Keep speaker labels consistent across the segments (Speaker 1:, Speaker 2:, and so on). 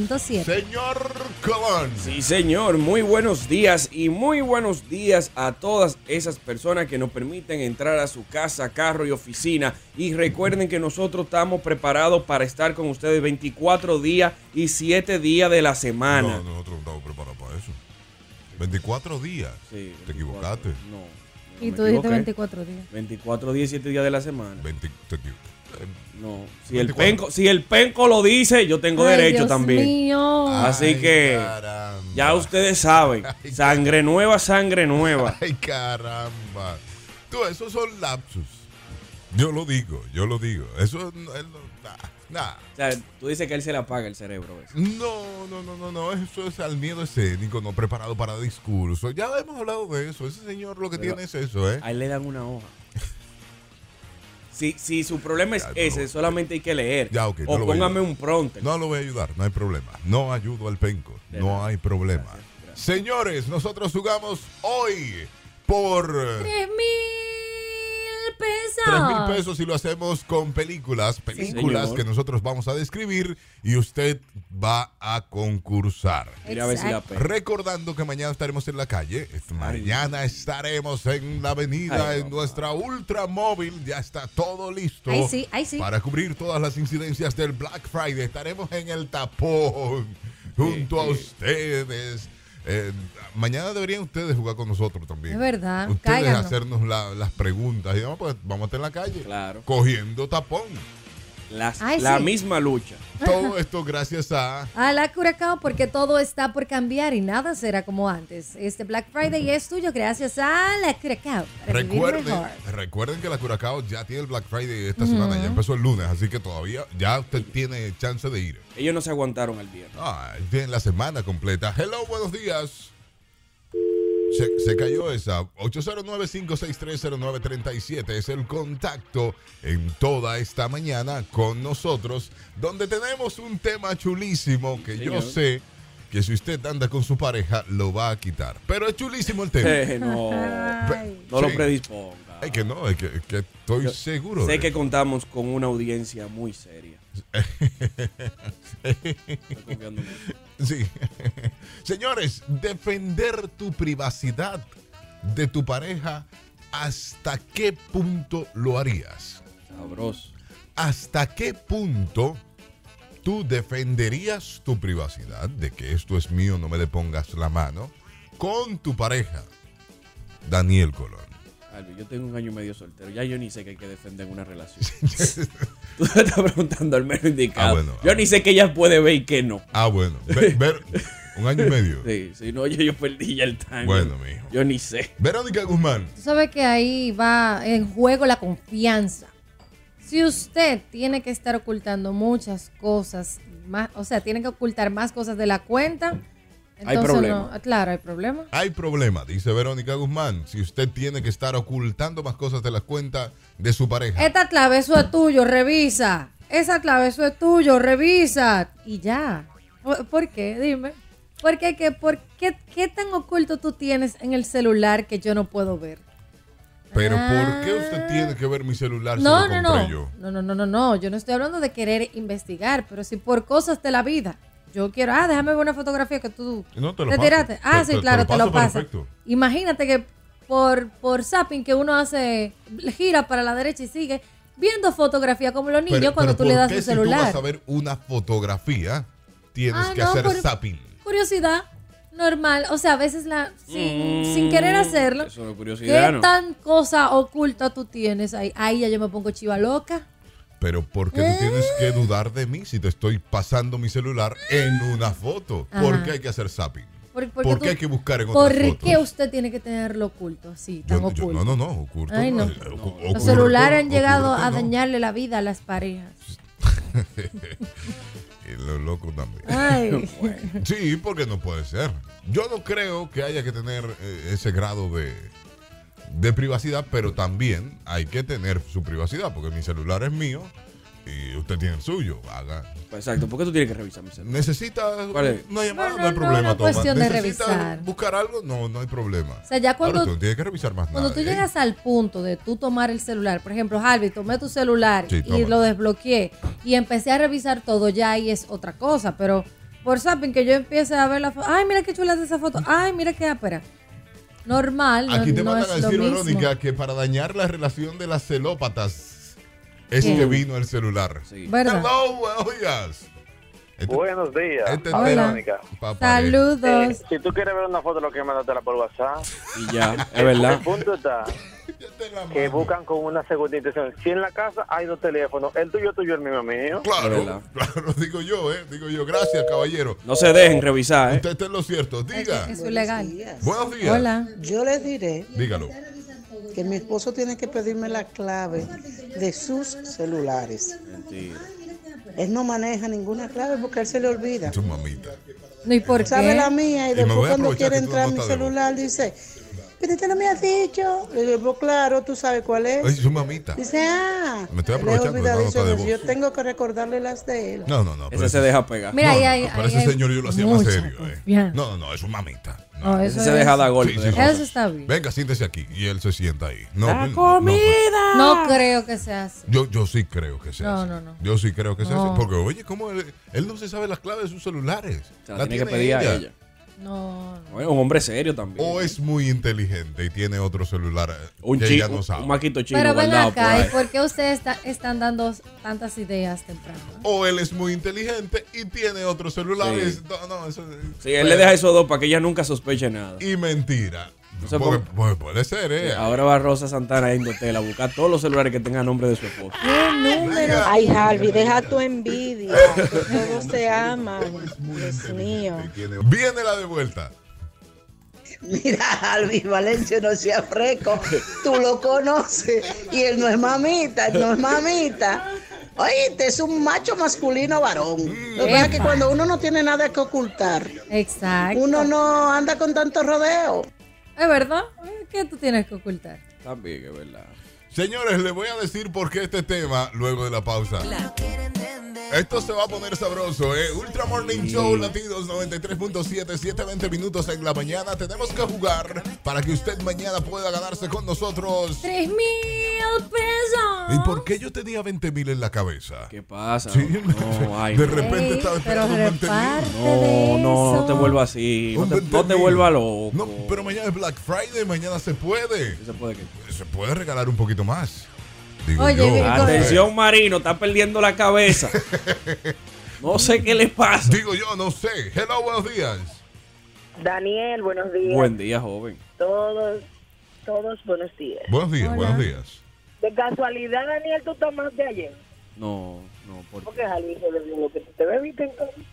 Speaker 1: 106.7.
Speaker 2: Señor Colón.
Speaker 3: Sí, señor, muy buenos días y muy buenos días a todas esas personas que nos permiten entrar a su casa, carro y oficina. Y recuerden que nosotros estamos preparados para estar con ustedes 24 días y 7 días de la semana.
Speaker 2: No, nosotros no estamos preparados para eso. 24 días.
Speaker 3: Sí,
Speaker 2: Te
Speaker 3: 24.
Speaker 2: equivocaste.
Speaker 3: No.
Speaker 1: Y
Speaker 3: me
Speaker 1: tú
Speaker 3: equivoqué.
Speaker 1: dijiste 24 días.
Speaker 3: 24 días y 7 días de la semana.
Speaker 2: 20 te equi- eh,
Speaker 3: No. Si el,
Speaker 2: 24.
Speaker 3: penco, si el penco lo dice, yo tengo
Speaker 1: Ay,
Speaker 3: derecho
Speaker 1: Dios
Speaker 3: también.
Speaker 1: mío.
Speaker 3: Así
Speaker 2: ay,
Speaker 3: que
Speaker 2: caramba.
Speaker 3: ya ustedes saben.
Speaker 2: Ay,
Speaker 3: Sangre nueva, sangre nueva.
Speaker 2: Ay, caramba. Tú, esos son lapsus. Yo lo digo, yo lo digo. Eso no es lo- nah, nah.
Speaker 3: O sea, tú dices que él se le apaga el cerebro. ese.
Speaker 2: No, no, no, no, no. Eso es al miedo escénico, no preparado para discurso. Ya hemos hablado de eso. Ese señor lo que
Speaker 3: Pero-
Speaker 2: tiene es eso, ¿eh?
Speaker 3: A él le dan una hoja. Si, si su problema es
Speaker 2: Ya, no
Speaker 3: ese,
Speaker 2: lo-
Speaker 3: solamente hay que leer.
Speaker 2: Ya, ok,
Speaker 3: o
Speaker 2: no lo voy a
Speaker 3: póngame
Speaker 2: ayudar.
Speaker 3: un prompter.
Speaker 2: No lo voy a ayudar, no hay problema. No ayudo al penco,
Speaker 3: De
Speaker 2: no
Speaker 3: nada.
Speaker 2: hay problema.
Speaker 3: Gracias, gracias.
Speaker 2: Señores, nosotros jugamos hoy por
Speaker 1: 3 mil pesos.
Speaker 2: 3 mil pesos y lo hacemos con películas, películas
Speaker 3: señor.
Speaker 2: que nosotros vamos a describir y usted va a concursar.
Speaker 3: Mira a ver si la
Speaker 1: Exacto.
Speaker 3: pega.
Speaker 2: Recordando que mañana estaremos en la calle, mañana estaremos en la avenida,
Speaker 3: Ay,
Speaker 2: en
Speaker 3: papá.
Speaker 2: nuestra ultramóvil, ya está todo listo.
Speaker 1: Ahí sí, ahí sí.
Speaker 2: Para cubrir todas las incidencias del Black Friday, estaremos en el tapón junto a ustedes. Eh, mañana deberían ustedes jugar con nosotros también.
Speaker 1: Es verdad,
Speaker 2: Ustedes
Speaker 1: cáiganos.
Speaker 2: hacernos la- las preguntas. Y vamos, pues, vamos a estar en la calle.
Speaker 3: Claro.
Speaker 2: Cogiendo tapón.
Speaker 3: Las-
Speaker 1: Ay,
Speaker 3: la
Speaker 1: sí.
Speaker 3: misma lucha.
Speaker 2: Todo esto gracias a
Speaker 1: A la Curacao porque todo está por cambiar y nada será como antes. Este Black Friday es tuyo gracias a la Curacao. para vivir
Speaker 2: Recuerden,
Speaker 1: mejor.
Speaker 2: recuerden que la Curacao ya tiene el Black Friday esta semana, ya empezó el lunes, así que todavía ya usted tiene chance de ir.
Speaker 3: Ellos no se aguantaron al viernes.
Speaker 2: Ah, tienen la semana completa. Hello, buenos días. Se, se cayó esa. 809-5630937 es el contacto en toda esta mañana con nosotros, donde tenemos un tema chulísimo que yo
Speaker 3: Señor.
Speaker 2: sé que si usted anda con su pareja lo va a quitar. Pero es chulísimo el tema.
Speaker 3: Eh, no.
Speaker 1: Ay.
Speaker 3: No lo
Speaker 2: Sí.
Speaker 3: predisponga.
Speaker 2: Es que no, es que, es que estoy
Speaker 3: Yo
Speaker 2: seguro.
Speaker 3: Sé
Speaker 2: de
Speaker 3: que
Speaker 2: eso.
Speaker 3: contamos con una audiencia muy seria. Estoy confiando en usted.
Speaker 2: Sí. Señores, defender tu privacidad de tu pareja, ¿hasta qué punto lo harías?
Speaker 3: Sabroso.
Speaker 2: ¿Hasta qué punto tú defenderías tu privacidad de que esto es mío, no me le pongas la mano, con tu pareja, Daniel Colón?
Speaker 3: Albi, yo tengo un año y medio soltero. Ya yo ni sé que hay que defender en una relación. Tú te estás preguntando al menos indicado.
Speaker 2: Ah, bueno, ah,
Speaker 3: yo ni
Speaker 2: bueno.
Speaker 3: sé que ella puede ver y que no.
Speaker 2: Ah, bueno, ve- ver- un año y medio.
Speaker 3: Sí, si no, yo, yo perdí ya el time.
Speaker 2: Bueno, mijo.
Speaker 3: Yo ni sé.
Speaker 2: Verónica Guzmán.
Speaker 1: Tú sabes que ahí va en juego la confianza. Si usted tiene que estar ocultando muchas cosas, más, o sea, tiene que ocultar más cosas de la cuenta, entonces
Speaker 3: problema.
Speaker 1: no- claro, hay problema.
Speaker 2: Hay problema, dice Verónica Guzmán, si usted tiene que estar ocultando más cosas de las cuentas de su pareja.
Speaker 1: Esta clave eso es tuyo, revisa. Esa clave eso es tuyo, revisa. Y ya. ¿Por- ¿Por qué? Dime. ¿Por qué, qué, por qué, qué tan oculto tú tienes en el celular que yo no puedo ver?
Speaker 2: Pero
Speaker 1: Ah.
Speaker 2: ¿por qué usted tiene que ver mi celular si
Speaker 1: No,
Speaker 2: lo
Speaker 1: no,
Speaker 2: compré
Speaker 1: no.
Speaker 2: yo?
Speaker 1: No, no, no, no, no. Yo no estoy hablando de querer investigar, pero si por cosas de la vida. Yo quiero, ah, déjame ver una fotografía que tú
Speaker 2: No, te lo
Speaker 1: te
Speaker 2: paso.
Speaker 1: tiraste. Ah,
Speaker 2: Te-
Speaker 1: sí,
Speaker 2: te- te
Speaker 1: claro,
Speaker 2: lo
Speaker 1: te lo
Speaker 2: paso
Speaker 1: pasa.
Speaker 2: perfecto.
Speaker 1: Imagínate que por, por zapping que uno hace, gira para la derecha y sigue viendo fotografía como los niños
Speaker 2: Pero-
Speaker 1: cuando
Speaker 2: pero
Speaker 1: tú le
Speaker 2: ¿por
Speaker 1: das
Speaker 2: qué
Speaker 1: su
Speaker 2: si tú
Speaker 1: celular.
Speaker 2: vas a ver una fotografía, tienes
Speaker 1: Ah,
Speaker 2: que
Speaker 1: no,
Speaker 2: hacer
Speaker 1: por-
Speaker 2: zapping.
Speaker 1: Curiosidad, normal. O sea, a veces la, sin, sin querer hacerlo.
Speaker 3: Mm, Eso es curiosidad,
Speaker 1: ¿Qué
Speaker 3: ¿no?
Speaker 1: tan cosa oculta tú tienes ahí? Ahí ya yo me pongo chiva loca.
Speaker 2: Pero ¿por qué
Speaker 1: ¿Eh?
Speaker 2: tú tienes que dudar de mí si te estoy pasando mi celular en una foto? ¿Por
Speaker 1: Ajá.
Speaker 2: qué hay que hacer zapping?
Speaker 1: Por-
Speaker 2: ¿Por,
Speaker 1: porque
Speaker 2: qué
Speaker 1: tú-
Speaker 2: hay que buscar en
Speaker 1: ¿Por
Speaker 2: otras fotos?
Speaker 1: qué usted tiene que tenerlo oculto así, tan
Speaker 2: Yo- yo-
Speaker 1: oculto?
Speaker 2: no, no, no, oculto.
Speaker 1: Ay, no.
Speaker 2: no. eh, Ocu-
Speaker 1: Los
Speaker 2: oculto
Speaker 1: celulares han
Speaker 2: no,
Speaker 1: llegado
Speaker 2: oculto
Speaker 1: a
Speaker 2: no.
Speaker 1: dañarle la vida a las parejas.
Speaker 2: Y los locos también.
Speaker 1: Ay.
Speaker 2: Sí, porque no puede ser. Yo no creo que haya que tener eh, ese grado de, de privacidad, pero también hay que tener su privacidad, porque mi celular es mío y usted tiene el suyo. Haga.
Speaker 3: Exacto, ¿por qué tú tienes que revisar mi celular?
Speaker 2: ¿Necesita
Speaker 3: ¿Cuál es?
Speaker 2: una llamada? No,
Speaker 1: No, no,
Speaker 2: hay
Speaker 1: no,
Speaker 2: problema,
Speaker 1: no es
Speaker 2: toma.
Speaker 1: cuestión de
Speaker 2: ¿Necesita
Speaker 1: revisar.
Speaker 2: buscar algo? No, no hay problema.
Speaker 1: O sea, ya
Speaker 2: Ahora
Speaker 1: cuando,
Speaker 2: tú no tienes que revisar más
Speaker 1: cuando
Speaker 2: nada.
Speaker 1: tú
Speaker 2: ¿eh?
Speaker 1: llegas al punto de tú tomar el celular, por ejemplo, Harvey, tomé tu celular
Speaker 2: Sí,
Speaker 1: y
Speaker 2: tómalo.
Speaker 1: lo desbloqueé y empecé a revisar todo, ya ahí es otra cosa, pero por zapping que yo empiece a ver la foto. Ay, mira qué chula es esa foto. Ay, mira qué ápera. Normal.
Speaker 2: Aquí
Speaker 1: no,
Speaker 2: te
Speaker 1: no
Speaker 2: mandan
Speaker 1: es
Speaker 2: a
Speaker 1: lo
Speaker 2: decir,
Speaker 1: mismo.
Speaker 2: Verónica, pues. que para dañar la relación de las celópatas es
Speaker 1: ¿Qué?
Speaker 2: que vino el celular.
Speaker 3: Sí.
Speaker 1: ¿Verdad?
Speaker 2: Hello, buenos días. Este-
Speaker 4: Buenos días,
Speaker 2: este tema-
Speaker 1: Hola.
Speaker 4: Verónica.
Speaker 2: Papá, eh.
Speaker 4: Eh,
Speaker 1: Saludos.
Speaker 4: si tú quieres ver una foto, lo que mandatela por WhatsApp.
Speaker 3: Y ya, es
Speaker 4: El
Speaker 3: verdad.
Speaker 4: punto está
Speaker 2: Ya te la
Speaker 4: que
Speaker 2: mando.
Speaker 4: buscan con una segunda intención. Si en la casa hay dos teléfonos, el tuyo, tuyo, el mío, mío.
Speaker 3: Es
Speaker 2: Claro,
Speaker 3: verdad.
Speaker 2: claro, digo yo, ¿eh? Digo yo, gracias, caballero.
Speaker 3: No se dejen revisar, ¿eh?
Speaker 2: Usted está en lo cierto. Diga.
Speaker 1: Es
Speaker 5: Buenos
Speaker 1: legal.
Speaker 5: días.
Speaker 2: Buenos días.
Speaker 1: Hola.
Speaker 5: Yo les diré
Speaker 2: Dígalo.
Speaker 5: que mi esposo tiene que pedirme la clave de sus celulares.
Speaker 3: Mentira.
Speaker 5: Él no maneja ninguna clave porque él se le olvida.
Speaker 2: Tu mamita.
Speaker 1: No, ¿y por
Speaker 5: Sabe la
Speaker 1: qué?
Speaker 5: mía y
Speaker 2: Y me voy
Speaker 5: después
Speaker 2: a
Speaker 5: cuando
Speaker 2: aprovechar
Speaker 5: quiere
Speaker 2: que tú
Speaker 5: entrar a
Speaker 2: no
Speaker 5: mi
Speaker 2: estás de
Speaker 5: celular dice, pero tú no me has dicho. Le digo, "Pues claro, tú sabes cuál
Speaker 2: Ay,
Speaker 5: es.
Speaker 2: su mamita.
Speaker 5: Dice, ah,
Speaker 2: Me estoy
Speaker 5: le he
Speaker 2: aprovechando de la
Speaker 5: olvidado".
Speaker 2: nota de
Speaker 5: Dice, yo
Speaker 2: voz.
Speaker 5: tengo que recordarle las de él.
Speaker 2: No, no, no. pero
Speaker 3: Ese se
Speaker 2: ese-
Speaker 3: deja pegar.
Speaker 1: Mira,
Speaker 2: no,
Speaker 1: ahí
Speaker 2: no,
Speaker 1: hay.
Speaker 2: Para
Speaker 1: ahí
Speaker 2: ese
Speaker 1: hay
Speaker 2: señor yo lo hacía más
Speaker 1: mucha
Speaker 2: serio. eh.
Speaker 1: confianza.
Speaker 2: No, no, no, es su mamita. No.
Speaker 1: No, eso
Speaker 3: Ese se
Speaker 1: es-
Speaker 3: deja dar ¿eh?
Speaker 2: Sí,
Speaker 3: golpe.
Speaker 2: sí,
Speaker 3: de
Speaker 2: sí.
Speaker 1: Eso
Speaker 3: cosas.
Speaker 1: está bien.
Speaker 2: Venga, siéntese aquí. Y él se sienta ahí. No, no, no,
Speaker 1: No creo que sea así.
Speaker 2: yo, yo sí creo que sea
Speaker 1: No,
Speaker 2: así.
Speaker 1: no, no.
Speaker 2: Yo sí creo que sea
Speaker 1: No.
Speaker 2: así. Porque, oye, ¿cómo él, él no se sabe las claves de sus celulares?
Speaker 3: Se la tiene que pedir a ella.
Speaker 1: No, no.
Speaker 3: Bueno, un hombre serio también.
Speaker 2: O es muy inteligente y tiene otro celular eh,
Speaker 3: un
Speaker 2: que
Speaker 3: chico,
Speaker 2: ella no sabe.
Speaker 3: un maquito chino
Speaker 1: Pero ven
Speaker 3: guardado por
Speaker 1: acá,
Speaker 2: pues.
Speaker 3: ahí.
Speaker 1: ¿y por qué ustedes está- están dando tantas ideas temprano?
Speaker 2: o él es muy inteligente y tiene otro celular.
Speaker 3: Sí.
Speaker 2: Y, es- no, no, eso-
Speaker 3: Sí, él le deja esos dos para que ella nunca sospeche nada.
Speaker 2: y mentira.
Speaker 3: O sea,
Speaker 2: Porque-
Speaker 3: pon-
Speaker 2: porque puede ser, ¿eh?
Speaker 3: Ahora va Rosa Santana a Indotela a buscar todos los celulares que tengan nombre de su esposo.
Speaker 5: ¿Qué número? Ay, Harvey, deja tu envidia. Todos se aman. Dios mío.
Speaker 2: Tiene- Viene la de vuelta.
Speaker 5: Mira, Albi Valencio no sea fresco, tú lo conoces y él no es mamita, él no es mamita. Oíste, es un macho masculino varón. Lo que pasa es que cuando uno no tiene nada que ocultar,
Speaker 1: Exacto.
Speaker 5: uno no anda con tanto rodeo.
Speaker 1: ¿Es verdad? ¿Qué tú tienes que ocultar?
Speaker 3: También, es verdad.
Speaker 2: Señores, les voy a decir por qué este tema luego de la pausa. Esto se va a poner sabroso, ¿eh? Ultra Morning Show Latidos 93.7, 720 minutos en la mañana. Tenemos que jugar para que usted mañana pueda ganarse con nosotros.
Speaker 1: ¡Tres mil
Speaker 2: ¿Y
Speaker 1: pesos!
Speaker 2: por qué yo tenía 20 mil en la cabeza?
Speaker 3: ¿Qué pasa?
Speaker 2: Sí,
Speaker 3: no, ay,
Speaker 2: de
Speaker 3: no.
Speaker 2: repente
Speaker 1: Ey,
Speaker 2: estaba
Speaker 1: pero
Speaker 2: esperando un 20
Speaker 1: reparte
Speaker 3: no,
Speaker 1: de
Speaker 3: no, no
Speaker 1: eso.
Speaker 3: te vuelvas así. No
Speaker 2: Un
Speaker 3: te,
Speaker 2: 20
Speaker 3: no te
Speaker 2: mil.
Speaker 3: vuelvas loco.
Speaker 2: No, pero mañana es Black Friday, mañana se puede.
Speaker 3: Se puede que-
Speaker 2: Se puede regalar un poquito más. Digo
Speaker 1: Oye,
Speaker 2: yo.
Speaker 1: que-
Speaker 3: Atención, Marino, está perdiendo la cabeza. No sé qué le pasa.
Speaker 2: Digo yo, no sé. Hello, buenos días.
Speaker 6: Daniel, buenos días.
Speaker 3: Buen día, joven.
Speaker 6: Todos, todos buenos días.
Speaker 2: Buenos días,
Speaker 1: Hola.
Speaker 2: buenos días.
Speaker 6: De casualidad, Daniel, tú tomas de ayer.
Speaker 3: No, no, porque.
Speaker 6: Porque Jalí se bebió lo que tú te bebiste entonces.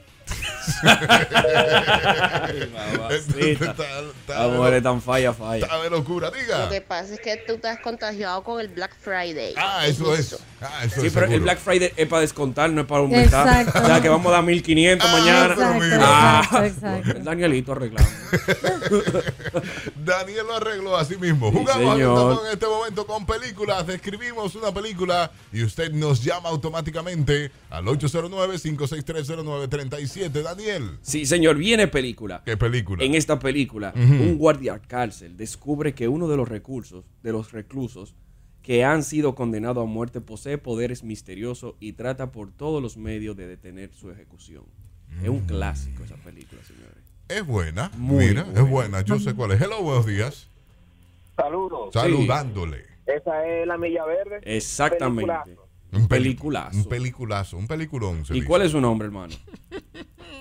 Speaker 3: Mamacita.
Speaker 2: Está- está-
Speaker 3: La mujer es tan falla, falla.
Speaker 2: está de locura, diga.
Speaker 7: Lo que pasa es que tú estás contagiado con el Black Friday.
Speaker 2: Ah, eso es. Ah, eso
Speaker 3: Sí,
Speaker 2: es.
Speaker 3: pero el
Speaker 2: seguro.
Speaker 3: Black Friday es para descontar, no es para aumentar.
Speaker 1: Exacto.
Speaker 3: O sea, que vamos a dar 1500
Speaker 2: Ah,
Speaker 3: mañana.
Speaker 1: Exacto,
Speaker 2: mira.
Speaker 1: exacto,
Speaker 3: Ah.
Speaker 1: exacto.
Speaker 3: El Danielito arreglado.
Speaker 2: Daniel lo arregló a sí mismo.
Speaker 3: Sí,
Speaker 2: Jugamos
Speaker 3: señor.
Speaker 2: Atentamos en este momento con películas. Describimos una película y usted nos llama automáticamente al 809-56309-37. Daniel,
Speaker 3: Sí, señor, viene película.
Speaker 2: ¿qué película?
Speaker 3: En esta película, un guardia cárcel descubre que uno de los recursos, de los reclusos que han sido condenados a muerte posee poderes misteriosos y trata por todos los medios de detener su ejecución. Es un clásico esa película, señores.
Speaker 2: Mm. Es buena.
Speaker 3: Muy
Speaker 2: Mira,
Speaker 3: buena.
Speaker 2: es buena. Yo sé cuál es. Hello, buenos días.
Speaker 4: Saludos.
Speaker 2: Saludándole.
Speaker 4: Esa es la Milla Verde.
Speaker 3: Exactamente.
Speaker 4: Peliculazo.
Speaker 3: Un
Speaker 2: peli-
Speaker 3: peliculazo.
Speaker 2: Un peliculazo, un peliculón. se
Speaker 3: ¿Y
Speaker 2: dice.
Speaker 3: cuál es su nombre, hermano?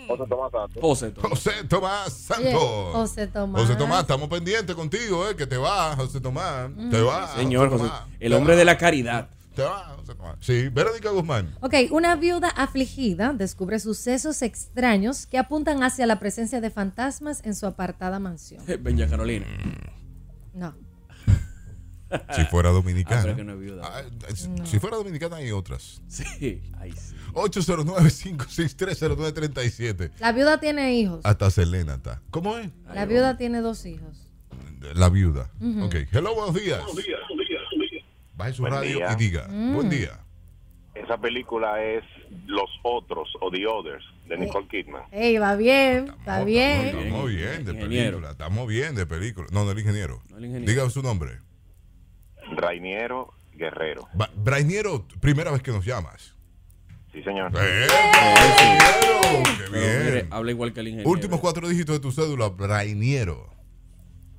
Speaker 4: José Tomás Santos.
Speaker 3: José. Tomás.
Speaker 2: José Tomás
Speaker 1: Oye,
Speaker 2: Santos.
Speaker 1: José Tomás.
Speaker 2: José Tomás, estamos pendientes contigo, eh, que te va, José Tomás.
Speaker 3: Mm.
Speaker 2: Te va.
Speaker 3: Señor
Speaker 2: José
Speaker 3: José.
Speaker 2: Tomás.
Speaker 3: El
Speaker 2: Te
Speaker 3: hombre
Speaker 2: va,
Speaker 3: de la caridad.
Speaker 2: Te va, José Tomás. Sí, Verónica Guzmán.
Speaker 1: Ok, una viuda afligida descubre sucesos extraños que apuntan hacia la presencia de fantasmas en su apartada mansión.
Speaker 3: Benja Carolina.
Speaker 1: No.
Speaker 2: Mm. Si fuera dominicana.
Speaker 3: Ah, pero que no es viuda.
Speaker 2: Ah, eh, si- Si fuera dominicana hay otras.
Speaker 3: Sí. Ay, sí.
Speaker 2: 809-56309-37.
Speaker 1: La viuda tiene hijos.
Speaker 2: Hasta Selena está. ¿Cómo es?
Speaker 1: La viuda tiene dos hijos.
Speaker 2: La viuda.
Speaker 1: Mm.
Speaker 2: Ok. Hello, buenos días. Baje su
Speaker 8: Buen
Speaker 2: radio
Speaker 8: día.
Speaker 2: y diga.
Speaker 1: Mm.
Speaker 2: Buen día.
Speaker 8: Esa película es Los Otros o The Others
Speaker 1: Oh.
Speaker 8: de Nicole Kidman.
Speaker 1: Ey, va bien, va bien.
Speaker 2: Estamos bien de
Speaker 3: Ingeniero.
Speaker 2: película. Estamos bien de película. No, del ingeniero.
Speaker 3: No, el ingeniero.
Speaker 2: Diga su nombre.
Speaker 8: Rainiero Guerrero.
Speaker 2: Ba- Brainiero, primera vez que nos llamas.
Speaker 8: Sí, señor.
Speaker 2: ¡Eh! Oh, ¡Qué
Speaker 3: Pero, mire,
Speaker 2: bien!
Speaker 3: habla igual que el ingeniero.
Speaker 2: Últimos cuatro dígitos de tu cédula, Brainiero.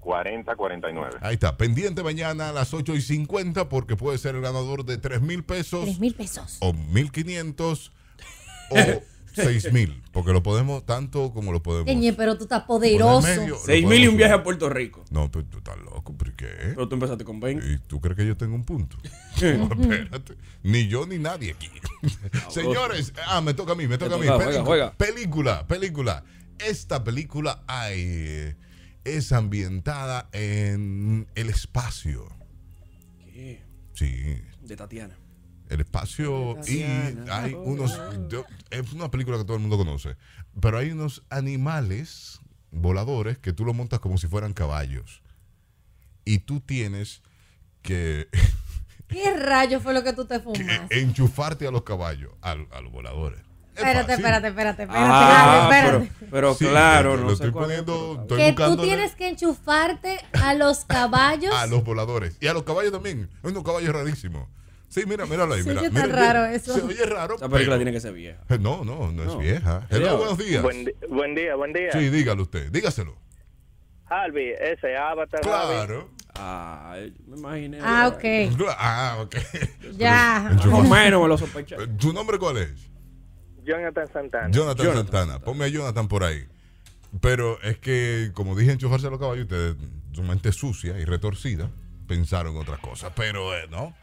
Speaker 8: 40-49.
Speaker 2: Ahí está, pendiente mañana a las 8 y 50 porque puede ser el ganador de 3 mil pesos.
Speaker 1: 3 mil pesos.
Speaker 2: o 1500 o 6000, porque lo podemos tanto como lo podemos.
Speaker 1: Ñe, pero tú estás
Speaker 2: poner
Speaker 1: poderoso.
Speaker 2: medio, lo
Speaker 3: 6 mil y un
Speaker 2: podemos
Speaker 3: viaje a
Speaker 2: subir.
Speaker 3: Puerto Rico.
Speaker 2: No, pero tú estás loco, ¿por qué?
Speaker 3: Pero tú empezaste con 20.
Speaker 2: ¿Y tú crees que yo tengo un punto? No, espérate. Ni yo ni nadie aquí. Señores, ah, me toca a mí, me toca a mí.
Speaker 3: toca,
Speaker 2: Pelicu-
Speaker 3: juega, juega.
Speaker 2: Película, película. Esta película ay, eh, es ambientada en el espacio.
Speaker 3: ¿Qué?
Speaker 2: Sí,
Speaker 3: De Tatiana.
Speaker 2: El espacio y
Speaker 3: Oh,
Speaker 2: hay unos... yo- es una película que todo el mundo conoce, pero hay unos animales voladores que tú los montas como si fueran caballos. Y tú tienes que,
Speaker 1: ¿Qué rayo fue lo que tú te
Speaker 2: que
Speaker 1: fumaste?
Speaker 2: enchufarte a los caballos, a, a los voladores. Es
Speaker 1: Espérate,
Speaker 2: fácil.
Speaker 1: espérate, espérate, espérate,
Speaker 3: Ah,
Speaker 1: espérate.
Speaker 3: pero, pero
Speaker 2: Sí,
Speaker 3: claro,
Speaker 2: te-
Speaker 3: no
Speaker 2: lo
Speaker 3: sé
Speaker 2: estoy
Speaker 3: cuál es,
Speaker 2: poniendo-
Speaker 3: pero-
Speaker 2: estoy
Speaker 1: que tú
Speaker 2: buscándole
Speaker 1: tienes que enchufarte a los caballos.
Speaker 2: A los voladores. Y a los caballos también. Es un caballo rarísimo. Sí, mira, míralo ahí.
Speaker 1: Se
Speaker 2: mira,
Speaker 1: oye
Speaker 2: mira,
Speaker 1: tan
Speaker 2: mira.
Speaker 1: raro eso.
Speaker 2: Se oye raro.
Speaker 3: Esa película
Speaker 2: pero- Eh,
Speaker 3: tiene que ser vieja.
Speaker 2: No, no, no, es
Speaker 3: No.
Speaker 2: vieja.
Speaker 3: Hello.
Speaker 2: Hello, buenos días.
Speaker 4: Buen, di- buen día, buen día.
Speaker 2: Sí, dígalo usted, dígaselo.
Speaker 4: Harvey, ese avatar. Harvey.
Speaker 2: Claro.
Speaker 3: Ah, me imaginé.
Speaker 1: Ah, ok.
Speaker 2: Cla- Ah, ok.
Speaker 1: Ya.
Speaker 2: Pero,
Speaker 3: Más o
Speaker 2: enchufa-
Speaker 3: menos me lo sospeché.
Speaker 2: ¿Tu nombre cuál es?
Speaker 4: Jonathan Santana.
Speaker 2: Jonathan,
Speaker 3: Jonathan
Speaker 2: Santana. Ponme a Jonathan por ahí. Pero es que, como dije, enchufarse a los caballos, ustedes, su mente sucia y retorcida, pensaron otras cosas. Pero, eh, ¿no?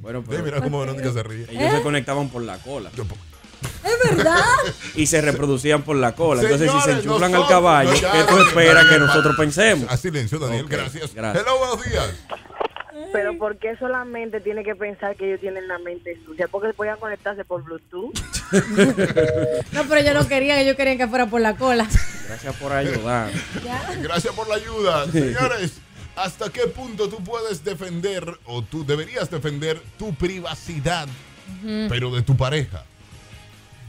Speaker 3: Bueno,
Speaker 2: Sí,
Speaker 3: pero
Speaker 2: mira cómo Verónica se ríe.
Speaker 3: ellos se conectaban por la cola.
Speaker 2: Yo po-
Speaker 1: ¿Eh? ¿Es verdad?
Speaker 3: Y se reproducían por la cola. Entonces, si se
Speaker 2: Señores,
Speaker 3: enchuflan al
Speaker 2: nosotros-
Speaker 3: caballo,
Speaker 2: Ya,
Speaker 3: ¿qué tú
Speaker 2: Daniel,
Speaker 3: esperas que
Speaker 2: Daniel,
Speaker 3: nosotros
Speaker 2: pa-
Speaker 3: pensemos?
Speaker 2: A silencio, Daniel,
Speaker 3: Ok,
Speaker 2: gracias.
Speaker 3: gracias.
Speaker 2: Hello, buenos días.
Speaker 6: Pero ¿por qué solamente tiene que pensar que ellos tienen la mente sucia? Porque podían conectarse por Bluetooth.
Speaker 1: No, pero yo no quería, ellos querían que fuera por la cola.
Speaker 3: Gracias por ayudar.
Speaker 2: Gracias por la ayuda. Señores, ¿hasta qué punto tú puedes defender o tú deberías defender tu privacidad, pero de tu pareja?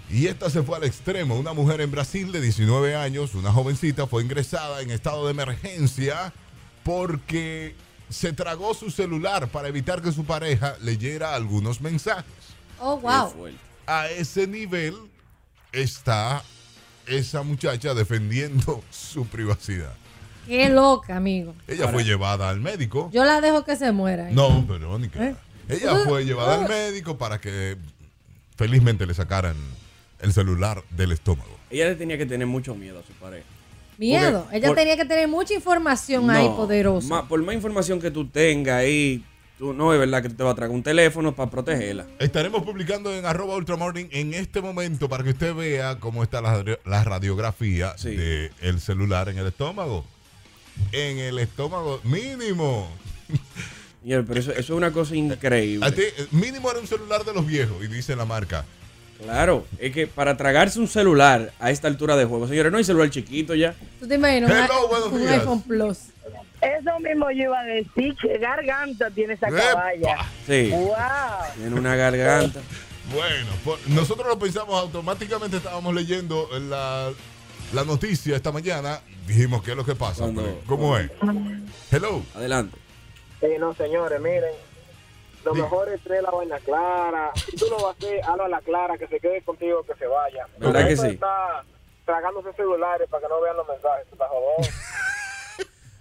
Speaker 2: Y esta se fue al extremo. Una mujer en Brasil de 19 años, una jovencita, fue ingresada en estado de emergencia porque se tragó su celular para evitar que su pareja leyera algunos mensajes
Speaker 1: Oh,
Speaker 3: Qué
Speaker 1: wow.
Speaker 3: fuerte.
Speaker 2: a ese nivel está esa muchacha defendiendo su privacidad.
Speaker 1: Qué loca, amigo.
Speaker 2: Ella fue llevada al médico.
Speaker 1: Yo la dejo que se muera. ¿eh?
Speaker 2: No, Verónica.
Speaker 1: ¿Eh?
Speaker 2: Ella
Speaker 1: Ah,
Speaker 2: fue llevada al
Speaker 1: ah.
Speaker 2: médico para que felizmente le sacaran el celular del estómago.
Speaker 3: Ella le tenía que tener mucho miedo a su pareja.
Speaker 1: Miedo.
Speaker 3: porque-
Speaker 1: Ella
Speaker 3: por-
Speaker 1: tenía que tener mucha información ahí
Speaker 3: No,
Speaker 1: poderosa.
Speaker 3: ma- por más información que tú tengas ahí, tú no es verdad que tú te vas a tragar un teléfono para protegerla.
Speaker 2: Estaremos publicando en arroba ultramorning en este momento para que usted vea cómo está la, radio- la radiografía
Speaker 3: Sí.
Speaker 2: del celular en el estómago. En el estómago mínimo.
Speaker 3: Señor, pero eso, eso es una cosa
Speaker 2: A ti,
Speaker 3: increíble.
Speaker 2: eh, mínimo era un celular de los viejos y dice la marca.
Speaker 3: Claro, es que para tragarse un celular a esta altura de juego, señores, no hay celular chiquito ya.
Speaker 1: ¿Tú te imaginas? Una-
Speaker 2: Hello, buenos
Speaker 1: un
Speaker 2: días.
Speaker 1: iPhone Plus.
Speaker 6: Eso mismo yo iba a decir, que garganta tiene esa
Speaker 2: ¡Epa!
Speaker 6: caballa.
Speaker 3: Sí,
Speaker 6: ¡Wow!
Speaker 3: tiene una garganta.
Speaker 1: Ah.
Speaker 2: Bueno, por- nosotros lo pensamos automáticamente, estábamos leyendo la, la noticia esta mañana. Dijimos, ¿qué es lo que pasa?
Speaker 3: Cuando-
Speaker 2: Pero, ¿Cómo es? Hello.
Speaker 3: Adelante.
Speaker 4: Sí, no, señores, miren. Lo
Speaker 2: Sí.
Speaker 4: mejor es traer la vaina clara. Si tú lo vas a hacer, hazlo a la clara, que se quede contigo, que se vaya.
Speaker 3: ¿Verdad
Speaker 4: Porque
Speaker 3: que
Speaker 4: eso
Speaker 3: sí?
Speaker 4: Está tragándose celulares para que no vean los mensajes. Tú estás jodón.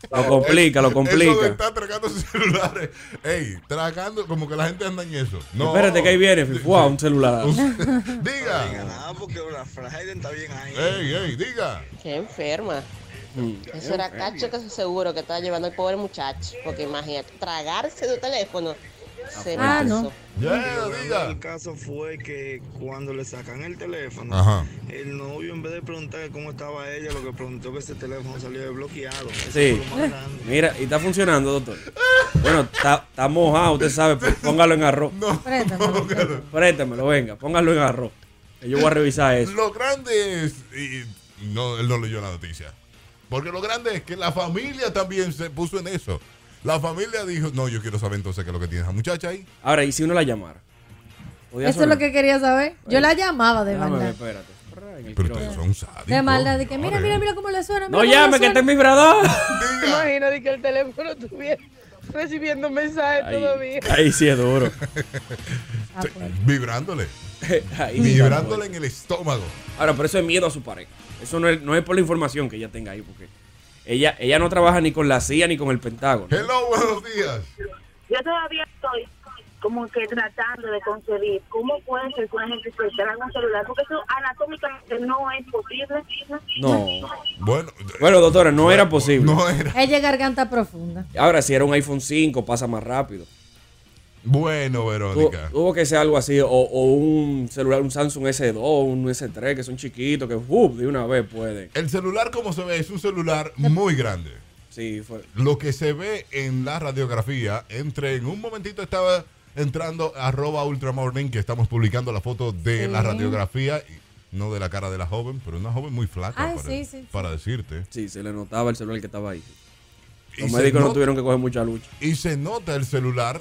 Speaker 3: Lo complica, lo
Speaker 2: Eso de
Speaker 3: complica.
Speaker 2: estar tragando celulares. Ey, tragando, como que la gente anda en eso. No.
Speaker 3: Espérate que ahí viene, wow, un celular.
Speaker 2: Diga.
Speaker 9: Ah, porque Black Friday está bien ahí.
Speaker 2: Ey, ey, diga.
Speaker 7: Qué enferma.
Speaker 3: Mm.
Speaker 7: Eso era cacho que seguro que estaba llevando el pobre muchacho. Porque imagínate, tragarse tu teléfono. Se
Speaker 1: Ah,
Speaker 7: pasó.
Speaker 1: no.
Speaker 2: Ya, diga.
Speaker 9: El caso fue que cuando le sacan el teléfono,
Speaker 2: Ajá.
Speaker 9: el novio en vez de preguntar cómo estaba ella, lo que preguntó que ese teléfono salió desbloqueado. Eso
Speaker 3: Sí. Eh.
Speaker 9: fue lo más grande.
Speaker 3: Mira, y está funcionando, doctor. Bueno, está, está mojado, usted sabe, pues, póngalo en arroz.
Speaker 2: No.
Speaker 1: Préndamelo.
Speaker 2: claro.
Speaker 3: Préstamelo, venga, póngalo en arroz. Que yo voy a revisar eso.
Speaker 2: Lo grande es. Y no, él no leyó la noticia. Porque lo grande es que la familia también se puso en eso. La familia dijo: No, yo quiero saber entonces qué es lo que tiene esa muchacha ahí.
Speaker 3: Ahora, ¿y si uno la llamara? ¿Podía
Speaker 1: Eso es lo
Speaker 3: sonar?
Speaker 1: que quería saber. Yo la llamaba de
Speaker 3: Déjame ver,
Speaker 1: maldad.
Speaker 3: espérate. Prr, en el
Speaker 2: Pero
Speaker 3: micrófono.
Speaker 2: ustedes son sádicos.
Speaker 1: De maldad. De que mira,
Speaker 2: señores.
Speaker 1: mira, mira cómo le suena.
Speaker 3: No
Speaker 1: mira cómo
Speaker 3: llame,
Speaker 1: le
Speaker 3: que este está
Speaker 1: suena.
Speaker 3: en vibrador.
Speaker 2: Diga.
Speaker 6: Imagino que el teléfono estuviera recibiendo mensajes
Speaker 3: Ahí, ahí sí es duro.
Speaker 1: Ah, pues.
Speaker 2: Vibrándole.
Speaker 3: Ahí está,
Speaker 2: vibrándole
Speaker 3: bueno.
Speaker 2: en el estómago.
Speaker 3: Ahora, pero eso es miedo a su pareja. Eso no es, no es por la información que ella tenga ahí, porque ella, ella no trabaja ni con la CIA ni con el Pentágono.
Speaker 2: Hello, buenos días.
Speaker 6: Yo todavía estoy como que tratando de concebir cómo puede ser que una gente se instale en un celular, porque eso anatómicamente no es posible.
Speaker 3: No.
Speaker 2: Bueno,
Speaker 3: Bueno, doctora, no era posible.
Speaker 2: no era.
Speaker 1: Ella es garganta profunda.
Speaker 3: Ahora, si era un iPhone 5, pasa más rápido.
Speaker 2: Bueno,
Speaker 3: Tuvo,
Speaker 2: Verónica.
Speaker 3: tuvo que ser algo así, o, o un celular, un Samsung S2, un S3, que son chiquitos, que ¡up! de una vez puede.
Speaker 2: El celular, como se ve, es un celular muy grande.
Speaker 3: Sí, fue.
Speaker 2: Lo que se ve en la radiografía, entre en un momentito estaba entrando arroba ultramorning, que estamos publicando la foto de
Speaker 1: Sí.
Speaker 2: la radiografía, y no de la cara de la joven, pero una joven muy flaca,
Speaker 1: Ay,
Speaker 2: para,
Speaker 1: Ah, sí, sí, sí.
Speaker 2: para decirte.
Speaker 3: Sí, se le notaba el celular que estaba ahí. Los
Speaker 2: Y se
Speaker 3: médicos no
Speaker 2: nota-
Speaker 3: tuvieron que coger mucha lucha.
Speaker 2: y se nota el celular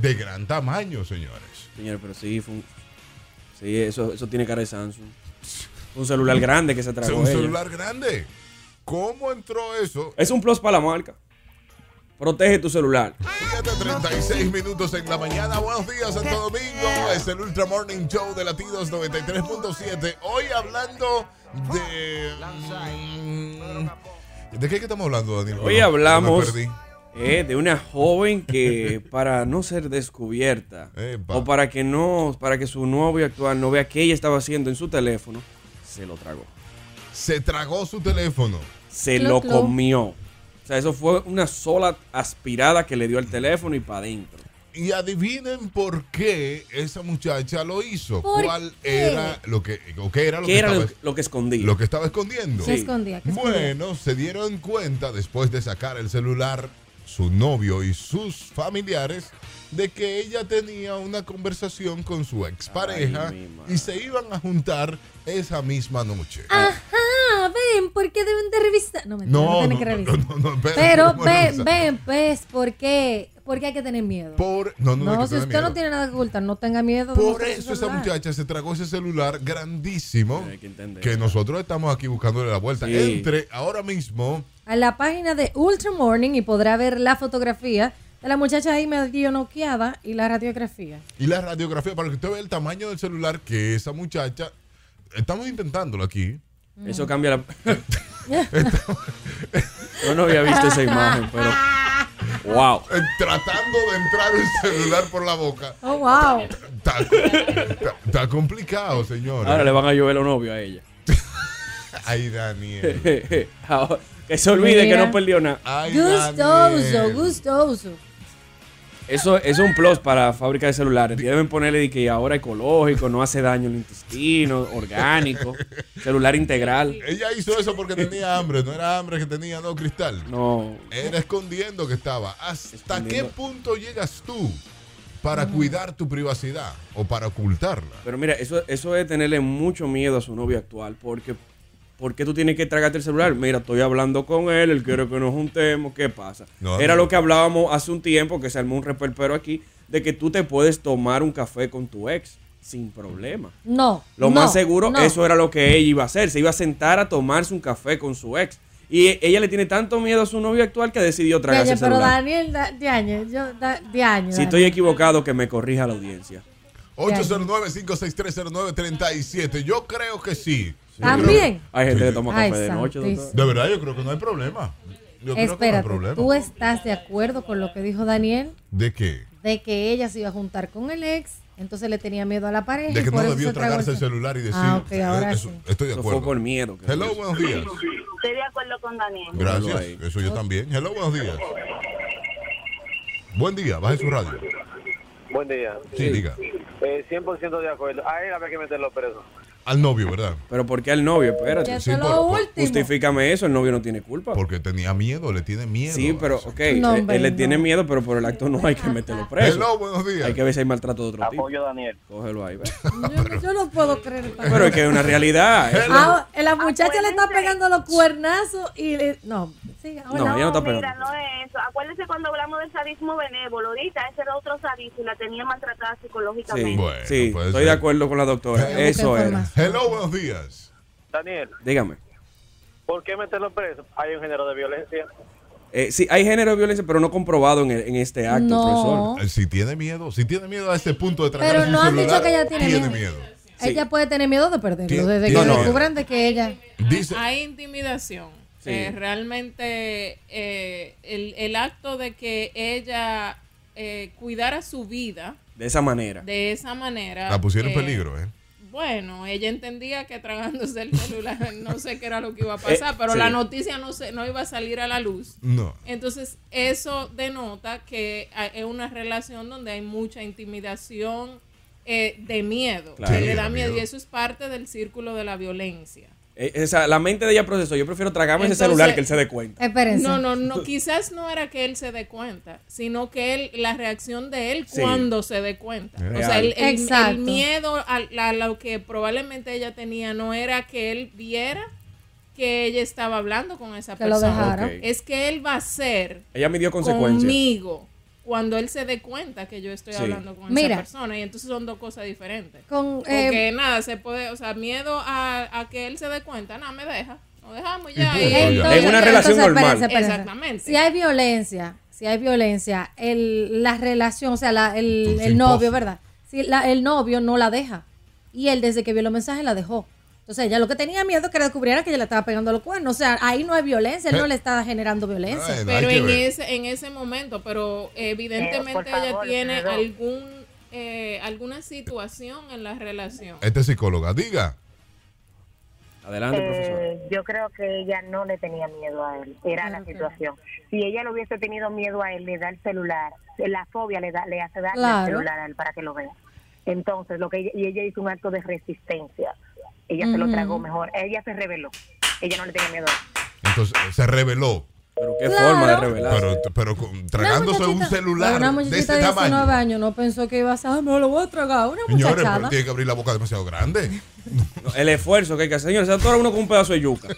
Speaker 2: de gran tamaño, señores.
Speaker 3: Señores, pero sí, fue un- sí eso, eso tiene cara de Samsung. Un celular grande que se
Speaker 2: Es
Speaker 3: tragó
Speaker 2: un
Speaker 3: ella.
Speaker 2: celular grande. ¿Cómo entró eso?
Speaker 3: Es un plus para la marca. Protege tu celular.
Speaker 2: 7:36 minutos en la mañana. Buenos días, Santo Domingo. Es el Ultra Morning Show de Latidos 93.7. Hoy hablando de. mm, ¿De qué, que estamos hablando, Daniel?
Speaker 3: Hoy
Speaker 2: Bueno, me
Speaker 3: hablamos
Speaker 2: perdí.
Speaker 3: eh, de una joven que para no ser descubierta
Speaker 2: Epa.
Speaker 3: o para que no, para que su novio actual no vea qué ella estaba haciendo en su teléfono, se lo tragó.
Speaker 2: Se tragó su teléfono.
Speaker 3: Se
Speaker 1: Clo,
Speaker 3: lo
Speaker 1: clo.
Speaker 3: comió. O sea, eso fue una sola aspirada que le dio al teléfono y para adentro.
Speaker 2: Y adivinen por qué esa muchacha lo hizo.
Speaker 1: ¿Por
Speaker 2: ¿Cuál
Speaker 1: qué?
Speaker 2: era Eh. lo que, o qué era lo
Speaker 3: ¿Qué
Speaker 2: que
Speaker 3: era
Speaker 2: estaba
Speaker 3: lo, lo que escondía?
Speaker 2: lo que estaba escondiendo.
Speaker 1: Se escondía. que escondía.
Speaker 2: Bueno, se dieron cuenta después de sacar el celular su novio y sus familiares de que ella tenía una conversación con su expareja
Speaker 3: Ay, mi madre.
Speaker 2: y se iban a juntar esa misma noche.
Speaker 1: Ah, Ajá, ven, ¿por qué deben de revisar? No, mentira, no, tienen que revisar.
Speaker 2: no, no, espera,
Speaker 1: Pero
Speaker 2: ¿cómo era
Speaker 1: ven,
Speaker 2: esa?
Speaker 1: ven, pues, ¿por qué? ¿Por qué hay que tener miedo?
Speaker 2: Por, no, no, no,
Speaker 1: no,
Speaker 2: hay que
Speaker 1: si
Speaker 2: tener
Speaker 1: usted no
Speaker 2: miedo.
Speaker 1: tiene nada que ocultar, no tenga miedo. de
Speaker 2: Por
Speaker 1: mostrar su
Speaker 2: eso esa
Speaker 1: celular.
Speaker 2: muchacha se tragó ese celular grandísimo
Speaker 3: Hay que entender.
Speaker 2: que nosotros estamos aquí buscándole la vuelta.
Speaker 3: Sí.
Speaker 2: Entre ahora mismo
Speaker 1: A la página de Ultra Morning y podrá ver la fotografía de la muchacha ahí medio noqueada y la radiografía.
Speaker 2: Y la radiografía, para que usted vea el tamaño del celular que esa muchacha. Estamos intentándolo aquí.
Speaker 3: Mm. Eso cambia la. Yo no había visto esa imagen, pero. ¡Wow!
Speaker 2: eh, tratando de entrar el celular por la boca.
Speaker 1: Oh, wow.
Speaker 2: Está, está- está complicado, señores.
Speaker 3: Ahora le van a llover los novios a ella.
Speaker 2: Ay, Daniel.
Speaker 3: Ahora- que se olvide
Speaker 1: Mira.
Speaker 3: que no perdió nada.
Speaker 2: Ay,
Speaker 1: Gustoso,
Speaker 2: Daniel.
Speaker 1: gustoso.
Speaker 3: Eso es un plus para fábrica de celulares. Deben ponerle de que ahora ecológico, no hace daño al intestino, orgánico, celular integral.
Speaker 2: Ella hizo eso porque tenía hambre. No era hambre que tenía, no, Cristal.
Speaker 3: No.
Speaker 2: Era escondiendo que estaba. ¿Hasta
Speaker 3: Escondiendo.
Speaker 2: qué punto llegas tú para cuidar tu privacidad o para ocultarla?
Speaker 3: Pero mira, eso, eso es tenerle mucho miedo a su novio actual, porque ¿por qué tú tienes que tragarte el celular? Mira, estoy hablando con él, él quiere que nos juntemos, ¿qué pasa?
Speaker 2: No,
Speaker 3: Era
Speaker 2: no.
Speaker 3: lo que hablábamos hace un tiempo, que se armó un reperpero aquí, de que tú te puedes tomar un café con tu ex sin problema.
Speaker 1: No.
Speaker 3: Lo
Speaker 1: no,
Speaker 3: más seguro,
Speaker 1: no.
Speaker 3: eso era lo que ella iba a hacer. Se iba a sentar a tomarse un café con su ex. Y e- ella le tiene tanto miedo a su novio actual que decidió tragarse
Speaker 1: Diañe,
Speaker 3: el
Speaker 1: pero
Speaker 3: celular.
Speaker 1: Daniel, da- Diañe, yo, da- Diañe.
Speaker 3: Si estoy equivocado, que me corrija la audiencia.
Speaker 2: 809-56309-37. Yo creo que sí.
Speaker 1: También.
Speaker 3: Hay gente que toma
Speaker 1: Ay,
Speaker 3: café de noche,
Speaker 1: santísimo.
Speaker 3: doctor.
Speaker 2: De verdad, yo creo que no hay problema. Yo creo que no hay
Speaker 1: Espérate,
Speaker 2: problema.
Speaker 1: ¿tú estás de acuerdo con lo que dijo Daniel?
Speaker 2: ¿De qué?
Speaker 1: De que ella se iba a juntar con el ex, entonces le tenía miedo a la pareja.
Speaker 2: De
Speaker 1: y
Speaker 2: que
Speaker 1: por
Speaker 2: no
Speaker 1: eso
Speaker 2: debió
Speaker 1: se tragó
Speaker 2: tragarse el celular y decir, eh,
Speaker 1: Ah, ok, ahora
Speaker 2: eso-
Speaker 1: sí.
Speaker 2: estoy de
Speaker 3: Eso fue
Speaker 2: acuerdo.
Speaker 3: por miedo. que lo
Speaker 2: Hello,
Speaker 3: hizo.
Speaker 2: buenos días.
Speaker 6: Estoy de acuerdo con Daniel.
Speaker 2: Gracias.
Speaker 3: ahí.
Speaker 2: Eso yo también. Hello, buenos días. Buen día, baje su radio.
Speaker 4: Buen día.
Speaker 2: Sí, diga.
Speaker 4: Eh, 100% de acuerdo. A él había que meterlo preso.
Speaker 2: Al novio, ¿verdad?
Speaker 3: Pero ¿por qué al novio?
Speaker 1: Ya
Speaker 3: Espérate.
Speaker 2: Sí,
Speaker 1: eso es
Speaker 2: por-
Speaker 1: lo
Speaker 2: por-
Speaker 1: último.
Speaker 3: Justifícame eso, el novio no tiene culpa.
Speaker 2: Porque tenía miedo, le tiene miedo.
Speaker 3: Sí, pero
Speaker 2: Eso.
Speaker 3: ok,
Speaker 1: No,
Speaker 3: él-
Speaker 1: hombre,
Speaker 3: él le
Speaker 1: no.
Speaker 3: tiene miedo, pero por el acto no hay que meterlo preso.
Speaker 2: Hello, buenos días.
Speaker 3: Hay que ver si hay maltrato de otro tipo.
Speaker 4: Apoyo a Daniel.
Speaker 3: Cógelo ahí. ve.
Speaker 1: Yo, no- yo no puedo creer. esta
Speaker 3: Pero es que es una realidad. eso-
Speaker 1: Ah, la muchacha le está pegando los cuernazos y le... No, sí, ahora-
Speaker 3: No, ella no está
Speaker 6: mira,
Speaker 3: pegando.
Speaker 6: no es eso. Acuérdense cuando hablamos del sadismo benévolo, ahorita ese era otro sadismo y la tenía maltratada
Speaker 3: Sí,
Speaker 6: psicológicamente.
Speaker 2: Bueno,
Speaker 3: sí,
Speaker 2: puede
Speaker 3: estoy
Speaker 2: ser.
Speaker 3: de acuerdo con la doctora.
Speaker 1: Tenemos que
Speaker 3: Eso era.
Speaker 1: informar.
Speaker 2: Hello, buenos días.
Speaker 4: Daniel,
Speaker 3: Dígame.
Speaker 4: ¿por qué meterlo preso? Hay un género de violencia.
Speaker 3: Eh, sí, hay género de violencia, pero no comprobado en, el- en este acto,
Speaker 1: No.
Speaker 3: profesor.
Speaker 2: Eh, Si tiene miedo, si tiene miedo a este punto de tragar
Speaker 1: Pero
Speaker 2: su
Speaker 1: no han
Speaker 2: celular,
Speaker 1: dicho que ella tiene miedo.
Speaker 3: Sí.
Speaker 1: Ella puede tener miedo de perderlo.
Speaker 2: Tien-
Speaker 1: Desde
Speaker 2: tiene
Speaker 1: que
Speaker 3: miedo.
Speaker 1: descubran de que ella.
Speaker 2: Dice,
Speaker 10: Hay intimidación.
Speaker 3: Sí.
Speaker 10: Eh, realmente eh, el, el acto de que ella eh, cuidara su vida
Speaker 3: De esa manera.
Speaker 10: de esa manera.
Speaker 2: la pusieron en
Speaker 10: eh,
Speaker 2: peligro, ¿eh?
Speaker 10: Bueno, ella entendía que tragándose el celular no sé qué era lo que iba a pasar,
Speaker 3: Eh,
Speaker 10: pero
Speaker 3: sí.
Speaker 10: la noticia no, se, no iba a salir a la luz.
Speaker 2: No.
Speaker 10: Entonces, eso denota que hay- es una relación donde hay mucha intimidación eh, de miedo.
Speaker 3: Claro.
Speaker 10: que
Speaker 2: Sí,
Speaker 10: le da
Speaker 2: de
Speaker 10: miedo y
Speaker 2: miedo.
Speaker 10: eso es parte del círculo de la violencia.
Speaker 3: Eh, esa- la mente de ella procesó. Yo prefiero tragarme ese
Speaker 10: Entonces- eh,
Speaker 3: celular que él se dé cuenta.
Speaker 1: Espérense.
Speaker 10: No, no, no, quizás no era que él se dé cuenta, sino que él, la reacción de él
Speaker 3: Sí.
Speaker 10: cuando se dé cuenta.
Speaker 3: Real.
Speaker 10: O sea, el, el-
Speaker 1: Exacto.
Speaker 10: el miedo a, a lo que probablemente ella tenía no era que él viera que ella estaba hablando con esa
Speaker 1: Que lo
Speaker 10: persona.
Speaker 1: dejaron.
Speaker 3: Ok.
Speaker 10: Es que él va a ser
Speaker 3: Ella midió consecuencias.
Speaker 10: conmigo cuando él se dé cuenta que yo estoy
Speaker 3: Sí.
Speaker 10: hablando con
Speaker 1: Mira.
Speaker 10: esa persona. Y entonces son dos cosas diferentes.
Speaker 1: Con, eh,
Speaker 10: Porque nada, se puede, o sea, miedo a, a que él se dé cuenta, nada, me deja. Nos dejamos ya.
Speaker 2: punto,
Speaker 10: y-
Speaker 2: ya.
Speaker 1: entonces-
Speaker 3: En una relación
Speaker 1: entonces,
Speaker 3: normal.
Speaker 1: espérense, espérense.
Speaker 10: Exactamente.
Speaker 1: Si hay violencia, si hay violencia, el, la relación, o sea, la- el,
Speaker 2: Entonces,
Speaker 1: el novio,
Speaker 2: imposible.
Speaker 1: ¿verdad? Si la- el novio no la deja. Y él, desde que vio los mensajes, la dejó. Entonces, ella lo que tenía miedo es que descubriera que ella le estaba pegando a los cuernos. O sea, ahí no hay violencia, él
Speaker 2: Eh.
Speaker 1: no le está generando violencia.
Speaker 2: Bueno, hay
Speaker 10: pero
Speaker 2: que
Speaker 10: en
Speaker 2: ver.
Speaker 10: ese, en ese momento, pero
Speaker 6: Eh,
Speaker 10: evidentemente
Speaker 6: por favor,
Speaker 10: ella tiene
Speaker 6: perdón.
Speaker 10: algún eh, alguna situación en la relación.
Speaker 2: Esta es este psicóloga, diga.
Speaker 3: Adelante, profesor.
Speaker 6: Eh, yo creo que ella no le tenía miedo a él, era la situación. Si ella le hubiese tenido miedo a él, le da el celular, la fobia le, da, le hace darle
Speaker 1: Claro.
Speaker 6: el celular a él para que lo vea. Entonces, lo que ella, y ella hizo un acto de resistencia. Ella se lo
Speaker 1: Ujú.
Speaker 6: tragó mejor. Ella se reveló. Ella no le tenía miedo a él.
Speaker 2: Entonces se reveló,
Speaker 3: Pero qué
Speaker 1: Claro.
Speaker 3: forma de revelar.
Speaker 2: pero, pero con- tragándose un
Speaker 1: muchachita-
Speaker 2: celular
Speaker 1: Una
Speaker 2: de
Speaker 1: muchachita
Speaker 2: ese
Speaker 1: de 19
Speaker 2: tamaño.
Speaker 1: años no pensó que iba a ser, "Ay, me lo voy a tragar. Una
Speaker 2: Señores,
Speaker 1: muchachada.
Speaker 2: pero tiene que abrir la boca demasiado grande.
Speaker 3: No, El esfuerzo que hay que hacer. Señores, se atora uno con un pedazo de yuca.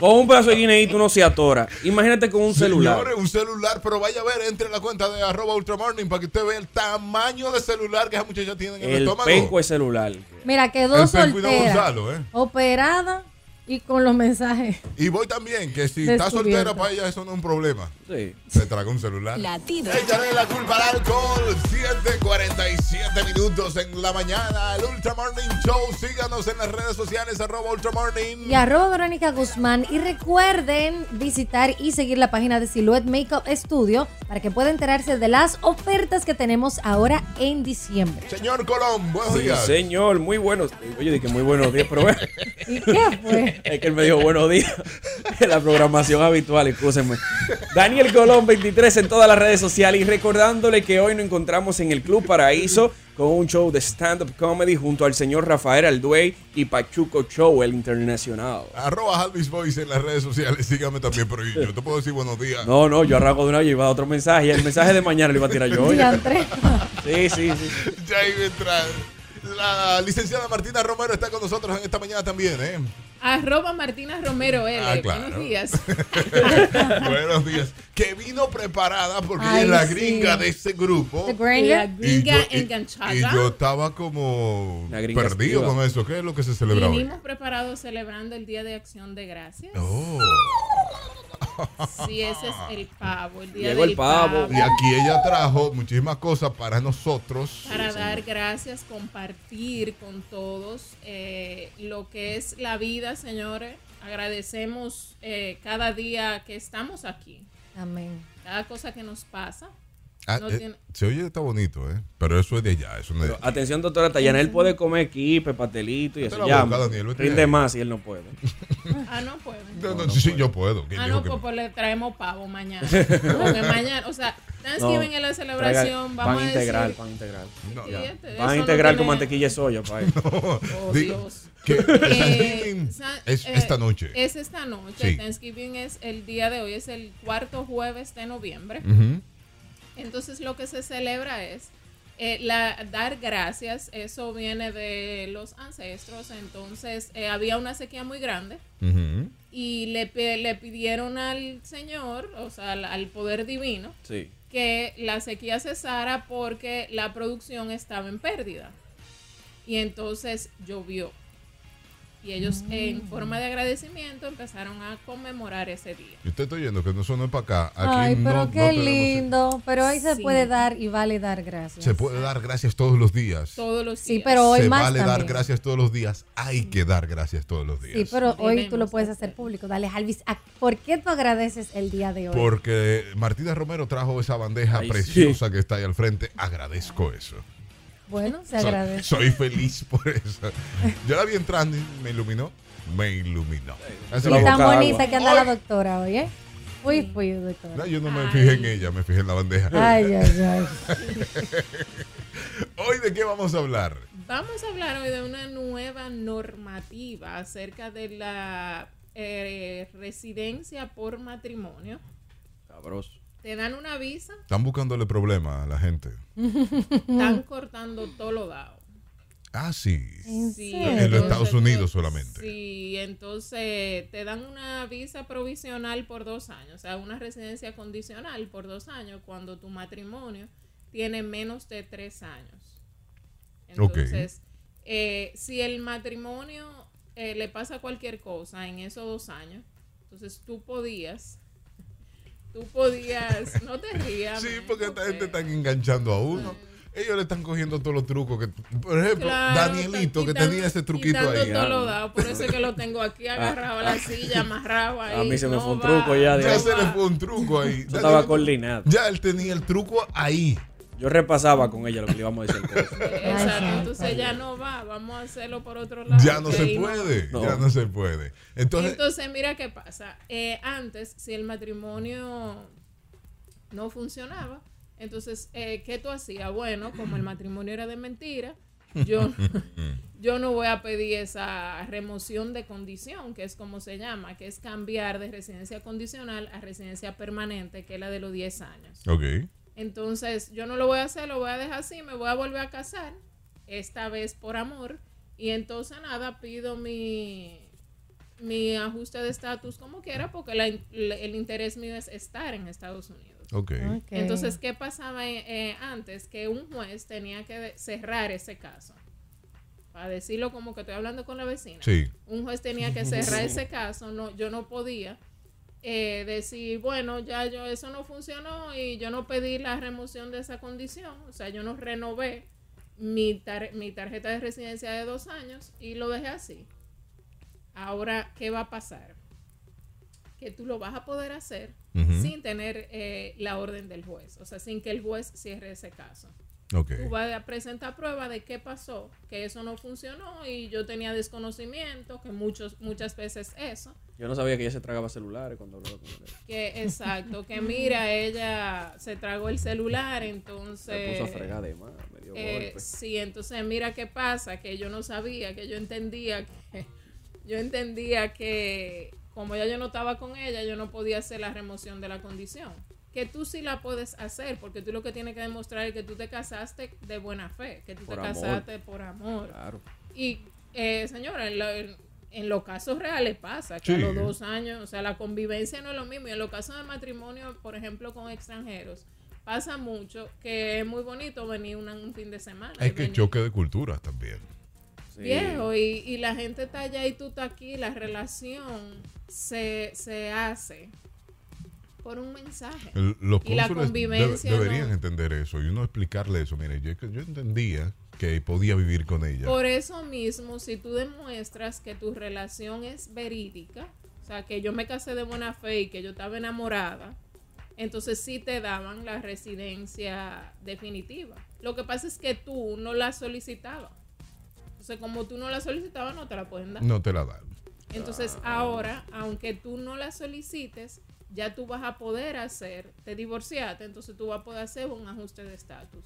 Speaker 3: Con un pedazo de guineíto uno se atora. Imagínate con un celular.
Speaker 2: Señores, un celular, pero vaya a ver, entre en la cuenta de arroba ultramorning para que usted vea el tamaño de celular que esa muchacha tiene en el,
Speaker 3: El
Speaker 2: estómago.
Speaker 3: penco es celular.
Speaker 1: Mira, quedó
Speaker 2: El penco y no
Speaker 1: soltera,
Speaker 2: Gonzalo, ¿eh?
Speaker 1: operada y con los mensajes.
Speaker 2: Y voy también, que si está
Speaker 1: Descubierta.
Speaker 2: soltera para ella eso no es un problema.
Speaker 3: Sí.
Speaker 2: Se traga un celular.
Speaker 11: Latido.
Speaker 2: Échale la culpa al alcohol. 7:47 minutos en la mañana. El Ultra Morning Show. Síganos en las redes sociales. Arroba Ultra Morning.
Speaker 1: Y arroba Verónica Guzmán. Y recuerden visitar y seguir la página de Silhouette Makeup Studio para que pueda enterarse de las ofertas que tenemos ahora en diciembre.
Speaker 2: Señor Colón, buenos
Speaker 3: Sí,
Speaker 2: días.
Speaker 3: señor, muy buenos. Oye, dije muy buenos días, pero bueno,
Speaker 1: ¿Y qué fue?
Speaker 3: es que él me dijo buenos días. La programación habitual, escúsenme. Daniel Colón 23 en todas las redes sociales y recordándole que hoy nos encontramos en el Club Paraíso con un show de stand-up comedy junto al señor Rafael Alduey y Pachuco Show, el internacional.
Speaker 2: Arroba Alvis Boys en las redes sociales. Sígame también, pero yo te puedo decir buenos días.
Speaker 3: No, no, yo arranco de una y iba a otro mensaje. y El mensaje de mañana le iba a tirar yo. hoy.
Speaker 1: Diantre.
Speaker 3: Sí, sí, sí.
Speaker 2: Ya iba a entrar. La licenciada Martina Romero está con nosotros en esta mañana también, ¿eh?
Speaker 10: Arroba Martina Romero L.
Speaker 2: Ah, claro.
Speaker 10: Buenos días.
Speaker 2: Buenos días. Que vino preparada porque ella
Speaker 1: Ay,
Speaker 2: es la
Speaker 1: sí.
Speaker 2: gringa de ese grupo.
Speaker 1: The
Speaker 10: La
Speaker 1: Granger.
Speaker 10: gringa
Speaker 2: y, y yo
Speaker 10: enganchada.
Speaker 2: estaba como
Speaker 3: La gringa
Speaker 2: perdido
Speaker 3: activa.
Speaker 2: con eso. ¿Qué es lo que se celebra hoy?
Speaker 10: Vinimos preparados celebrando el Día de Acción de Gracias.
Speaker 2: Oh,
Speaker 10: Sí, ese es el pavo. El día
Speaker 3: Llegó
Speaker 10: del
Speaker 3: el pavo.
Speaker 2: y aquí ella trajo muchísimas cosas para nosotros.
Speaker 10: para dar gracias, compartir con todos eh, lo que es la vida, señores. Agradecemos eh, cada día que estamos aquí,
Speaker 1: Amén.
Speaker 10: cada cosa que nos pasa.
Speaker 2: Ah,
Speaker 10: No
Speaker 2: eh,
Speaker 10: tiene-
Speaker 2: Se oye, está bonito, ¿eh? Pero eso es de allá, eso no es de
Speaker 3: Pero atención, doctora Tayanel puede comer quipe, pastelito y
Speaker 2: Vete
Speaker 3: eso.
Speaker 2: la
Speaker 3: Ya,
Speaker 2: boca, Daniel, vete
Speaker 3: rinde
Speaker 2: ahí.
Speaker 3: más si él no puede.
Speaker 10: Ah, no puede.
Speaker 2: No, no, sí, sí, yo puedo. ¿Quién
Speaker 10: Ah,
Speaker 2: dijo
Speaker 10: no,
Speaker 2: que
Speaker 10: pues, pues le traemos pavo mañana. Porque mañana, o sea, Thanksgiving
Speaker 3: No,
Speaker 10: es la
Speaker 3: Traiga
Speaker 10: celebración, vamos
Speaker 3: pan
Speaker 10: a
Speaker 3: integral,
Speaker 10: decir.
Speaker 3: pan integral.
Speaker 2: No,
Speaker 10: Fíjate, eso
Speaker 3: Pan
Speaker 10: no
Speaker 3: integral con
Speaker 10: tiene-
Speaker 3: mantequilla y soya, pa' ahí.
Speaker 10: Oh,
Speaker 2: Digo,
Speaker 10: Dios.
Speaker 2: que
Speaker 10: Eh,
Speaker 2: Thanksgiving
Speaker 10: sa-
Speaker 2: es
Speaker 10: eh,
Speaker 2: esta noche.
Speaker 10: Es esta noche.
Speaker 2: Sí.
Speaker 10: Thanksgiving es el día de hoy, es el cuarto jueves de noviembre.
Speaker 2: Ujú.
Speaker 10: Entonces lo que se celebra es eh, la, dar gracias, eso viene de los ancestros, entonces eh, había una sequía muy grande
Speaker 2: Ujú.
Speaker 10: y le, pe- le pidieron al Señor, o sea, al, al poder divino,
Speaker 3: Sí.
Speaker 10: que la sequía cesara porque la producción estaba en pérdida. Y entonces llovió. y ellos en forma de agradecimiento empezaron a conmemorar ese día.
Speaker 2: Y usted está oyendo que no sonó para acá. Aquí
Speaker 1: Ay,
Speaker 2: no-
Speaker 1: pero
Speaker 2: no
Speaker 1: qué
Speaker 2: tenemos-
Speaker 1: lindo. Pero ahí se
Speaker 10: Sí.
Speaker 1: puede dar y vale dar gracias.
Speaker 2: Se puede dar gracias todos los días.
Speaker 10: Todos los
Speaker 1: Sí,
Speaker 10: días.
Speaker 1: pero hoy
Speaker 2: se
Speaker 1: más
Speaker 2: vale dar
Speaker 1: también.
Speaker 2: gracias todos los días. Hay que dar gracias todos los días.
Speaker 1: Sí, pero hoy tú lo
Speaker 10: Debemos
Speaker 1: puedes hacer público. Dale, Alvis, ¿a- ¿por qué tú agradeces el día de hoy?
Speaker 2: Porque Martina Romero trajo esa bandeja
Speaker 3: Ay, sí.
Speaker 2: preciosa que está ahí al frente. Agradezco eso.
Speaker 1: Bueno, se
Speaker 2: Soy-
Speaker 1: agradece.
Speaker 2: Soy, feliz por eso. Yo la vi entrando y me iluminó. Me iluminó. Así
Speaker 3: La
Speaker 1: Y
Speaker 2: que-
Speaker 1: tan
Speaker 3: boca de
Speaker 1: bonita
Speaker 3: agua.
Speaker 1: que anda la doctora hoy, ¿eh? Fui, fui,
Speaker 2: No,
Speaker 1: doctora.
Speaker 2: yo no me
Speaker 10: Ay.
Speaker 2: fijé en ella, me fijé en la bandeja.
Speaker 1: Ay, ay, ay.
Speaker 2: Hoy de qué vamos a hablar.
Speaker 10: Vamos a hablar hoy de una nueva normativa acerca de la eh, residencia por matrimonio.
Speaker 3: Sabroso.
Speaker 10: Te dan una visa,
Speaker 2: Están buscándole problemas a la gente.
Speaker 10: están cortando todo lo dado.
Speaker 2: Ah, sí.
Speaker 1: ¿En
Speaker 10: Sí,
Speaker 1: serio?
Speaker 2: En los
Speaker 10: entonces,
Speaker 2: Estados Unidos solamente.
Speaker 10: Sí, entonces te dan una visa provisional por dos años, o sea, una residencia condicional por dos años cuando tu matrimonio tiene menos de tres años.
Speaker 2: Ok.
Speaker 10: Entonces, eh, si el matrimonio eh, le pasa cualquier cosa en esos dos años, entonces tú podías, tú podías, no te rías.
Speaker 2: Sí,
Speaker 10: man,
Speaker 2: porque esta gente
Speaker 10: porque-
Speaker 2: están enganchando a uno. Ellos le están cogiendo todos los trucos que, por ejemplo,
Speaker 10: Claro,
Speaker 2: Danielito
Speaker 10: está
Speaker 2: que
Speaker 10: quitan-
Speaker 2: tenía ese truquito
Speaker 10: quitando
Speaker 2: ahí. ah.
Speaker 10: todo lo dado, por eso es que lo tengo aquí agarrado a la silla, amarrado ahí.
Speaker 3: a mí se me
Speaker 10: no
Speaker 3: fue un
Speaker 10: va,
Speaker 3: truco ya de-
Speaker 2: Ya
Speaker 10: no
Speaker 2: se le
Speaker 10: va.
Speaker 2: fue un truco ahí.
Speaker 3: Yo estaba
Speaker 2: Danielito-
Speaker 3: coordinado.
Speaker 2: Ya él tenía el truco ahí.
Speaker 3: Yo repasaba con ella lo que le íbamos a decir. al teléfono.
Speaker 10: Exacto, entonces ya no va, vamos a hacerlo por otro lado.
Speaker 2: Ya no se
Speaker 10: Ahí va.
Speaker 2: puede.
Speaker 3: No.
Speaker 2: Ya no se puede. Entonces,
Speaker 10: Entonces, mira qué pasa. Eh, antes, si el matrimonio no funcionaba, entonces, eh, ¿qué tú hacías? Bueno, como el matrimonio era de mentira, yo, yo no voy a pedir esa remoción de condición, que es como se llama, que es cambiar de residencia condicional a residencia permanente, que es la de los 10 años.
Speaker 2: ok.
Speaker 10: Entonces, yo no lo voy a hacer, lo voy a dejar así, me voy a volver a casar, esta vez por amor, y entonces nada, pido mi, mi ajuste de estatus como quiera, porque la in- la- el interés mío es estar en Estados Unidos.
Speaker 2: Ok.
Speaker 1: Ok.
Speaker 10: Entonces, ¿qué pasaba eh, eh, antes? Que un juez tenía que de- cerrar ese caso. Para decirlo como que estoy hablando con la vecina
Speaker 2: Sí.
Speaker 10: un juez tenía que cerrar ese caso, no, yo no podía eh, decir, bueno, ya yo eso no funcionó y yo no pedí la remoción de esa condición, o sea, yo no renové mi, tar- mi tarjeta de residencia de dos años y lo dejé así. Ahora, ¿qué va a pasar? Que tú lo vas a poder hacer
Speaker 2: Ujú.
Speaker 10: sin tener eh, la orden del juez, o sea, sin que el juez cierre ese caso
Speaker 2: Ok.
Speaker 10: tú vas a presentar prueba de qué pasó, que eso no funcionó y yo tenía desconocimiento, que muchos, muchas veces eso,
Speaker 3: Yo no sabía que ella se tragaba celulares cuando hablaba con ella.
Speaker 10: que exacto, que mira, ella se tragó el celular,
Speaker 3: Se
Speaker 10: entonces...
Speaker 3: puso a fregar de más, me dio
Speaker 10: eh,
Speaker 3: golpe.
Speaker 10: sí, entonces mira qué pasa, que yo no sabía, que yo entendía que... Yo entendía que como ya yo no estaba con ella, yo no podía hacer la remoción de la condición. Que tú sí la puedes hacer, porque tú lo que tienes que demostrar es que tú te casaste de buena fe, que tú
Speaker 3: Por
Speaker 10: te
Speaker 3: amor.
Speaker 10: casaste por amor.
Speaker 3: Claro.
Speaker 10: Y, eh, señora, en, lo- en- en los casos reales pasa que
Speaker 2: Sí.
Speaker 10: a los dos años, o sea, la convivencia no es lo mismo. Y en los casos de matrimonio, por ejemplo, con extranjeros, pasa mucho que es muy bonito venir una- un fin de semana. y
Speaker 2: Es que
Speaker 10: venir
Speaker 2: choque de culturas también.
Speaker 3: Sí.
Speaker 10: Viejo, y, y la gente está allá y tú estás aquí, la relación se, se hace por un mensaje.
Speaker 2: El- los
Speaker 10: Y la
Speaker 2: cónsules debe-
Speaker 10: convivencia,
Speaker 2: deberían
Speaker 10: ¿no?
Speaker 2: entender eso y uno explicarle eso. Mire, yo, yo entendía que podía vivir con ella.
Speaker 10: Por eso mismo, si tú demuestras que tu relación es verídica, o sea, que yo me casé de buena fe y que yo estaba enamorada, entonces sí te daban la residencia definitiva. Lo que pasa es que tú no la solicitabas. Entonces, como tú no la solicitabas, no te la pueden dar.
Speaker 2: No te la dan.
Speaker 10: Entonces, ahora, aunque tú no la solicites, ya tú vas a poder hacer, te divorciaste, entonces tú vas a poder hacer un ajuste de estatus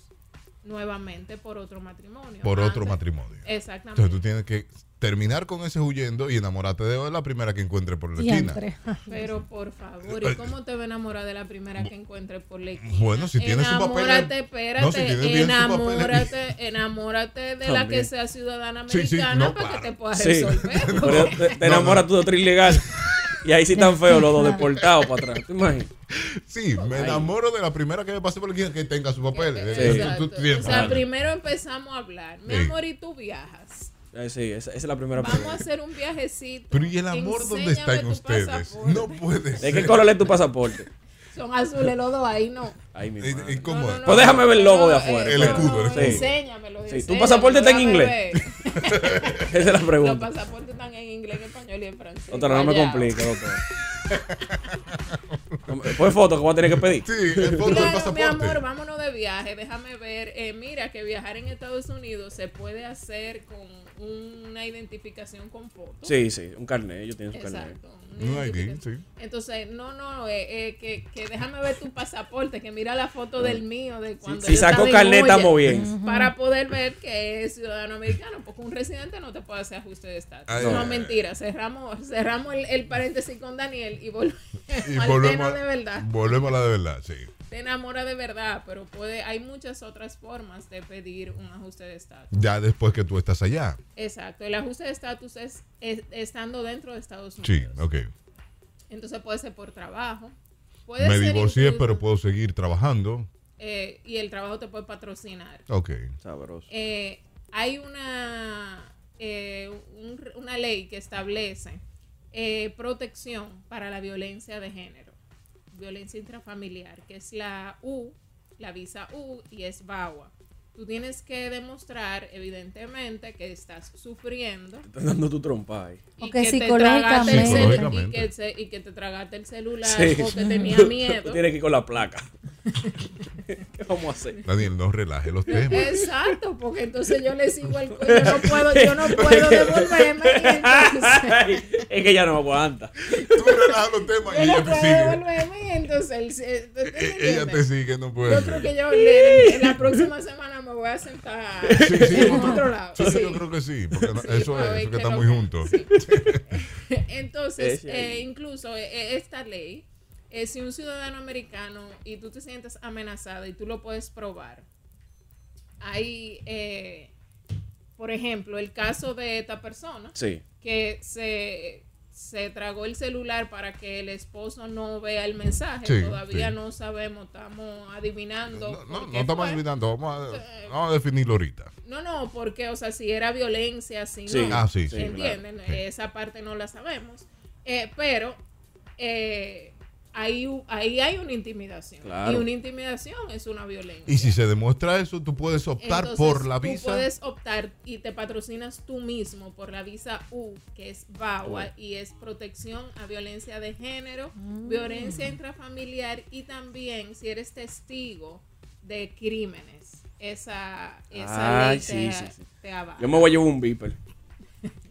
Speaker 10: nuevamente por otro matrimonio.
Speaker 2: Por otro
Speaker 10: Antes-
Speaker 2: matrimonio. Entonces
Speaker 10: Exactamente.
Speaker 2: tú tienes que terminar con ese huyendo y enamorarte de la primera que encuentre por la esquina.
Speaker 1: Diantre.
Speaker 10: Pero por favor, ¿y cómo te va a enamorar de la primera que encuentres por la esquina?
Speaker 2: Bueno, si tienes su papel- eh,
Speaker 10: Enamórate,
Speaker 2: No, si
Speaker 10: espérate,
Speaker 2: tienes bien su papel- eh.
Speaker 10: enamórate, enamórate de la
Speaker 3: También.
Speaker 10: que sea ciudadana
Speaker 2: Sí,
Speaker 10: americana
Speaker 2: sí, no,
Speaker 10: para
Speaker 2: para.
Speaker 10: que te puedas
Speaker 3: Sí.
Speaker 10: resolver.
Speaker 3: Pero te, te enamoras tú de otro ilegal. Y ahí sí tan feo los dos deportados para atrás. ¿Te imaginas?
Speaker 2: Sí, me enamoro de la primera que me pase por la esquina que tenga su papel.
Speaker 10: Eh,
Speaker 2: Eh,
Speaker 10: Exacto.
Speaker 2: tú- tú tienes-
Speaker 10: O sea, primero empezamos a hablar. Mi
Speaker 2: Sí.
Speaker 10: amor, ¿y tú viajas?
Speaker 3: Eh, sí, esa, esa es la primera
Speaker 10: Vamos a
Speaker 3: pregunta.
Speaker 10: hacer un viajecito.
Speaker 2: pues, Pero ¿y el amor dónde está en
Speaker 10: Enséñame tu
Speaker 2: ustedes?
Speaker 10: pasaporte.
Speaker 2: No puede ser.
Speaker 3: ¿De qué color es tu pasaporte?
Speaker 10: Son azules los dos, ahí no.
Speaker 3: Ay, mi
Speaker 2: Eh,
Speaker 3: madre.
Speaker 2: eh, ¿Cómo es?
Speaker 3: Pues déjame ver el logo de
Speaker 10: No,
Speaker 3: afuera.
Speaker 10: eh,
Speaker 2: El
Speaker 10: no,
Speaker 2: escudo, el escudo.
Speaker 10: Enséñamelo.
Speaker 3: Sí, tu
Speaker 10: enséñamelo,
Speaker 3: pasaporte está en
Speaker 10: déjame
Speaker 3: inglés.
Speaker 10: ver.
Speaker 3: Esa es la
Speaker 10: Los
Speaker 3: pregunta.
Speaker 10: pasaportes están en inglés, en español y en francés.
Speaker 3: Doctora, no me
Speaker 10: Vaya.
Speaker 3: complique, doctora. Pues foto que voy a tener que pedir.
Speaker 2: Sí, el foto del
Speaker 10: Claro, mi
Speaker 2: pasaporte.
Speaker 10: amor, vámonos de viaje, déjame ver. Eh, mira, que viajar en Estados Unidos se puede hacer con una identificación con foto.
Speaker 3: Sí, sí, un carnet, ellos tienen su carnet.
Speaker 10: Exacto.
Speaker 2: Un
Speaker 10: una
Speaker 2: ID,
Speaker 10: identificación. Entonces, no, no, eh, eh, que, que déjame ver tu pasaporte, que mira la foto del mío de cuando
Speaker 3: Si
Speaker 10: yo
Speaker 3: sacó
Speaker 10: estaba en
Speaker 3: carnet,
Speaker 10: Goya,
Speaker 3: estamos bien.
Speaker 10: Para poder ver que es ciudadano americano, porque un residente no te puede hacer ajuste de estatus.
Speaker 2: Ay,
Speaker 10: No,
Speaker 2: ay,
Speaker 10: mentira, cerramos, cerramos el, el paréntesis con Daniel y volvemos
Speaker 2: Y
Speaker 10: al
Speaker 2: volvemos,
Speaker 10: tema
Speaker 2: a-
Speaker 10: de verdad
Speaker 2: volvemos a la de verdad, sí.
Speaker 10: te enamora de verdad, pero puede, hay muchas otras formas de pedir un ajuste de estatus.
Speaker 2: Ya después que tú estás allá.
Speaker 10: Exacto, el ajuste de estatus es, es- estando dentro de Estados
Speaker 2: Sí,
Speaker 10: Unidos.
Speaker 2: ok.
Speaker 10: Entonces puede ser por trabajo. Puede
Speaker 2: Me
Speaker 10: ser
Speaker 2: divorcié,
Speaker 10: incluso,
Speaker 2: pero puedo seguir trabajando.
Speaker 10: eh, y el trabajo te puede patrocinar.
Speaker 2: Ok.
Speaker 3: Sabroso.
Speaker 10: Eh, hay una, eh, un- una ley que establece eh, protección para la violencia de género, violencia intrafamiliar, que es la U, la visa U y es VAWA. Tú tienes que demostrar, evidentemente, que estás sufriendo.
Speaker 3: Están dando tu trompa ahí.
Speaker 10: Y
Speaker 1: Ok,
Speaker 10: que, te tragaste
Speaker 1: psicológicamente.
Speaker 10: el celu-
Speaker 2: Psicológicamente.
Speaker 10: y, que se- y que te tragaste el celular
Speaker 3: Sí.
Speaker 10: porque tenía miedo.
Speaker 3: Tú tienes que ir con la placa. ¿Qué vamos a hacer?
Speaker 2: Daniel, no relaje los temas.
Speaker 10: Exacto, porque entonces yo le sigo el cuello, yo no puedo, yo no puedo devolverme. y entonces-
Speaker 3: Ay, es que ya no me aguanta.
Speaker 2: Tú relajas los temas y
Speaker 10: Yo
Speaker 2: ella
Speaker 10: no
Speaker 2: te
Speaker 10: puedo
Speaker 2: sigue.
Speaker 10: devolverme y entonces él se- ¿tú
Speaker 2: E-
Speaker 10: entiendes?
Speaker 2: e- Ella te sigue, no
Speaker 10: Yo
Speaker 2: puede
Speaker 10: creo
Speaker 2: ser.
Speaker 10: que yo le- en la próxima semana me voy a sentar
Speaker 2: Sí, sí,
Speaker 10: en
Speaker 2: yo-
Speaker 10: otro lado.
Speaker 2: sí,
Speaker 10: sí.
Speaker 2: yo creo que sí, porque no-
Speaker 10: Sí,
Speaker 2: eso
Speaker 10: para
Speaker 2: es,
Speaker 10: ver qué
Speaker 2: eso que está
Speaker 10: lo
Speaker 2: muy
Speaker 10: que-
Speaker 2: juntos.
Speaker 10: sí. Entonces,
Speaker 3: Ese ahí.
Speaker 10: eh, incluso eh, esta ley, eh, si un ciudadano americano y tú te sientes amenazada y tú lo puedes probar, hay, eh, por ejemplo, el caso de esta persona
Speaker 3: Sí.
Speaker 10: que se, se tragó el celular para que el esposo no vea el mensaje.
Speaker 2: Sí,
Speaker 10: Todavía
Speaker 2: sí.
Speaker 10: no sabemos, estamos adivinando.
Speaker 2: No,
Speaker 10: por
Speaker 2: no,
Speaker 10: qué
Speaker 2: no estamos
Speaker 10: fue.
Speaker 2: adivinando, vamos a, vamos a definirlo ahorita.
Speaker 10: No, no, porque, o sea, si era violencia, si
Speaker 3: Sí.
Speaker 10: no.
Speaker 2: Ah, sí,
Speaker 3: Sí,
Speaker 2: sí.
Speaker 3: claro.
Speaker 10: ¿Entienden?
Speaker 2: Sí.
Speaker 10: Esa parte no la sabemos. Eh, pero eh, ahí, hu- ahí hay una intimidación.
Speaker 3: Claro.
Speaker 10: Y una intimidación es una violencia.
Speaker 2: Y si se demuestra eso, tú puedes optar
Speaker 10: Entonces,
Speaker 2: por la
Speaker 10: Tú
Speaker 2: visa.
Speaker 10: puedes optar y te patrocinas tú mismo por la visa U, que es VAWA, y es protección a violencia de género, violencia intrafamiliar y también si eres testigo de crímenes. Esa, esa
Speaker 3: Ay,
Speaker 10: ley
Speaker 3: sí,
Speaker 10: te,
Speaker 3: sí, sí.
Speaker 10: te avala.
Speaker 3: Yo me voy a llevar un beeper.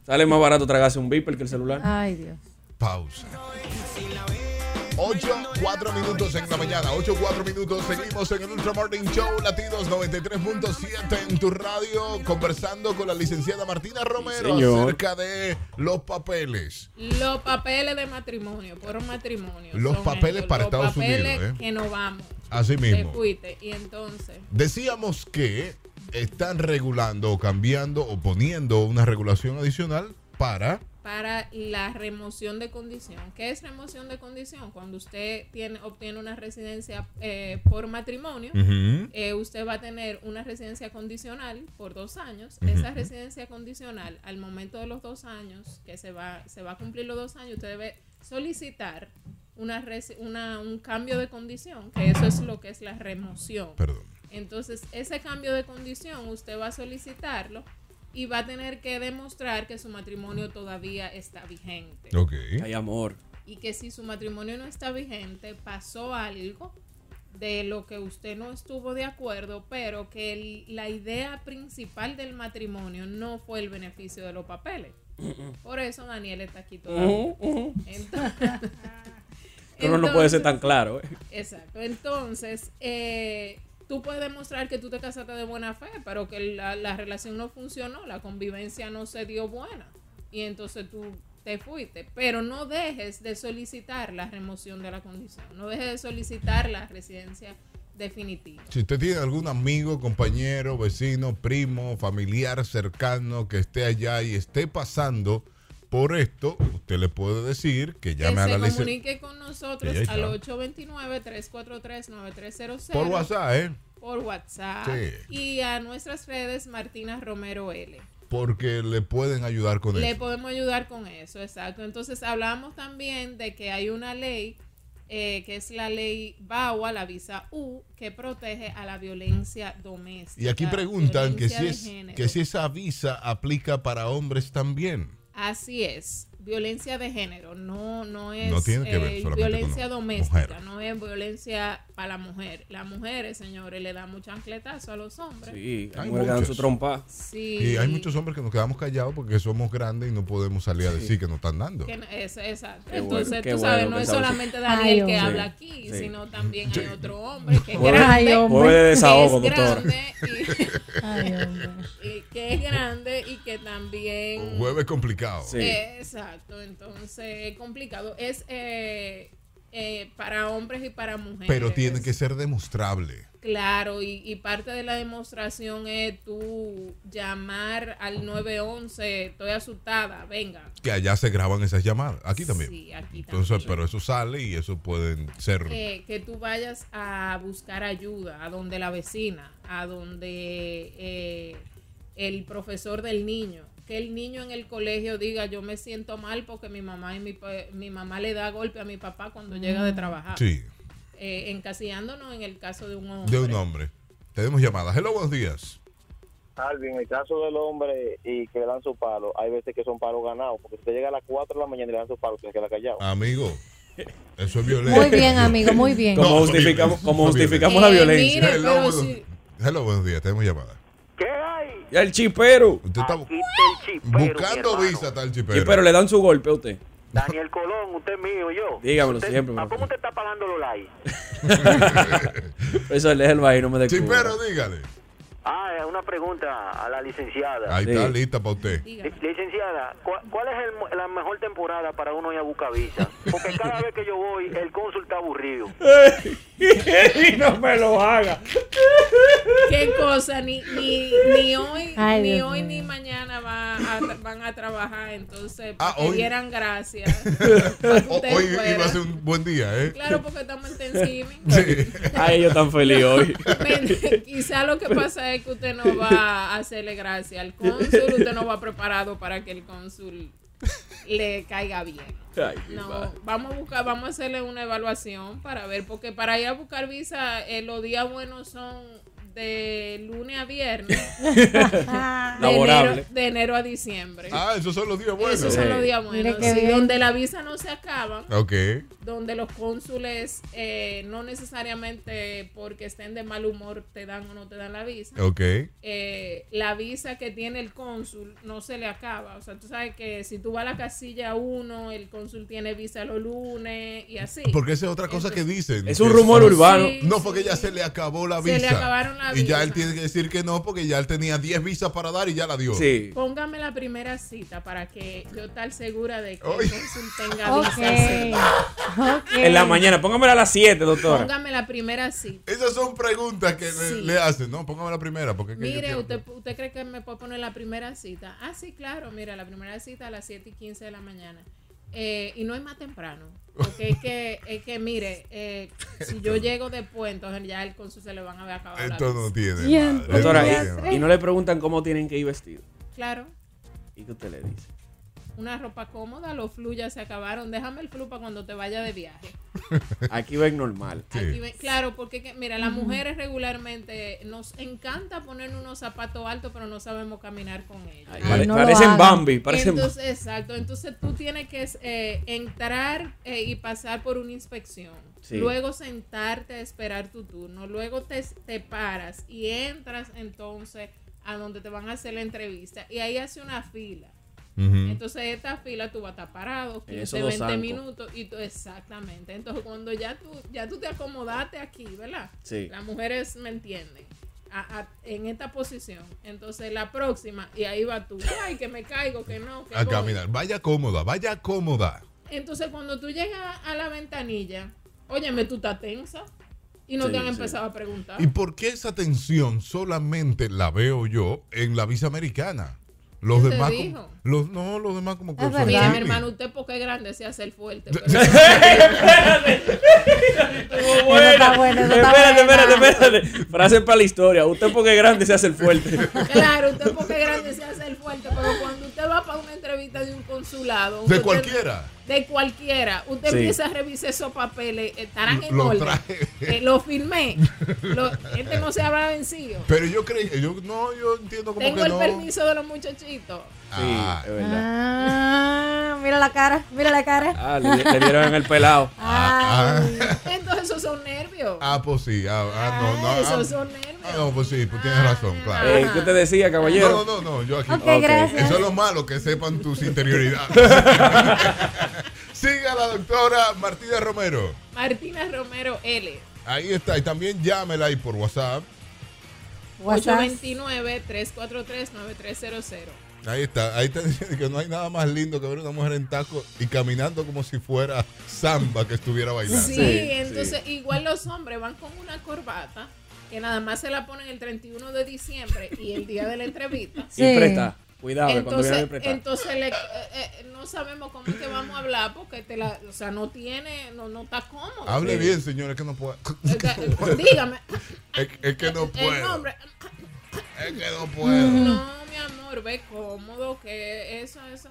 Speaker 3: Sale más barato tragarse un beeper que el celular.
Speaker 1: Ay, Dios.
Speaker 2: Pausa. 8, 4 minutos en la mañana, 8, 4 minutos. Seguimos en el Ultra Morning Show Latidos 93.7 en tu radio, conversando con la licenciada Martina Romero
Speaker 3: señor.
Speaker 2: acerca de los papeles.
Speaker 10: Los papeles de matrimonio, por matrimonio.
Speaker 2: Los
Speaker 10: son
Speaker 2: papeles para
Speaker 10: los
Speaker 2: Estados
Speaker 10: papeles
Speaker 2: Unidos, ¿eh?
Speaker 10: que no vamos.
Speaker 2: Así
Speaker 10: Te
Speaker 2: mismo.
Speaker 10: fuiste. Y entonces,
Speaker 2: Decíamos que están regulando o cambiando o poniendo una regulación adicional para
Speaker 10: para la remoción de condición. ¿Qué es remoción de condición? Cuando usted tiene, obtiene una residencia eh, por matrimonio, eh, usted va a tener una residencia condicional por dos años. Esa residencia condicional, al momento de los dos años, que se va, se va a cumplir los dos años, usted debe solicitar una, resi- una- un cambio de condición, que eso es lo que es la remoción.
Speaker 2: Perdón.
Speaker 10: Entonces, ese cambio de condición usted va a solicitarlo y va a tener que demostrar que su matrimonio todavía está vigente.
Speaker 2: Ok.
Speaker 3: Ay, amor.
Speaker 10: Y que si su matrimonio no está vigente, pasó algo de lo que usted no estuvo de acuerdo, pero que el- la idea principal del matrimonio no fue el beneficio de los papeles. Por eso Daniel está aquí todavía.
Speaker 3: Ujú, ujú.
Speaker 10: Entonces-
Speaker 3: Pero no puede ser
Speaker 10: Entonces-
Speaker 3: tan claro. ¿eh?
Speaker 10: Exacto. Entonces, eh, tú puedes demostrar que tú te casaste de buena fe, pero que la, la relación no funcionó, la convivencia no se dio buena. Y entonces tú te fuiste. Pero no dejes de solicitar la remoción de la condición. No dejes de solicitar la residencia definitiva.
Speaker 2: Si usted tiene algún amigo, compañero, vecino, primo, familiar cercano que esté allá y esté pasando por esto, usted le puede decir
Speaker 10: Que
Speaker 2: que llame a la
Speaker 10: se
Speaker 2: licenciada.
Speaker 10: comunique con nosotros
Speaker 2: Ahí está.
Speaker 10: al 829-343-9300.
Speaker 2: Por WhatsApp, ¿eh?
Speaker 10: Por WhatsApp.
Speaker 2: Sí.
Speaker 10: Y a nuestras redes Martina Romero L.
Speaker 2: porque le pueden ayudar con
Speaker 10: Le
Speaker 2: eso.
Speaker 10: podemos ayudar con eso, exacto. Entonces hablamos también de que hay una ley eh, que es la ley BAWA, la visa U, que protege a la violencia doméstica.
Speaker 2: Y aquí preguntan que
Speaker 10: violencia
Speaker 2: si,
Speaker 10: de
Speaker 2: es,
Speaker 10: género.
Speaker 2: que si esa visa aplica para hombres también.
Speaker 10: Así es, violencia de género, no, no es
Speaker 2: No tiene que ver
Speaker 10: eh,
Speaker 2: solamente
Speaker 10: violencia
Speaker 2: con
Speaker 10: doméstica,
Speaker 2: mujeres.
Speaker 10: no es violencia para la mujer. Las mujeres, señores, le dan mucho chancletazo a los hombres.
Speaker 3: Sí,
Speaker 2: Hay
Speaker 3: mujeres que dan su
Speaker 2: muchos.
Speaker 3: trompa.
Speaker 10: Sí.
Speaker 2: Y hay muchos hombres que nos quedamos callados porque somos grandes y no podemos salir a decir que nos están dando.
Speaker 10: Que no- es- exacto.
Speaker 3: Qué bueno,
Speaker 10: Entonces,
Speaker 3: qué
Speaker 10: tú
Speaker 3: bueno
Speaker 10: sabes,
Speaker 3: que
Speaker 10: no es
Speaker 3: sabes.
Speaker 10: solamente
Speaker 1: Ay,
Speaker 10: Daniel
Speaker 1: hombre.
Speaker 10: que
Speaker 1: Sí,
Speaker 10: habla aquí,
Speaker 3: sí.
Speaker 10: sino también hay otro hombre que es
Speaker 3: Pobre-
Speaker 10: grande.
Speaker 1: Ay, hombre.
Speaker 3: Pobre desahogo,
Speaker 10: que es
Speaker 3: doctora.
Speaker 10: grande
Speaker 1: Ay, hombre.
Speaker 10: y, y que es grande y que también...
Speaker 2: Un jueves complicado.
Speaker 3: Sí.
Speaker 10: Exacto, entonces complicado. Es eh, eh, para hombres y para mujeres.
Speaker 2: Pero tiene que ser demostrable.
Speaker 10: Claro, y, y parte de la demostración es tú llamar al 911, estoy asustada, venga.
Speaker 2: Que allá se graban esas llamadas. Aquí también.
Speaker 10: Sí, aquí
Speaker 2: Entonces,
Speaker 10: también.
Speaker 2: pero eso sale y eso pueden ser.
Speaker 10: Eh, que tú vayas a buscar ayuda, a donde la vecina, a donde eh, el profesor del niño, que el niño en el colegio diga yo me siento mal porque mi mamá y mi, pa- mi mamá le da golpe a mi papá cuando
Speaker 1: Mm.
Speaker 10: llega de trabajar,
Speaker 2: sí,
Speaker 10: Eh, encasillándonos en el caso de un hombre.
Speaker 2: de un hombre. Tenemos llamadas. Hello, buenos días.
Speaker 4: Alvin, en el caso del hombre y que le dan su palo, hay veces que son palos ganados, porque si te llega a las 4 de la mañana y le dan su palo, tienes que la
Speaker 2: Ah.
Speaker 4: callado.
Speaker 2: Amigo, eso es violencia.
Speaker 1: Muy bien, amigo, muy bien.
Speaker 3: Como
Speaker 2: No,
Speaker 3: justificamos, como
Speaker 2: no viene.
Speaker 3: justificamos la
Speaker 10: Eh,
Speaker 3: violencia.
Speaker 10: mire,
Speaker 2: Hello,
Speaker 10: pero
Speaker 2: buenos-
Speaker 10: si-
Speaker 2: Hello, buenos días. Tenemos llamadas.
Speaker 4: ¿Qué hay?
Speaker 3: Ya el chipero.
Speaker 2: Usted está
Speaker 4: Aquí está el chipero,
Speaker 2: buscando
Speaker 4: mi hermano.
Speaker 2: visa, tal chipero.
Speaker 3: Chipero, le dan su golpe a usted.
Speaker 4: Daniel Colón, usted es mío, yo.
Speaker 3: Dígamelo
Speaker 4: Usted-
Speaker 3: siempre,
Speaker 4: ¿A
Speaker 3: me
Speaker 4: cómo
Speaker 3: lo-
Speaker 4: usted está pagando los likes?
Speaker 3: Eso es el baile, no me descubra.
Speaker 2: Chipero, dígale.
Speaker 4: Ah, es una pregunta a la licenciada.
Speaker 2: Ahí está
Speaker 3: Sí.
Speaker 2: lista para usted.
Speaker 10: dígame.
Speaker 4: Li- Licenciada, ¿cuál, cuál es el mo- la mejor temporada para uno ir a buscar visa? Porque cada vez que yo voy, el cónsul está aburrido.
Speaker 3: y no me lo haga.
Speaker 10: qué cosa, ni, ni, ni hoy,
Speaker 1: Ay,
Speaker 10: ni
Speaker 1: Dios
Speaker 10: hoy
Speaker 1: mío.
Speaker 10: ni mañana va a- van a trabajar, entonces
Speaker 2: Ah,
Speaker 10: que
Speaker 2: hoy.
Speaker 10: dieran gracias.
Speaker 2: O-
Speaker 10: Usted
Speaker 2: hoy
Speaker 10: fuera.
Speaker 2: iba a ser un buen día, ¿eh?
Speaker 10: Claro, porque estamos en Thanksgiving.
Speaker 2: Sí.
Speaker 3: A ellos tan feliz hoy.
Speaker 10: Ven, Quizá lo que pasa es que usted no va a hacerle gracia al cónsul, usted no va preparado para que el cónsul le caiga bien.
Speaker 3: Ay, mi
Speaker 10: No,
Speaker 3: madre.
Speaker 10: vamos a buscar, vamos a hacerle una evaluación para ver, porque para ir a buscar visa, eh, los días buenos son de lunes a viernes, de enero,
Speaker 3: Laborable.
Speaker 10: de enero a diciembre.
Speaker 2: Ah, esos son los días buenos.
Speaker 10: Esos son los días
Speaker 1: Mire
Speaker 10: buenos.
Speaker 1: qué
Speaker 10: sí,
Speaker 1: bien.
Speaker 10: donde la visa no se acaban,
Speaker 2: Ok.
Speaker 10: donde los cónsules eh, no necesariamente porque estén de mal humor te dan o no te dan la visa.
Speaker 2: Ok.
Speaker 10: eh, la visa que tiene el cónsul no se le acaba. O sea, tú sabes que si tú vas a la casilla 1, el cónsul tiene visa los lunes y así.
Speaker 2: Porque esa es otra cosa que dicen.
Speaker 3: Es un
Speaker 2: Que
Speaker 3: rumor
Speaker 2: son-
Speaker 3: urbano.
Speaker 10: Sí,
Speaker 2: No, porque
Speaker 10: sí.
Speaker 2: ya se le acabó la
Speaker 10: Se
Speaker 2: visa.
Speaker 10: le acabaron la
Speaker 2: Y ya
Speaker 10: visa.
Speaker 2: él tiene que decir que no, porque ya él tenía 10 visas para dar y ya la dio.
Speaker 3: Sí.
Speaker 10: Póngame la primera cita para que yo estar segura de que
Speaker 2: Oye.
Speaker 10: el cónsul tenga
Speaker 1: Ok.
Speaker 10: visa. sí.
Speaker 1: ok.
Speaker 3: En la mañana, póngamela a las 7, doctora.
Speaker 10: Póngame la primera cita.
Speaker 2: Esas son preguntas que le,
Speaker 10: Sí.
Speaker 2: le hacen. No, póngame la primera. Porque es que yo
Speaker 10: Mire,
Speaker 2: quiero-
Speaker 10: usted, ¿usted cree que me puede poner la primera cita? Ah, sí, claro, mira, la primera cita a las 7 y 15 de la mañana. Eh, y no es más temprano. Porque es que, es que mire, eh, si yo llego después, entonces ya el cónsul se le van a ver acabado. la
Speaker 2: Esto no
Speaker 10: visa.
Speaker 2: tiene.
Speaker 1: Y
Speaker 2: madre,
Speaker 1: entonces-
Speaker 2: esto no
Speaker 3: Doctora,
Speaker 2: tiene
Speaker 1: Las
Speaker 3: y,
Speaker 2: madre.
Speaker 3: y no le preguntan cómo tienen que ir vestido.
Speaker 10: Claro,
Speaker 3: ¿Y qué usted le dice?
Speaker 10: una ropa cómoda, los flu ya se acabaron. Déjame el flu para cuando te vaya de viaje.
Speaker 3: Aquí ven normal.
Speaker 2: Sí.
Speaker 10: Aquí ve- claro, porque que- mira, las mujeres regularmente nos encanta poner unos zapatos altos, pero no sabemos caminar con ellos.
Speaker 3: Ay,
Speaker 1: Ay,
Speaker 3: pare-
Speaker 1: no lo
Speaker 3: parecen
Speaker 1: hagan.
Speaker 3: Bambi. Parecen Bambi.
Speaker 10: Entonces, exacto. Entonces tú tienes que eh, entrar eh, y pasar por una inspección.
Speaker 3: Sí.
Speaker 10: Luego sentarte a esperar tu turno. Luego te, te paras y entras entonces a donde te van a hacer la entrevista. Y ahí hace una fila.
Speaker 2: Ujú.
Speaker 10: Entonces esta fila tú vas a estar parado
Speaker 3: En
Speaker 10: 15,
Speaker 3: esos dos
Speaker 10: 20
Speaker 3: zancos.
Speaker 10: minutos y tú exactamente. Entonces cuando ya tú ya tú te acomodaste aquí, ¿verdad?
Speaker 3: Sí.
Speaker 10: Las mujeres me entienden. a- a- en esta posición. Entonces la próxima y ahí va tú. Ay, que me caigo, que no, que
Speaker 2: A
Speaker 10: voy.
Speaker 2: caminar. Vaya cómoda, vaya cómoda.
Speaker 10: Entonces cuando tú llegas a la ventanilla, óyeme, tú estás tensa y no
Speaker 3: Sí,
Speaker 10: te han
Speaker 3: sí.
Speaker 10: empezado a preguntar.
Speaker 2: ¿Y por qué esa tensión solamente la veo yo en la visa americana? Los
Speaker 10: ¿Quién te
Speaker 2: demás,
Speaker 10: dijo?
Speaker 2: como- los, no, los demás como que
Speaker 1: Es
Speaker 2: son
Speaker 1: verdad.
Speaker 10: Mira, mi
Speaker 2: hippie.
Speaker 10: hermano, usted porque es grande se hace el fuerte. pero-
Speaker 3: buena.
Speaker 1: está buena, eso está
Speaker 3: espérate,
Speaker 1: buena.
Speaker 3: espérate, espérate. Frase para la historia. Usted porque es grande se hace el fuerte.
Speaker 10: Claro, usted porque es grande se hace el fuerte, pero cuando usted va para una entrevista de un consulado,
Speaker 2: De
Speaker 10: usted-
Speaker 2: cualquiera.
Speaker 10: de cualquiera, usted
Speaker 2: Sí.
Speaker 10: empieza a revisar esos papeles, estarán en
Speaker 2: Lo
Speaker 10: orden.
Speaker 2: traje.
Speaker 10: Eh, lo firmé. Lo- este no se habrá vencido.
Speaker 2: Pero yo creí, yo no, yo entiendo como
Speaker 10: Tengo
Speaker 2: que
Speaker 10: el
Speaker 2: no.
Speaker 10: permiso de los muchachitos.
Speaker 2: Ah,
Speaker 3: es
Speaker 1: Ah, mira la cara, mira la cara.
Speaker 3: Ah, le, le dieron en el pelado.
Speaker 2: Ah,
Speaker 10: Entonces esos son nervios.
Speaker 2: ah, pues sí. Ah, ah, no, no.
Speaker 10: Ah,
Speaker 2: ah,
Speaker 10: esos son nervios.
Speaker 2: ah, no, pues sí, pues tienes razón, claro.
Speaker 3: Eh, ¿Qué te decía, caballero?
Speaker 2: No, no, no, yo aquí.
Speaker 1: Ok, gracias.
Speaker 2: Eso es lo malo, que sepan tus interioridades. Siga a la doctora Martina Romero.
Speaker 10: Martina Romero L.
Speaker 2: Ahí está. Y también llámela ahí por WhatsApp.
Speaker 1: WhatsApp.
Speaker 10: 829-343-9300.
Speaker 2: Ahí está. Ahí está diciendo que no hay nada más lindo que ver una mujer en taco y caminando como si fuera samba que estuviera bailando.
Speaker 10: Sí,
Speaker 3: sí.
Speaker 10: entonces igual los hombres van con una corbata que nada más se la ponen el 31 de diciembre y el día de la entrevista.
Speaker 1: Sí.
Speaker 3: Y presta. Cuidado, que cuando viene
Speaker 10: Entonces,
Speaker 3: el presta.
Speaker 10: entonces le- eh, eh, no sabemos cómo es que vamos a hablar porque te la, o sea, no tiene, no, no está cómodo.
Speaker 2: Hable
Speaker 3: Sí.
Speaker 2: bien, señores, que no puedo.
Speaker 10: O sea, eh, Dígame,
Speaker 2: Es, es que no
Speaker 10: el
Speaker 2: puedo.
Speaker 10: nombre.
Speaker 2: Es que no puedo.
Speaker 10: No, mi amor, ve cómodo, que eso, eso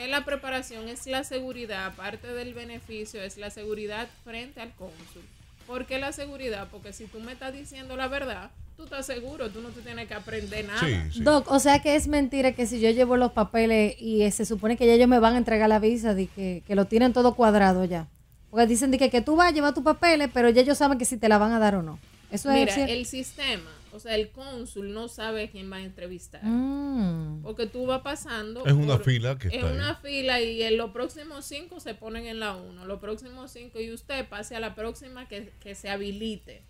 Speaker 10: es la preparación, es la seguridad, aparte del beneficio, es la seguridad frente al cónsul. ¿Por qué la seguridad? Porque si tú me estás diciendo la verdad, tú estás seguro, tú no te tienes que aprender nada.
Speaker 2: Sí, sí.
Speaker 1: Doc, o sea que es mentira que si yo llevo los papeles y eh, se supone que ya ellos me van a entregar la visa, de que, que lo tienen todo cuadrado ya. Porque dicen de que, que tú vas a llevar tus papeles, pero ya ellos saben que si te la van a dar o no. Eso
Speaker 10: Mira,
Speaker 1: es cierto.
Speaker 10: el sistema, o sea, el cónsul no sabe quién va a entrevistar.
Speaker 1: Mm.
Speaker 10: Porque tú vas pasando.
Speaker 2: Es una fila que
Speaker 10: es
Speaker 2: está ahí.
Speaker 10: una fila y en los próximos cinco se ponen en la uno. Los próximos cinco y usted pase a la próxima que, que se habilite.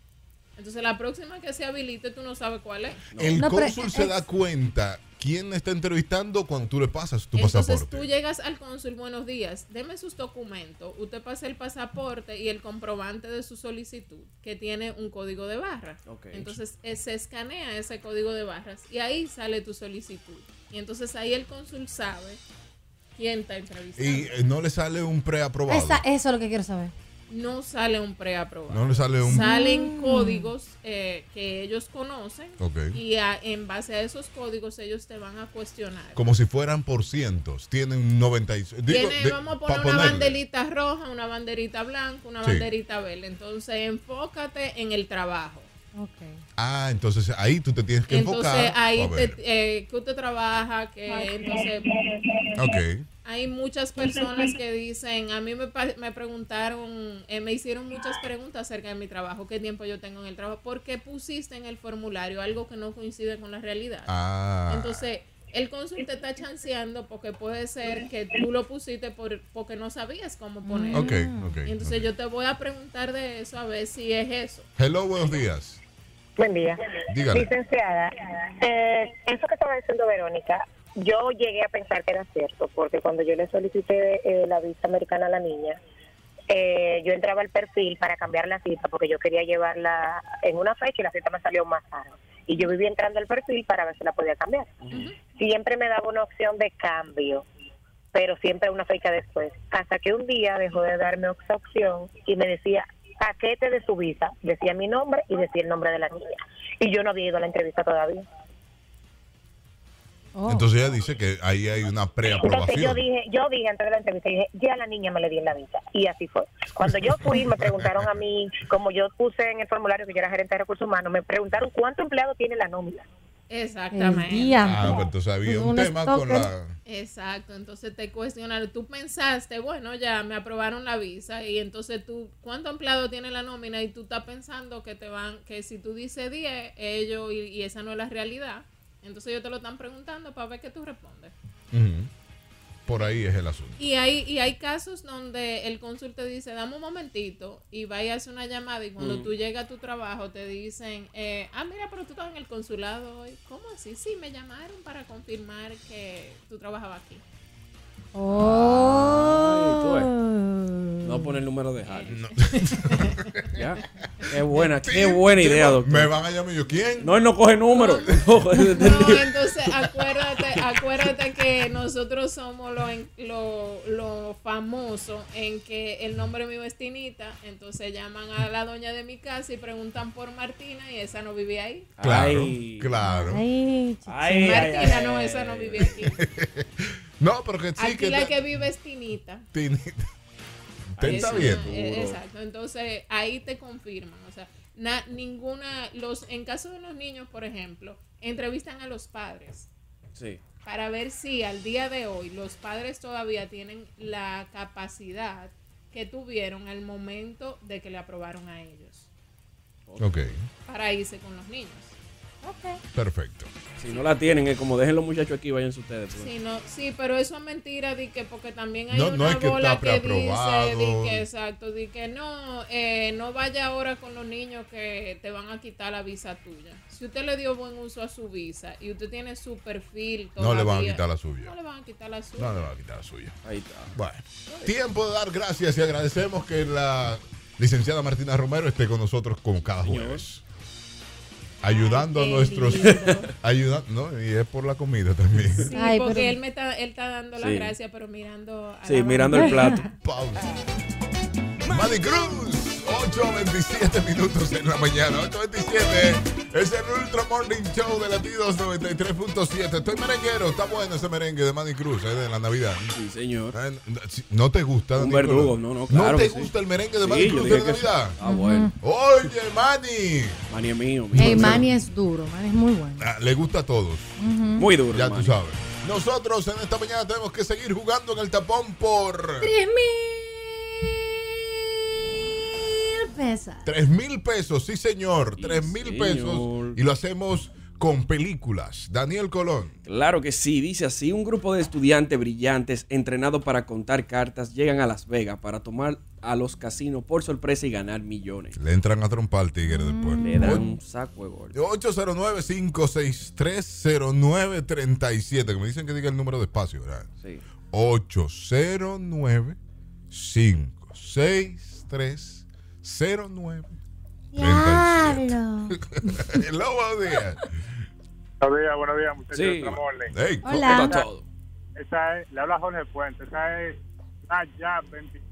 Speaker 10: Entonces, la próxima que se habilite, tú no sabes cuál es.
Speaker 2: El
Speaker 1: No, pero
Speaker 2: cónsul se
Speaker 1: es-
Speaker 2: da cuenta quién está entrevistando cuando tú le pasas tu
Speaker 10: Entonces,
Speaker 2: pasaporte.
Speaker 10: tú llegas al cónsul, buenos días, deme sus documentos. Usted pasa el pasaporte y el comprobante de su solicitud, que tiene un código de barra.
Speaker 3: Ok.
Speaker 10: Entonces, eh, se escanea ese código de barras y ahí sale tu solicitud. Y entonces ahí el cónsul sabe quién está entrevistando.
Speaker 2: Y eh, no le sale un preaprobado.
Speaker 1: Esa- eso es lo que quiero saber.
Speaker 10: no sale un preaprobado.
Speaker 2: No le sale un.
Speaker 10: Salen códigos eh, que ellos conocen
Speaker 2: Ok.
Speaker 10: y a- en base a esos códigos ellos te van a cuestionar.
Speaker 2: Como si fueran por cientos. Tienen 96. Digo,
Speaker 10: Tiene-
Speaker 2: de-
Speaker 10: vamos a
Speaker 2: pa
Speaker 10: poner una
Speaker 2: ponerle.
Speaker 10: banderita roja, una banderita blanca, una
Speaker 2: Sí.
Speaker 10: banderita verde. Entonces enfócate en el trabajo.
Speaker 1: Ok.
Speaker 2: Ah, entonces ahí tú te tienes que
Speaker 10: Entonces
Speaker 2: enfocar.
Speaker 10: ahí
Speaker 2: pa' ver.
Speaker 10: te, eh, que usted trabaja, que entonces
Speaker 2: Ok.
Speaker 10: Hay muchas personas que dicen, a mí me, pa- me preguntaron, eh, me hicieron muchas preguntas acerca de mi trabajo, qué tiempo yo tengo en el trabajo, por qué pusiste en el formulario algo que no coincide con la realidad.
Speaker 2: Ah.
Speaker 10: Entonces, el cónsul te está chanceando porque puede ser que tú lo pusiste por, porque no sabías cómo ponerlo.
Speaker 2: Ok, ok.
Speaker 10: Y entonces yo te voy a preguntar de eso a ver si es eso.
Speaker 2: Hello, buenos días.
Speaker 6: Buen día.
Speaker 2: Dígale.
Speaker 6: Licenciada, eh, eso que estaba diciendo Verónica, yo llegué a pensar que era cierto, porque cuando yo le solicité eh, la visa americana a la niña, eh, yo entraba al perfil para cambiar la cita, porque yo quería llevarla en una fecha y la cita me salió más tarde. Y yo vivía entrando al perfil para ver si la podía cambiar. Siempre me daba una opción de cambio, pero siempre una fecha después. Hasta que un día dejó de darme esa opción y me decía paquete de su visa, decía mi nombre y decía el nombre de la niña. Y yo no había ido a la entrevista todavía.
Speaker 1: Oh.
Speaker 2: Entonces ella dice que ahí hay una
Speaker 6: Entonces yo
Speaker 2: preaprobación.
Speaker 6: dije, yo dije antes de la entrevista, dije, ya la niña me le di en la visa. Y así fue. Cuando yo fui, me preguntaron a mí, como yo puse en el formulario que yo era gerente de recursos humanos, me preguntaron cuánto empleado tiene la nómina.
Speaker 1: el
Speaker 10: Exactamente.
Speaker 2: Ah,
Speaker 1: día.
Speaker 2: pero entonces había
Speaker 1: Es
Speaker 2: un
Speaker 1: un
Speaker 2: tema con
Speaker 1: stalker.
Speaker 2: la.
Speaker 10: Exacto, entonces te cuestionaron, tú pensaste, bueno, ya me aprobaron la visa y entonces tú, ¿cuánto empleado tiene la nómina? Y tú estás pensando que te van, que si tú dices 10, ellos, y, y esa no es la realidad, entonces ellos te lo están preguntando para ver qué tú respondes.
Speaker 2: Ujú. Por ahí es el asunto.
Speaker 10: Y hay, y hay casos donde el cónsul te dice, dame un momentito y vaya a hacer una llamada y cuando tú llegas a tu trabajo te dicen, eh, ah, mira, pero tú estabas en el consulado hoy. ¿Cómo así? Sí, me llamaron para confirmar que tú trabajabas aquí.
Speaker 1: Oh.
Speaker 3: Ay, tú ves. No No pone el número de Harry. ya. Qué buena, qué buena idea, doctor.
Speaker 2: Me van a llamar yo, ¿quién?
Speaker 3: No, él no coge número.
Speaker 10: No, entonces acuérdate, acuérdate que nosotros somos los lo, lo famosos en que el nombre de mi vestinita, entonces llaman a la doña de mi casa y preguntan por Martina y esa no vivía ahí.
Speaker 2: Claro,
Speaker 3: Ay.
Speaker 2: claro.
Speaker 1: Ay, chichi.
Speaker 3: Ay, ay,
Speaker 10: Martina
Speaker 3: ay,
Speaker 10: no,
Speaker 3: ay,
Speaker 10: esa no
Speaker 3: ay.
Speaker 10: vivía aquí.
Speaker 2: No, pero que sí
Speaker 10: Aquí
Speaker 2: que...
Speaker 10: la
Speaker 2: te-
Speaker 10: que vive es Tinita.
Speaker 2: Tinita. Te está
Speaker 10: Esa,
Speaker 2: viendo.
Speaker 10: eh, Exacto, entonces ahí te confirman, o sea, na- ninguna, los, en caso de los niños, por ejemplo, entrevistan a los padres
Speaker 3: Sí.
Speaker 10: para ver si al día de hoy los padres todavía tienen la capacidad que tuvieron al momento de que le aprobaron a ellos
Speaker 2: Ok,
Speaker 10: para irse con los niños.
Speaker 2: perfecto.
Speaker 3: Si no la tienen, es como dejen los muchachos aquí, váyanse ustedes. pues.
Speaker 10: Sí, no, sí, pero eso es mentira, di que porque también hay
Speaker 2: No, no
Speaker 10: una
Speaker 2: es que
Speaker 10: bola
Speaker 2: está
Speaker 10: que dice,
Speaker 2: preaprobado.
Speaker 10: di que exacto, di que no, eh, no vaya ahora con los niños que te van a quitar la visa tuya. Si usted le dio buen uso a su visa y usted tiene su perfil,
Speaker 2: No le van a
Speaker 10: todavía,
Speaker 2: quitar la suya.
Speaker 10: No le van a quitar la suya.
Speaker 2: No le van a quitar la suya.
Speaker 3: Ahí está.
Speaker 2: Bueno, tiempo de dar gracias y agradecemos que la licenciada Martina Romero esté con nosotros como cada jueves. Ayudando a
Speaker 10: Ay, qué
Speaker 2: nuestros.
Speaker 10: lindo.
Speaker 2: Ayudando, no, y es por la comida también.
Speaker 10: Sí,
Speaker 1: Ay,
Speaker 10: porque
Speaker 1: pero-
Speaker 10: él me está, él está dando las
Speaker 3: Sí.
Speaker 10: gracias, pero mirando. A
Speaker 3: Sí,
Speaker 10: la
Speaker 3: mirando
Speaker 10: banda.
Speaker 3: el plato.
Speaker 2: Pausa. Manny Cruz, 8.27 minutos en la mañana. 8.27 es el Ultra Morning Show de Latidos 93.7. Estoy merenguero, está bueno ese merengue de Manny Cruz, eh, de la Navidad.
Speaker 3: Sí, señor.
Speaker 2: Ah, no, si- ¿No te gusta?
Speaker 3: Un
Speaker 2: Nicolás?
Speaker 3: verdugo, no, no, claro
Speaker 2: te
Speaker 3: que sí.
Speaker 2: gusta el merengue de
Speaker 3: Sí,
Speaker 2: Manny
Speaker 3: yo
Speaker 2: Cruz
Speaker 3: dije
Speaker 2: de
Speaker 3: que sí.
Speaker 2: Navidad?
Speaker 3: Ah, bueno.
Speaker 2: Oye, Manny.
Speaker 3: Mani es mío. mi
Speaker 1: Ey,
Speaker 3: hermano.
Speaker 1: Mm. Manny es duro, Manny es muy bueno.
Speaker 2: Ah, le gusta a todos,
Speaker 3: Muy duro.
Speaker 2: ya
Speaker 3: Manny.
Speaker 2: tú sabes. Nosotros en esta mañana tenemos que seguir jugando en el tapón por
Speaker 1: Tres mil pesas.
Speaker 2: 3 mil pesos, sí señor,
Speaker 3: Sí,
Speaker 2: 3 mil
Speaker 3: señor.
Speaker 2: pesos. Y lo hacemos con películas. Daniel Colón.
Speaker 3: Claro que sí, dice así, un grupo de estudiantes brillantes entrenados para contar cartas llegan a Las Vegas para tomar a los casinos por sorpresa y ganar millones.
Speaker 2: Le entran a trompar al tigre pues. del
Speaker 1: Mm.
Speaker 2: pueblo.
Speaker 3: Le dan un saco de gol.
Speaker 2: 809-5630937. Que me dicen que diga el número despacio, ¿verdad?
Speaker 3: Sí.
Speaker 2: 809-563-09.
Speaker 1: Diablo.
Speaker 2: Hello, buenos días.
Speaker 8: Buenos días, buenos días, muchachos.
Speaker 3: Sí.
Speaker 8: Otra mole.
Speaker 2: Hey, co-
Speaker 1: Hola.
Speaker 3: Está todo.
Speaker 8: Esa es, le habla Jorge Puente. Esa es la ya 20.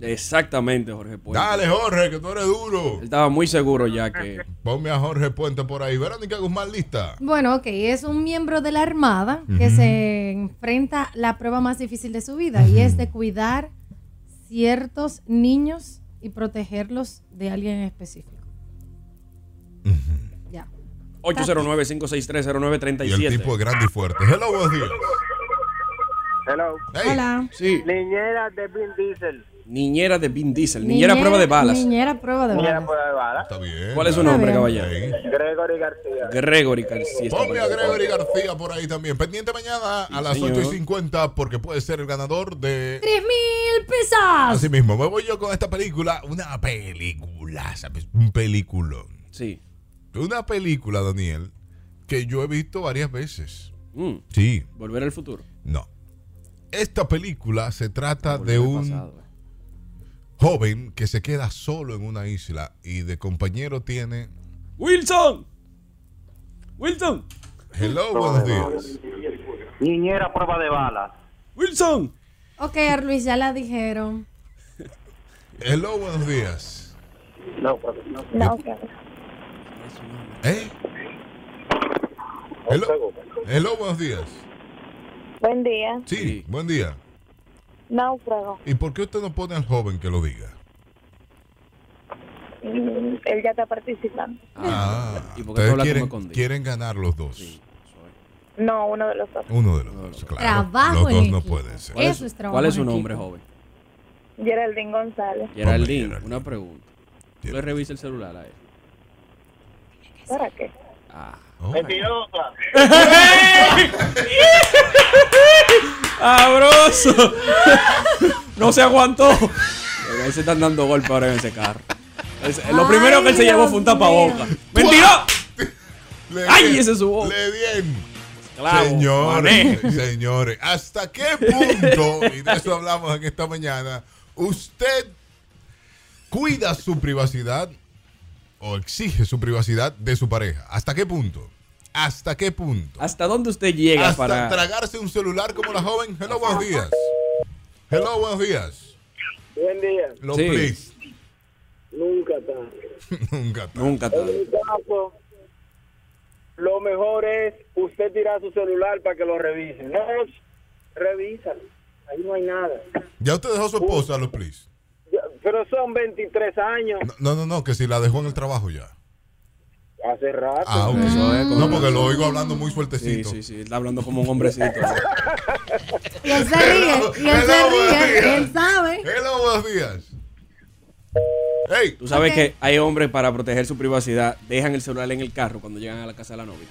Speaker 3: Exactamente, Jorge Puente.
Speaker 2: Dale, Jorge, que tú eres duro.
Speaker 3: Él estaba muy seguro ya que.
Speaker 2: Ponme a Jorge Puente por ahí. Verónica Guzmán, lista.
Speaker 1: Bueno, ok, es un miembro de la Armada que se enfrenta la prueba más difícil de su vida y es de cuidar ciertos niños y protegerlos de alguien en específico. Ya.
Speaker 3: 809-563-0937.
Speaker 2: Y el tipo es grande y fuerte. Hello, buenos días.
Speaker 4: Hello.
Speaker 2: Hey.
Speaker 1: Hola.
Speaker 3: Sí.
Speaker 4: Niñera de Vin Diesel.
Speaker 3: Niñera de Vin Diesel. Niñera, a prueba de balas.
Speaker 1: Niñera a prueba de
Speaker 4: Niñera
Speaker 1: balas.
Speaker 4: por la bala.
Speaker 2: Está bien.
Speaker 3: ¿Cuál es su
Speaker 1: Está
Speaker 3: nombre,
Speaker 1: bien.
Speaker 3: caballero?
Speaker 2: Ahí.
Speaker 4: Gregory García.
Speaker 3: Gregory García.
Speaker 2: Ponme a Gregory García por ahí también. Pendiente mañana a las
Speaker 3: señor.
Speaker 2: 8 y 50 porque puede ser el ganador de...
Speaker 1: ¡Tres mil pesas!
Speaker 2: Así mismo, me voy yo con esta película. Una pues, película, ¿sabes? Un peliculón.
Speaker 3: Sí.
Speaker 2: Una película, Daniel, que yo he visto varias veces.
Speaker 3: Mm.
Speaker 2: Sí.
Speaker 3: Volver al futuro.
Speaker 2: No. Esta película se trata
Speaker 3: Volver
Speaker 2: de
Speaker 3: al
Speaker 2: un
Speaker 3: pasado, eh.
Speaker 2: joven que se queda solo en una isla y de compañero tiene...
Speaker 3: ¡Wilson! ¡Wilson!
Speaker 2: Hello, buenos días.
Speaker 4: Niñera prueba de balas.
Speaker 3: ¡Wilson!
Speaker 1: Ok, Luis, ya la dijeron.
Speaker 2: Hello, buenos días.
Speaker 4: No, profe, no.
Speaker 6: No,
Speaker 2: ¿Eh? Hello, hello, buenos días.
Speaker 6: Buen día.
Speaker 2: Sí,
Speaker 3: Sí.
Speaker 2: buen día.
Speaker 6: Náufrago.
Speaker 2: ¿Y por qué usted no pone al joven que lo diga?
Speaker 6: Mm, Él ya está participando.
Speaker 2: Ah,
Speaker 3: ¿Y por qué
Speaker 2: ustedes
Speaker 3: tú hablas como
Speaker 2: quieren,
Speaker 3: escondido?
Speaker 2: quieren ganar los dos.
Speaker 6: No, uno de los dos.
Speaker 2: Uno de los dos, claro.
Speaker 1: Trabajo
Speaker 2: los
Speaker 1: en
Speaker 2: dos no
Speaker 1: equipo.
Speaker 2: pueden ser.
Speaker 3: ¿Cuál
Speaker 1: Eso
Speaker 3: es,
Speaker 1: es trabajo
Speaker 3: ¿Cuál es
Speaker 1: en
Speaker 3: su nombre,
Speaker 1: equipo.
Speaker 3: joven?
Speaker 6: Geraldine González.
Speaker 3: Geraldine,
Speaker 2: Geraldine.
Speaker 3: una pregunta. ¿Tú
Speaker 2: Geraldine.
Speaker 3: le revisa el celular a él?
Speaker 6: ¿Para qué?
Speaker 3: Ah.
Speaker 2: Oh.
Speaker 4: Mentirosa.
Speaker 3: ¡Abroso! no se aguantó. Pero ahí se están dando golpes ahora en ese carro. Es- lo
Speaker 1: Ay,
Speaker 3: primero que él se llevó
Speaker 1: Dios
Speaker 3: fue un tapabocas.
Speaker 1: mío.
Speaker 3: ¡Mentira!
Speaker 2: Le
Speaker 3: ¡Ay,
Speaker 2: bien,
Speaker 3: ese es su voz!
Speaker 2: ¡Le bien!
Speaker 3: Claro.
Speaker 2: señores, señores, ¿hasta qué punto, y de eso hablamos en esta mañana, usted cuida su privacidad o exige su privacidad de su pareja. ¿Hasta qué punto? ¿Hasta qué punto?
Speaker 3: ¿Hasta dónde usted llega
Speaker 2: Hasta
Speaker 3: para...?
Speaker 2: tragarse un celular como la joven. Hello, buenos días. Hello, buenos días.
Speaker 11: Buen día.
Speaker 2: Lo
Speaker 3: Sí.
Speaker 2: please.
Speaker 11: Nunca tarde.
Speaker 2: Nunca tarde.
Speaker 3: Nunca
Speaker 11: En mi caso, lo mejor es usted tirar su celular para que lo revisen. No, revisa. Ahí no hay nada.
Speaker 2: Ya usted dejó su esposa, lo please.
Speaker 11: Ya, Pero son 23 años.
Speaker 2: No, no, no, que si la dejó en el trabajo ya.
Speaker 11: Hace rato.
Speaker 2: Ah, ok.
Speaker 3: Eso es como-
Speaker 2: No, porque lo oigo hablando muy
Speaker 3: Sí,
Speaker 2: fuertecito.
Speaker 3: sí, sí. Está hablando como un hombrecito.
Speaker 1: Y él se ríe, y él se
Speaker 2: Hello, buenos
Speaker 1: ríe,
Speaker 2: días.
Speaker 1: él sabe.
Speaker 2: Hello, buenos días. Hey,
Speaker 3: Tú sabes
Speaker 1: Ok.
Speaker 3: que hay hombres para proteger su privacidad, dejan el celular en el carro cuando llegan a la casa de la novia.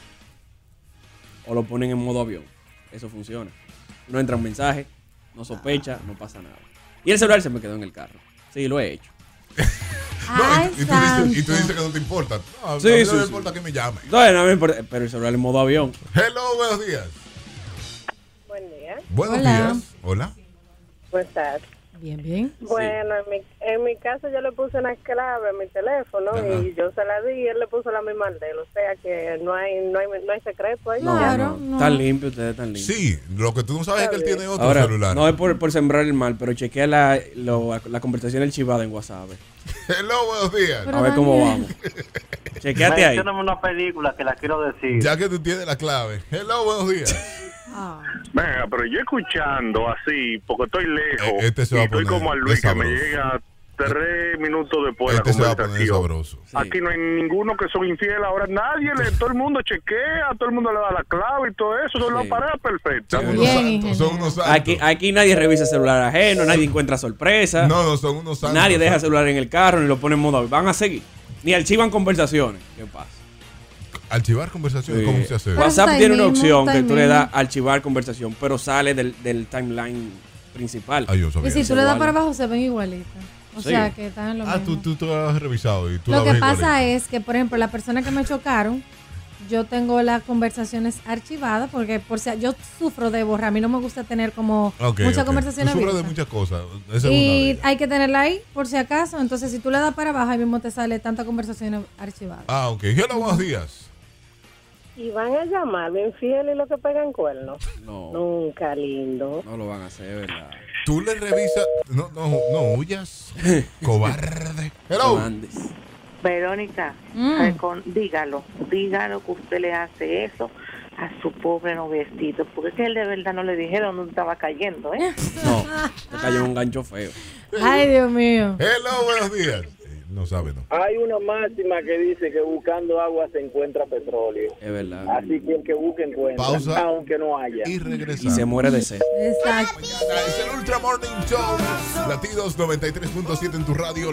Speaker 3: O lo ponen en modo avión. Eso funciona. No entra un mensaje, no sospecha,
Speaker 1: Ah.
Speaker 3: no pasa nada. Y el celular se me quedó en el carro. Sí, lo he hecho.
Speaker 1: Ay,
Speaker 2: y, tú
Speaker 1: santo.
Speaker 2: dices, y tú dices que no te importa. No, a
Speaker 3: Sí,
Speaker 2: mí no
Speaker 3: sí,
Speaker 2: me
Speaker 3: sí.
Speaker 2: importa que me llame.
Speaker 3: No, no me importa, pero el celular en modo avión.
Speaker 2: Hello, buenos días.
Speaker 6: Buen día.
Speaker 2: Buenos
Speaker 1: Hola.
Speaker 2: días. Hola.
Speaker 6: ¿Cómo estás?
Speaker 1: Bien, bien.
Speaker 6: Bueno, en mi, en mi caso yo le puse una clave a mi teléfono
Speaker 2: Ajá.
Speaker 6: y yo se la di y él le puso la misma al de él. O sea que no hay, no hay, no hay secreto ahí.
Speaker 3: No,
Speaker 1: Claro,
Speaker 3: no.
Speaker 1: no.
Speaker 3: Tan limpio, ustedes están limpios.
Speaker 2: Sí, lo que tú no sabes es que él tiene otro
Speaker 3: Ahora,
Speaker 2: celular.
Speaker 3: no es por, por sembrar el mal, pero chequea la, lo- la conversación del chivado en WhatsApp.
Speaker 2: Hello, buenos días.
Speaker 1: Pero
Speaker 3: A ver cómo
Speaker 1: Daniel.
Speaker 3: vamos. Chequeate ahí.
Speaker 11: Mencióname una película que la quiero decir.
Speaker 2: Ya que tú tienes la clave. Hello, buenos días.
Speaker 1: Ah.
Speaker 8: Venga, pero yo escuchando así, porque estoy lejos.
Speaker 2: Eh, este se va
Speaker 8: y
Speaker 2: a
Speaker 8: estoy
Speaker 2: poner
Speaker 8: como a Luis, que me
Speaker 2: desabroso.
Speaker 8: llega tres minutos después
Speaker 2: Este
Speaker 8: de
Speaker 2: se va
Speaker 8: la
Speaker 2: a poner
Speaker 8: conversación.
Speaker 2: sabroso.
Speaker 3: Sí.
Speaker 8: Aquí no hay ninguno que son infieles. Ahora nadie, le, todo el mundo chequea, todo el mundo le da la clave y todo eso. Son
Speaker 3: Sí.
Speaker 8: las parejas perfectas.
Speaker 2: Son unos
Speaker 1: Bien,
Speaker 2: santos. Son
Speaker 1: ingeniero.
Speaker 2: unos santos.
Speaker 3: Aquí, aquí nadie revisa celular ajeno, nadie encuentra sorpresa.
Speaker 2: No, no, son unos santos.
Speaker 3: Nadie deja celular en el carro ni lo pone en modo avión. Van a seguir. Ni archivan conversaciones. ¿Qué pasa?
Speaker 2: Archivar conversaciones,
Speaker 3: Eh,
Speaker 2: ¿cómo se hace?
Speaker 1: Pero
Speaker 3: WhatsApp
Speaker 1: está ahí
Speaker 3: tiene una
Speaker 1: mismo,
Speaker 3: opción
Speaker 1: está
Speaker 3: que
Speaker 1: ahí
Speaker 3: tú le
Speaker 1: mismo.
Speaker 3: das archivar conversación, pero sale del, del timeline principal.
Speaker 2: Ay, Ah, yo sabía
Speaker 1: Y si
Speaker 2: eso.
Speaker 1: tú le das
Speaker 3: vale.
Speaker 1: para abajo, se ven igualitas. O
Speaker 3: Sí.
Speaker 1: sea, que están en lo
Speaker 2: Ah,
Speaker 1: mismo.
Speaker 2: tú, tú, tú lo has revisado y tú
Speaker 1: Lo
Speaker 2: la
Speaker 1: que
Speaker 2: ves
Speaker 1: pasa
Speaker 2: igualita.
Speaker 1: es que, por ejemplo, la persona que me chocaron, yo tengo las conversaciones archivadas porque por si yo sufro de borrar, a mí no me gusta tener como
Speaker 2: Ok,
Speaker 1: muchas
Speaker 2: ok.
Speaker 1: conversaciones
Speaker 2: Tú sufres de
Speaker 1: abiertas.
Speaker 2: muchas cosas. Esa es una de
Speaker 1: y
Speaker 2: ellas.
Speaker 1: hay que tenerla ahí por si acaso. Entonces, si tú le das para abajo, ahí mismo te sale tantas conversaciones archivadas.
Speaker 2: Ah, ok. Hello, buenos días.
Speaker 6: Y van a llamar bien fiel y lo que pegan cuernos.
Speaker 3: No,
Speaker 6: Nunca lindo.
Speaker 3: no lo van a hacer, ¿verdad?
Speaker 2: Tú le revisas. No, no, no huyas. Cobarde. Hello.
Speaker 3: Fernández.
Speaker 12: Verónica,
Speaker 1: Mm.
Speaker 12: recon- dígalo, dígalo que usted le hace eso a su pobre noviecito, porque es que él de verdad no le dijeron dónde estaba cayendo, ¿eh?
Speaker 3: No, te cayó un gancho feo.
Speaker 1: Ay, Dios mío.
Speaker 2: Hello, buenos días. Eh, No sabe, no.
Speaker 11: Hay una máxima que dice que buscando agua se encuentra petróleo.
Speaker 3: Es verdad.
Speaker 11: Así que el que busque encuentra,
Speaker 2: Pausa.
Speaker 11: aunque no haya.
Speaker 2: Y
Speaker 3: Y se
Speaker 2: regresamos.
Speaker 3: muere de sed.
Speaker 1: Exacto.
Speaker 2: Mañana Es el Ultra Morning Show. Latidos 93.7 en tu radio,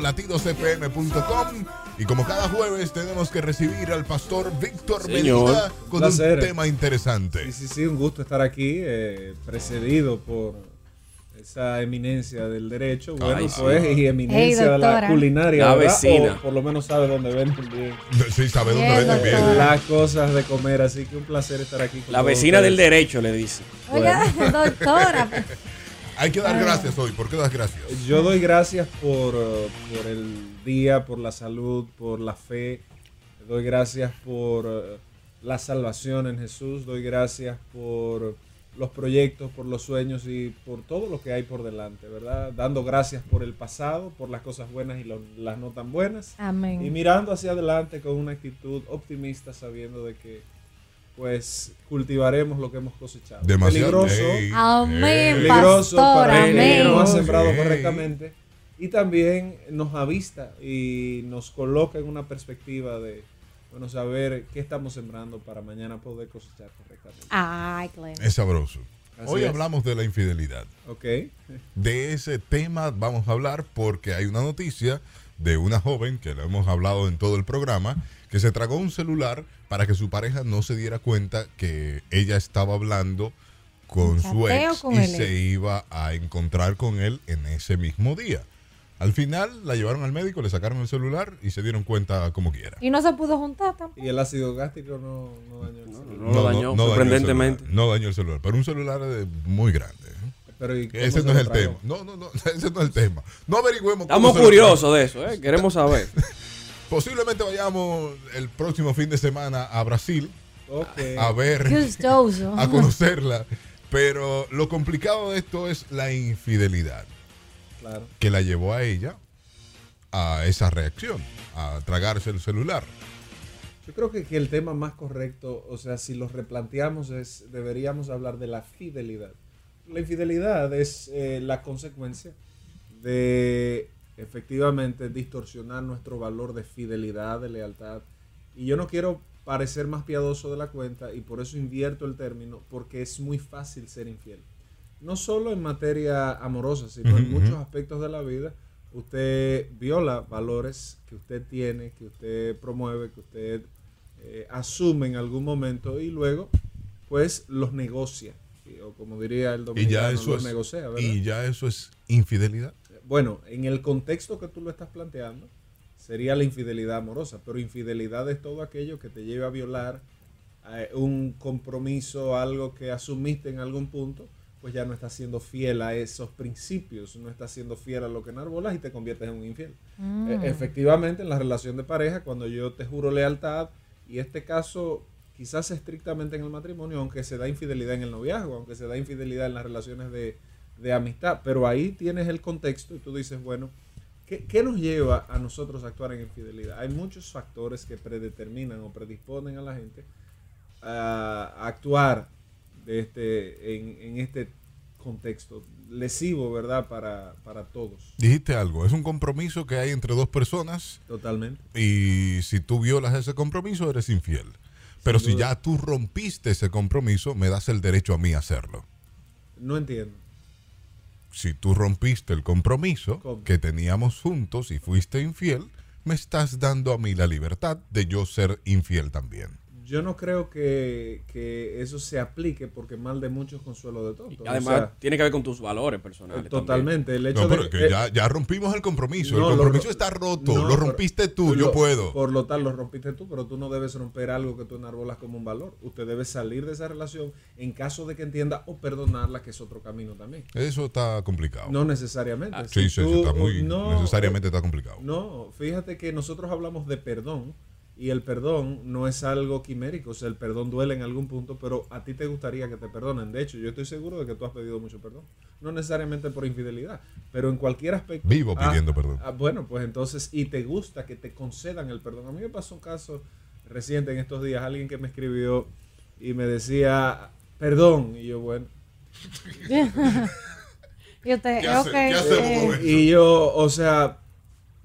Speaker 2: latidosfm.com. Y como cada jueves, tenemos que recibir al pastor Víctor
Speaker 3: Señor.
Speaker 2: Medina con
Speaker 13: Placer.
Speaker 2: un tema interesante.
Speaker 13: Sí, sí, sí, un gusto estar aquí, eh, precedido por esa eminencia del derecho, bueno,
Speaker 3: Ay,
Speaker 13: eso
Speaker 3: sí.
Speaker 13: es, y eminencia de la
Speaker 1: doctora.
Speaker 13: culinaria,
Speaker 3: La
Speaker 13: ¿verdad?
Speaker 3: vecina.
Speaker 13: O por lo menos sabe dónde venden bien
Speaker 2: Sí, sabe
Speaker 1: Bien,
Speaker 2: dónde venden
Speaker 1: doctor.
Speaker 2: bien.
Speaker 13: las cosas de comer, así que un placer estar aquí. con
Speaker 3: La
Speaker 13: todos
Speaker 3: vecina del
Speaker 13: ustedes.
Speaker 3: derecho le dice.
Speaker 1: Oiga, doctora.
Speaker 2: Hay que dar gracias hoy. ¿Por qué das gracias?
Speaker 13: Yo doy gracias por, eh, por el día, por la salud, por la fe. Doy gracias por eh, la salvación en Jesús. Doy gracias por los proyectos, por los sueños y por todo lo que hay por delante, ¿verdad? Dando gracias por el pasado, por las cosas buenas y lo- las no tan buenas. Y
Speaker 1: Amén.
Speaker 13: mirando hacia adelante con una actitud optimista, sabiendo de que pues cultivaremos lo que hemos cosechado.
Speaker 2: Demasiado.
Speaker 13: Peligroso
Speaker 2: Ey,
Speaker 1: Amén,
Speaker 2: ey.
Speaker 13: peligroso
Speaker 1: Pastor,
Speaker 13: para el que no ha
Speaker 1: amén.
Speaker 13: sembrado
Speaker 2: Sí.
Speaker 13: correctamente y también nos avista y nos coloca en una perspectiva de bueno saber qué estamos sembrando para mañana poder cosechar correctamente.
Speaker 1: Ay, Glenn.
Speaker 2: Es sabroso.
Speaker 13: Así
Speaker 2: hoy
Speaker 13: es.
Speaker 2: hablamos de la infidelidad.
Speaker 13: ¿Ok?
Speaker 2: De ese tema vamos a hablar porque hay una noticia de una joven que lo hemos hablado en todo el programa que se tragó un celular para que su pareja no se diera cuenta que ella estaba hablando con su
Speaker 1: Chateo
Speaker 2: ex
Speaker 1: con
Speaker 2: y
Speaker 1: el
Speaker 2: se iba a encontrar con él en ese mismo día. Al final la llevaron al médico, le sacaron el celular y se dieron cuenta como quiera.
Speaker 1: Y no se pudo juntar tampoco.
Speaker 13: Y el ácido gástrico no, no dañó el cerebro.
Speaker 3: No lo dañó,
Speaker 2: el
Speaker 3: sorprendentemente.
Speaker 2: celular, no dañó el celular, pero un celular eh, muy grande. ¿eh?
Speaker 13: Pero ¿y cómo
Speaker 2: Ese
Speaker 13: se
Speaker 2: no es
Speaker 13: lo
Speaker 2: el
Speaker 13: tragó?
Speaker 2: tema. No, no, no, ese no es el tema. No averigüemos cómo
Speaker 3: Estamos
Speaker 2: se lo
Speaker 3: curiosos
Speaker 2: trajo.
Speaker 3: de eso, ¿eh? Queremos saber.
Speaker 2: Posiblemente vayamos el próximo fin de semana a Brasil a
Speaker 1: Qué
Speaker 2: ver,
Speaker 1: gustoso.
Speaker 2: Eh. a conocerla. Pero lo complicado de esto es la infidelidad
Speaker 13: Claro.
Speaker 2: que la llevó a ella a esa reacción, a tragarse el celular.
Speaker 13: Yo creo que, que el tema más correcto, o sea, si lo replanteamos, es deberíamos hablar de la fidelidad. La infidelidad es eh, la consecuencia de efectivamente distorsionar nuestro valor de fidelidad, de lealtad. Y yo no quiero parecer más piadoso de la cuenta y por eso invierto el término, porque es muy fácil ser infiel. No solo en materia amorosa, sino en
Speaker 2: Ujú,
Speaker 13: muchos
Speaker 2: ujú.
Speaker 13: aspectos de la vida. Usted viola valores que usted tiene, que usted promueve, que usted eh, asume en algún momento y luego, pues, los negocia. y- O como diría el
Speaker 2: Y
Speaker 13: dominicano,
Speaker 2: ya eso
Speaker 13: los
Speaker 2: es,
Speaker 13: negocia, ¿verdad?
Speaker 2: y ya eso es infidelidad.
Speaker 13: Bueno, en el contexto que tú lo estás planteando, sería la infidelidad amorosa, pero infidelidad es todo aquello que te lleve a violar eh, un compromiso, algo que asumiste en algún punto, pues ya no estás siendo fiel a esos principios, no estás siendo fiel a lo que enarbolas y te conviertes en un infiel.
Speaker 14: Mm.
Speaker 13: Eh, efectivamente, en la relación de pareja, cuando yo te juro lealtad, y este caso quizás estrictamente en el matrimonio, aunque se da infidelidad en el noviazgo, aunque se da infidelidad en las relaciones de, de amistad, pero ahí tienes el contexto y tú dices, bueno, ¿qué, qué nos lleva a nosotros a actuar en infidelidad? Hay muchos factores que predeterminan o predisponen a la gente a, a actuar de este, en, en este contexto lesivo, ¿verdad? Para, para todos.
Speaker 2: Dijiste algo, es un compromiso que hay entre dos personas.
Speaker 13: Totalmente.
Speaker 2: Y si tú violas ese compromiso, eres infiel. Pero si
Speaker 13: duda.
Speaker 2: ya tú rompiste ese compromiso, me das el derecho a mí a hacerlo.
Speaker 13: No entiendo.
Speaker 2: Si tú rompiste el compromiso que teníamos juntos y fuiste infiel, me estás dando a mí la libertad de yo ser infiel también.
Speaker 13: Yo no creo que, que eso se aplique porque mal de muchos consuelo de tontos.
Speaker 3: Además,
Speaker 13: O sea, eh,
Speaker 3: tiene que ver con tus valores personales.
Speaker 13: Totalmente. El hecho
Speaker 2: No, pero
Speaker 13: de
Speaker 2: que
Speaker 13: eh,
Speaker 2: ya, ya rompimos el compromiso.
Speaker 13: no,
Speaker 2: el
Speaker 13: lo
Speaker 2: compromiso
Speaker 13: ro-
Speaker 2: está roto.
Speaker 13: no,
Speaker 2: lo
Speaker 13: pero-
Speaker 2: rompiste tú, yo
Speaker 13: lo-
Speaker 2: puedo.
Speaker 13: Por lo tal, lo rompiste tú, pero tú no debes romper algo que tú enarbolas como un valor. Usted debe salir de esa relación en caso de que entienda o perdonarla, que es otro camino también.
Speaker 2: Eso está complicado.
Speaker 13: No necesariamente.
Speaker 2: Ah, sí,
Speaker 13: Si
Speaker 2: sí, sí,
Speaker 13: tú- eh,
Speaker 2: está muy.
Speaker 13: no,
Speaker 2: necesariamente está complicado.
Speaker 13: No, fíjate que nosotros hablamos de perdón y el perdón no es algo quimérico, o sea, el perdón duele en algún punto, pero a ti te gustaría que te perdonen. De hecho, yo estoy seguro de que tú has pedido mucho perdón, no necesariamente por infidelidad, pero en cualquier aspecto.
Speaker 2: Vivo
Speaker 13: Ah,
Speaker 2: pidiendo perdón.
Speaker 13: ah, bueno, pues entonces, y te gusta que te concedan el perdón. A mí me pasó un caso reciente en estos días, alguien que me escribió y me decía, perdón, y yo, bueno.
Speaker 1: Y usted,
Speaker 13: ¿Qué hace-
Speaker 1: ok,
Speaker 13: qué
Speaker 1: eh,
Speaker 13: hacemos con Y yo, o sea,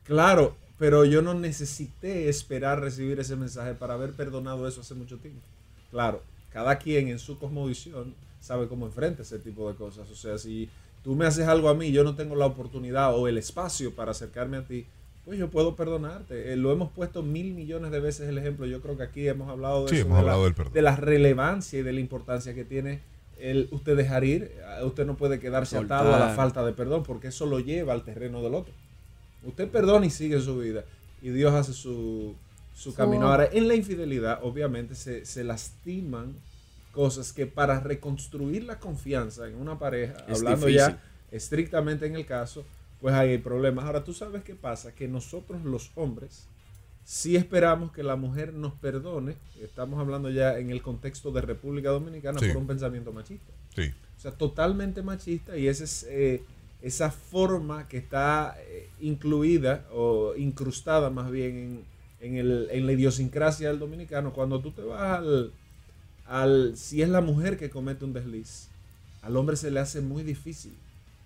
Speaker 13: claro, pero yo no necesité esperar recibir ese mensaje para haber perdonado eso hace mucho tiempo. Claro, cada quien en su cosmovisión sabe cómo enfrenta ese tipo de cosas. O sea, si tú me haces algo a mí, yo no tengo la oportunidad o el espacio para acercarme a ti. Pues yo puedo perdonarte. Eh, lo hemos puesto mil millones de veces el ejemplo. Yo creo que aquí hemos hablado de,
Speaker 2: Sí,
Speaker 13: eso,
Speaker 2: hemos
Speaker 13: de
Speaker 2: hablado
Speaker 13: la,
Speaker 2: del perdón.
Speaker 13: de la relevancia y de la importancia que tiene el usted dejar ir. Eh, Usted no puede quedarse atado a la
Speaker 3: Soltar.
Speaker 13: falta de perdón porque eso lo lleva al terreno del otro. Usted perdona y sigue su vida. Y Dios hace su, su
Speaker 3: Su
Speaker 13: camino.
Speaker 3: obra.
Speaker 13: Ahora, en la infidelidad, obviamente, se, se lastiman cosas que para reconstruir la confianza en una pareja,
Speaker 3: Es
Speaker 13: hablando
Speaker 3: difícil.
Speaker 13: ya estrictamente en el caso, pues ahí hay problemas. Ahora, ¿tú sabes qué pasa? Que nosotros los hombres sí esperamos que la mujer nos perdone. Estamos hablando ya en el contexto de República Dominicana
Speaker 2: Sí.
Speaker 13: por un pensamiento machista.
Speaker 2: Sí.
Speaker 13: O sea, totalmente machista y ese es, eh, esa forma que está eh, incluida o incrustada más bien en, en el- en la idiosincrasia del dominicano. Cuando tú te vas al, al... Si es la mujer que comete un desliz, al hombre se le hace muy difícil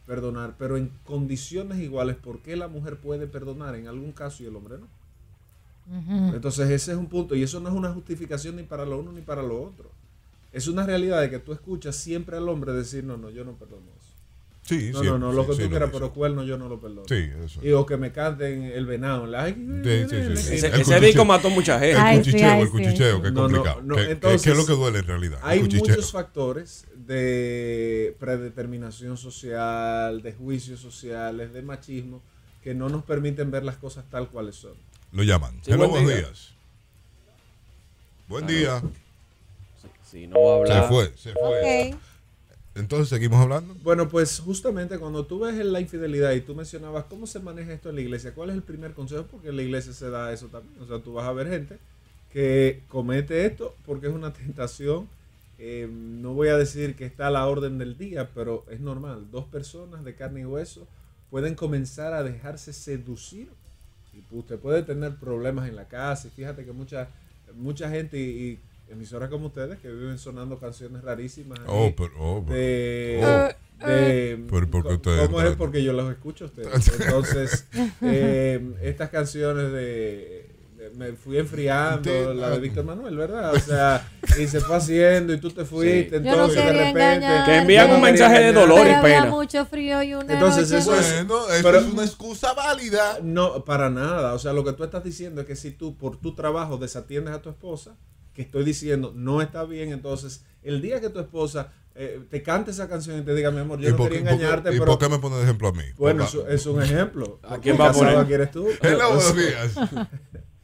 Speaker 13: perdonar, pero en condiciones iguales, ¿por qué la mujer puede perdonar en algún caso y el hombre no?
Speaker 1: ujú.
Speaker 13: Entonces ese es un punto y eso no es una justificación ni para lo uno ni para lo otro. Es una realidad de que tú escuchas siempre al hombre decir, no, no, yo no perdono eso.
Speaker 2: Sí,
Speaker 13: no,
Speaker 2: sí,
Speaker 13: no, no, lo
Speaker 2: sí,
Speaker 13: que
Speaker 2: sí,
Speaker 13: tú
Speaker 2: lo
Speaker 13: quieras,
Speaker 2: dice.
Speaker 13: pero cuerno yo no lo perdono.
Speaker 2: Sí, eso.
Speaker 13: Y o que me canten el venado. la- ay,
Speaker 2: Sí, sí, sí, sí.
Speaker 13: eh,
Speaker 2: Ese-
Speaker 13: eh,
Speaker 2: ese
Speaker 13: cuchicheo.
Speaker 3: disco mató mucha gente.
Speaker 2: El cuchicheo, el cuchicheo, que es complicado. Que- que- que es lo que duele en realidad, el
Speaker 13: Hay
Speaker 2: cuchicheo.
Speaker 13: muchos factores de predeterminación social, de juicios sociales, de machismo, que no nos permiten ver las cosas tal cuales son.
Speaker 2: Lo llaman.
Speaker 13: Sí,
Speaker 2: Hello,
Speaker 13: buen
Speaker 2: buenos
Speaker 13: día.
Speaker 2: días. Buen
Speaker 3: Claro.
Speaker 2: día.
Speaker 13: eh,
Speaker 3: Si no va a hablar.
Speaker 2: Se fue, se fue.
Speaker 1: Ok.
Speaker 2: Entonces seguimos hablando.
Speaker 13: Bueno, pues justamente cuando tú ves la infidelidad y tú mencionabas cómo se maneja esto en la iglesia, ¿cuál es el primer consejo? Porque en la iglesia se da eso también. O sea, tú vas a ver gente que comete esto porque es una tentación. eh, no voy a decir que está a la orden del día, pero es normal. Dos personas de carne y hueso pueden comenzar a dejarse seducir y pues, usted puede tener problemas en la casa. Y fíjate que mucha, mucha gente y, y emisoras como ustedes que viven sonando canciones rarísimas.
Speaker 2: Oh,
Speaker 13: ahí
Speaker 2: pero- oh, pero-
Speaker 13: de-
Speaker 2: oh.
Speaker 13: de-
Speaker 2: Pero ¿por qué
Speaker 13: co-
Speaker 2: ustedes
Speaker 13: Eh, ¿Cómo es?
Speaker 2: entran?
Speaker 13: Porque yo los escucho a ustedes. Entonces, eh, estas canciones de. de- Me fui enfriando, la
Speaker 2: ah.
Speaker 13: de Víctor Manuel, ¿verdad? O sea, y se fue haciendo y tú te fuiste.
Speaker 1: Yo no
Speaker 13: Entonces, de
Speaker 1: quería
Speaker 13: repente.
Speaker 1: engañarte. Que envían un mensaje de
Speaker 13: dolor
Speaker 1: Pero había mucho frío y una
Speaker 13: entonces
Speaker 1: noche
Speaker 13: eso es,
Speaker 1: buena.
Speaker 13: pero-
Speaker 2: una excusa válida.
Speaker 13: No, para nada. O sea, lo que tú estás diciendo es que si tú por tu trabajo desatiendes a tu esposa, que estoy diciendo no está bien, entonces el día que tu esposa eh, te cante esa canción y te diga, mi amor, yo
Speaker 2: ¿Y
Speaker 13: no
Speaker 2: por
Speaker 13: quería
Speaker 2: qué- y por qué-
Speaker 13: engañarte,
Speaker 2: y
Speaker 13: pero...
Speaker 2: por qué me pones de ejemplo a mí?
Speaker 13: Bueno,
Speaker 2: Papá.
Speaker 13: eso es un ejemplo.
Speaker 2: ¿A
Speaker 13: Porque
Speaker 2: quién va a
Speaker 13: casado
Speaker 2: poner?
Speaker 13: aquí eres tú?
Speaker 2: Hello, buenos
Speaker 13: O sea,
Speaker 2: días.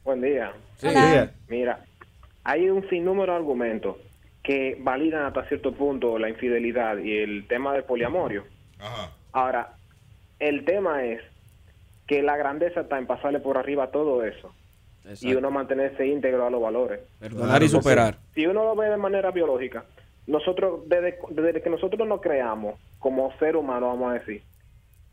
Speaker 11: Buen día.
Speaker 13: Sí. Hola. Buen día.
Speaker 11: Mira, hay un sinnúmero de argumentos que validan hasta cierto punto la infidelidad y el tema del poliamorio. Ahora, el tema es que la grandeza está en pasarle por arriba a todo eso y uno mantenerse íntegro a los valores.
Speaker 3: Perdonar y superar.
Speaker 11: Si uno lo ve de manera biológica, nosotros desde, desde que nosotros nos creamos como ser humano, vamos a decir,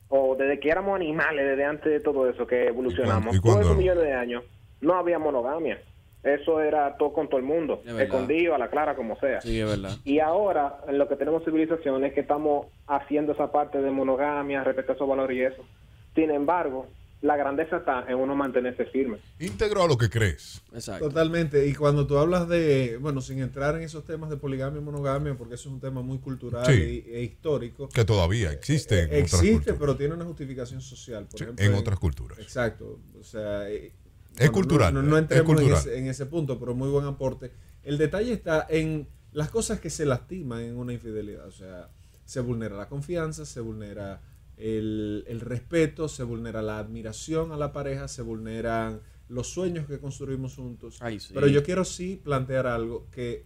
Speaker 11: o desde que éramos animales, desde antes de todo eso que evolucionamos,
Speaker 2: ¿Y cuándo? ¿Y
Speaker 11: todos
Speaker 2: cuándo?
Speaker 11: esos millones de años, no había monogamia. Eso era todo con todo el mundo,
Speaker 3: verdad.
Speaker 11: escondido, a la clara, como sea.
Speaker 3: Sí, es verdad.
Speaker 11: Y ahora, en lo que tenemos civilización es que estamos haciendo esa parte de monogamia, respeto a esos valores y eso. Sin embargo, la grandeza está en uno mantenerse firme.
Speaker 2: Íntegro a lo que crees.
Speaker 3: Exacto.
Speaker 13: Totalmente. Y cuando tú hablas de, bueno, sin entrar en esos temas de poligamia y monogamia, porque eso es un tema muy cultural
Speaker 2: Sí.
Speaker 13: y- e histórico.
Speaker 2: Que todavía existe en otras
Speaker 13: Existe,
Speaker 2: culturas.
Speaker 13: pero tiene una justificación social. Por
Speaker 2: Sí,
Speaker 13: ejemplo,
Speaker 2: en otras culturas.
Speaker 13: Exacto. O sea, eh,
Speaker 2: Es cultural,
Speaker 13: No,
Speaker 2: eh,
Speaker 13: no,
Speaker 2: es
Speaker 13: entremos
Speaker 2: cultural.
Speaker 13: En, ese, en ese punto, pero muy buen aporte. El detalle está en las cosas que se lastiman en una infidelidad. O sea, se vulnera la confianza, se vulnera el, el respeto, se vulnera la admiración a la pareja, se vulneran los sueños que construimos juntos. Pero yo quiero sí plantear algo que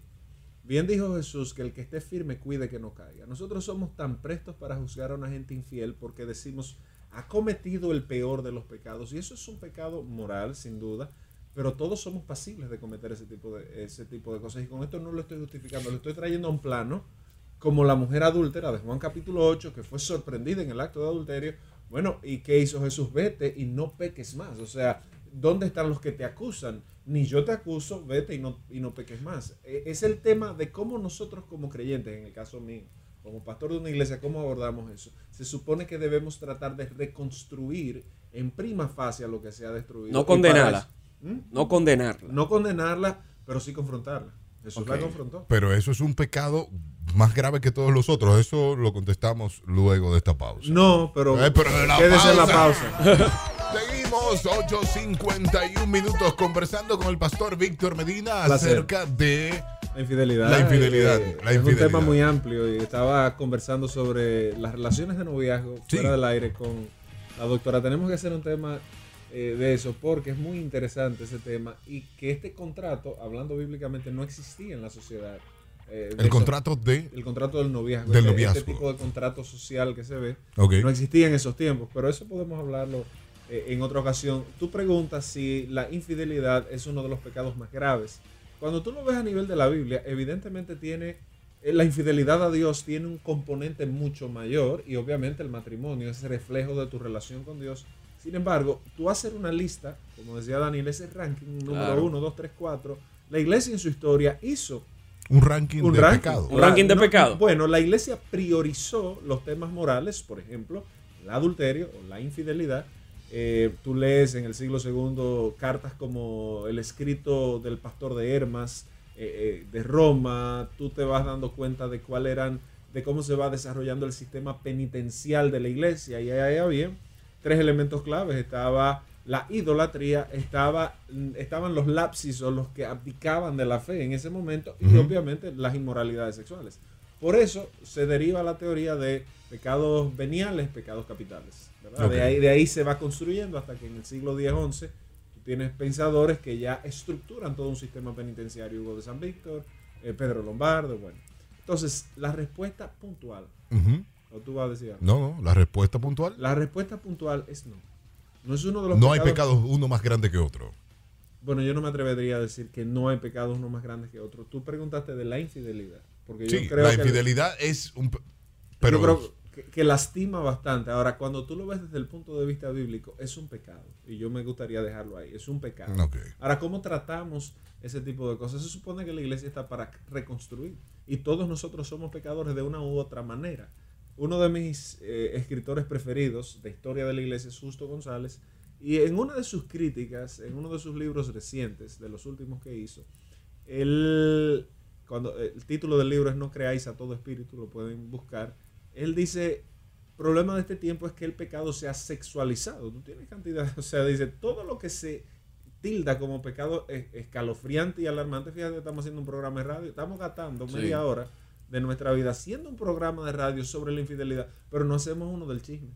Speaker 13: bien dijo Jesús que el que esté firme cuide que no caiga. Nosotros somos tan prestos para juzgar a una gente infiel porque decimos ha cometido el peor de los pecados y eso es un pecado moral sin duda, pero todos somos pasibles de cometer ese tipo de ese tipo de cosas y con esto no lo estoy justificando, lo estoy trayendo a un plano como la mujer adúltera de Juan capítulo 8 que fue sorprendida en el acto de adulterio. Bueno, ¿y qué hizo Jesús? Vete y no peques más. O sea, ¿dónde están los que te acusan? Ni yo te acuso, vete y no, y no peques más. E- Es el tema de cómo nosotros como creyentes, en el caso mío, como pastor de una iglesia, ¿cómo abordamos eso? Se supone que debemos tratar de reconstruir en prima fase a lo que se ha destruido.
Speaker 3: No
Speaker 13: Y para
Speaker 3: condenarla.
Speaker 13: eso- ¿Mm?
Speaker 3: No condenarla.
Speaker 13: No condenarla, pero sí confrontarla. Jesús
Speaker 3: Ok.
Speaker 13: la confrontó.
Speaker 2: Pero eso es un pecado más grave que todos los otros. Eso lo contestamos luego de esta pausa.
Speaker 13: No, pero,
Speaker 2: Eh, pero de la
Speaker 13: quédese en la pausa.
Speaker 2: Seguimos 8.51 minutos conversando con el pastor Víctor Medina
Speaker 13: Placer.
Speaker 2: acerca de
Speaker 13: La infidelidad.
Speaker 2: La infidelidad,
Speaker 13: eh,
Speaker 2: la
Speaker 13: es
Speaker 2: infidelidad.
Speaker 13: un tema muy amplio y estaba conversando sobre las relaciones de noviazgo fuera del aire con la doctora. Tenemos que hacer un tema eh, de eso porque es muy interesante ese tema y que este contrato, hablando bíblicamente, no existía en la sociedad. eh,
Speaker 2: El
Speaker 13: de eso-
Speaker 2: contrato de-
Speaker 13: El contrato del noviazgo.
Speaker 2: del
Speaker 13: este-
Speaker 2: noviazgo.
Speaker 13: Este tipo de contrato social que se ve.
Speaker 2: Ok.
Speaker 13: No existía en esos tiempos, pero eso podemos hablarlo eh, en otra ocasión. Tú preguntas si la infidelidad es uno de los pecados más graves. Cuando tú lo ves a nivel de la Biblia, evidentemente tiene eh, la infidelidad a Dios tiene un componente mucho mayor y obviamente el matrimonio es reflejo de tu relación con Dios. Sin embargo, tú hacer una lista, como decía Daniel, ese ranking número
Speaker 3: Claro.
Speaker 13: 1, 2, 3, 4, la iglesia en su historia hizo
Speaker 2: un ranking de pecado.
Speaker 3: Un ranking de
Speaker 13: No,
Speaker 3: pecado.
Speaker 13: Bueno, la iglesia priorizó los temas morales, por ejemplo, el adulterio o la infidelidad. Eh, tú lees en el siglo II cartas como el escrito del pastor de Hermas, eh, eh, de Roma. Tú te vas dando cuenta de cuál eran, de cómo se va desarrollando el sistema penitencial de la iglesia. Y ahí había tres elementos claves. Estaba la idolatría, estaba, estaban los lapsis o los que abdicaban de la fe en ese momento y
Speaker 2: Ujú.
Speaker 13: obviamente las inmoralidades sexuales. Por eso se deriva la teoría de pecados veniales, pecados capitales. ¿verdad? De,
Speaker 2: Ok.
Speaker 13: ahí, de ahí se va construyendo hasta que en el siglo X-XI tú tienes pensadores que ya estructuran todo un sistema penitenciario, Hugo de San Víctor, eh, Pedro Lombardo, bueno. Entonces, la respuesta puntual.
Speaker 2: Ujú.
Speaker 13: ¿O tú vas a decir algo?
Speaker 2: No, no, la respuesta puntual.
Speaker 13: La respuesta puntual es no. No es uno de los
Speaker 2: No hay pecados uno más grande que otro.
Speaker 13: Bueno, yo no me atrevería a decir que no hay pecados uno más grandes que otro. Tú preguntaste de la infidelidad. Porque
Speaker 2: Sí,
Speaker 13: yo creo
Speaker 2: la
Speaker 13: que-
Speaker 2: infidelidad es un... pe- Pero
Speaker 13: Yo creo que, que lastima bastante. Ahora, cuando tú lo ves desde el punto de vista bíblico, es un pecado. Y yo me gustaría dejarlo ahí. Es un pecado.
Speaker 2: Ok.
Speaker 13: Ahora, ¿cómo tratamos ese tipo de cosas? Se supone que la iglesia está para reconstruir. Y todos nosotros somos pecadores de una u otra manera. Uno de mis eh, escritores preferidos de historia de la iglesia es Justo González. Y en una de sus críticas, en uno de sus libros recientes, de los últimos que hizo, él, cuando eh, el título del libro es No creáis a todo espíritu, lo pueden buscar. Él dice, problema de este tiempo es que el pecado se ha sexualizado. Tú tienes cantidad, o sea, dice, todo lo que se tilda como pecado es- escalofriante y alarmante. Fíjate, estamos haciendo un programa de radio, estamos gastando
Speaker 3: Sí.
Speaker 13: media hora de nuestra vida haciendo un programa de radio sobre la infidelidad, pero no hacemos uno del chisme.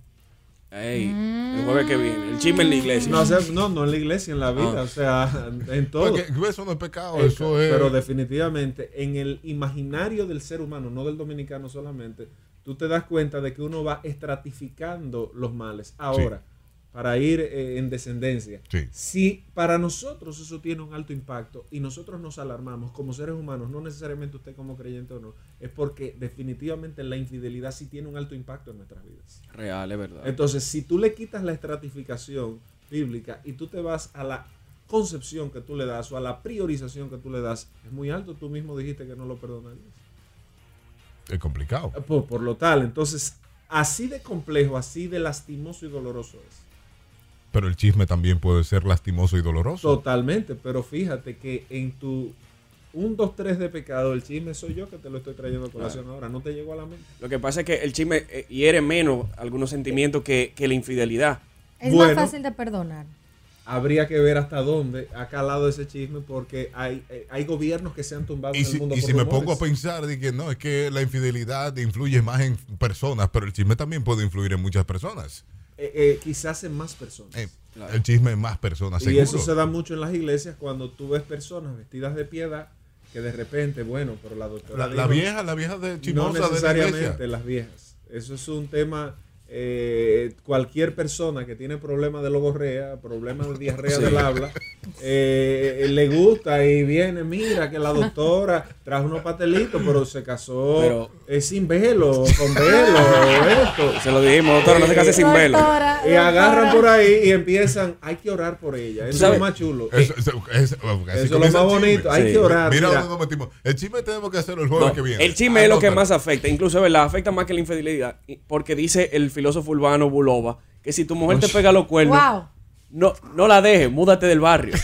Speaker 3: Ey, el jueves que viene. El chisme en la iglesia.
Speaker 13: No, hace- no, no en la iglesia, en la vida,
Speaker 3: Ah.
Speaker 13: o sea, en todo.
Speaker 2: Porque eso no es pecado,
Speaker 13: Eh,
Speaker 2: eso es-
Speaker 13: Pero definitivamente, en el imaginario del ser humano, no del dominicano solamente, tú te das cuenta de que uno va estratificando los males. Ahora, para ir eh, en descendencia, si para nosotros eso tiene un alto impacto y nosotros nos alarmamos como seres humanos, no necesariamente usted como creyente o no, es porque definitivamente la infidelidad sí tiene un alto impacto en nuestras vidas.
Speaker 3: Real, es verdad.
Speaker 13: Entonces, si tú le quitas la estratificación bíblica y tú te vas a la concepción que tú le das o a la priorización que tú le das, es muy alto. Tú mismo dijiste que no lo perdonarías.
Speaker 2: Es complicado.
Speaker 13: Por, Ah, pues, por lo tal, entonces, así de complejo, así de lastimoso y doloroso es.
Speaker 2: Pero el chisme también puede ser lastimoso y doloroso.
Speaker 13: Totalmente, pero fíjate que en tu 1, 2, 3 de pecado, el chisme soy yo que te lo estoy trayendo a colación ahora. No te llegó a la mente.
Speaker 3: Lo que pasa es que el chisme eh, hiere menos algunos sentimientos que, que la infidelidad.
Speaker 1: Es
Speaker 13: Bueno.
Speaker 1: más fácil de perdonar.
Speaker 13: Habría que ver hasta dónde ha calado ese chisme porque hay, eh, hay gobiernos que se han tumbado
Speaker 2: Y
Speaker 13: en el
Speaker 2: si,
Speaker 13: mundo
Speaker 2: y
Speaker 13: por
Speaker 2: si me
Speaker 13: rumores.
Speaker 2: pongo a pensar de que no, es que la infidelidad influye más en personas, pero el chisme también puede influir en muchas personas.
Speaker 13: Eh, eh, quizás en más personas.
Speaker 2: El chisme en más personas,
Speaker 13: Y
Speaker 2: seguro.
Speaker 13: eso se da mucho en las iglesias cuando tú ves personas vestidas de piedad que de repente, bueno, pero la doctora.
Speaker 2: La- la vieja, la vieja de chismosa de
Speaker 13: No
Speaker 2: la
Speaker 13: necesariamente
Speaker 2: iglesia.
Speaker 13: las viejas. Eso es un tema. eh, cualquier persona que tiene problemas de logorrea, problemas de diarrea
Speaker 3: Sí.
Speaker 13: del habla, eh, le gusta y viene, mira que la doctora trajo unos pastelitos, pero se casó
Speaker 3: Pero-
Speaker 13: eh, sin velo, con velo, esto. Eh,
Speaker 3: Se lo dijimos, doctora, no se case sin velo. Doctora,
Speaker 13: Y agarran
Speaker 3: doctora.
Speaker 13: por ahí y empiezan, hay que orar por ella.
Speaker 2: ¿Tú
Speaker 13: Eso es
Speaker 2: sabes?
Speaker 13: lo más chulo.
Speaker 2: Eso, eso- eso-
Speaker 13: es
Speaker 2: así
Speaker 13: lo
Speaker 2: comienza
Speaker 13: más
Speaker 2: el chisme.
Speaker 13: bonito, hay que orar,
Speaker 2: Mira,
Speaker 13: mira.
Speaker 2: dónde nos metimos. El chisme tenemos que hacerlo el jueves
Speaker 3: No,
Speaker 2: que viene. Ah,
Speaker 3: El chisme es lo que
Speaker 2: Anótalo.
Speaker 3: más afecta, incluso ¿verdad? afecta más que la infidelidad, y- porque dice el filósofo urbano Bulova que si tu mujer te
Speaker 2: Ush.
Speaker 3: pega los cuernos,
Speaker 1: Wow.
Speaker 3: no, no la dejes, múdate del barrio.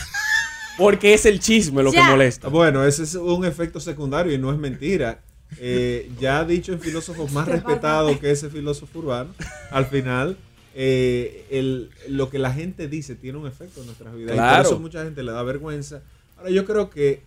Speaker 3: Porque es el chisme lo que molesta.
Speaker 13: Bueno, ese es un efecto secundario y no es mentira. Eh, ya dicho en filósofos más respetados que ese filósofo urbano, al final eh, el- lo que la gente dice tiene un efecto en nuestras vidas. Y
Speaker 3: Claro.
Speaker 13: por eso mucha gente le da vergüenza. Ahora yo creo que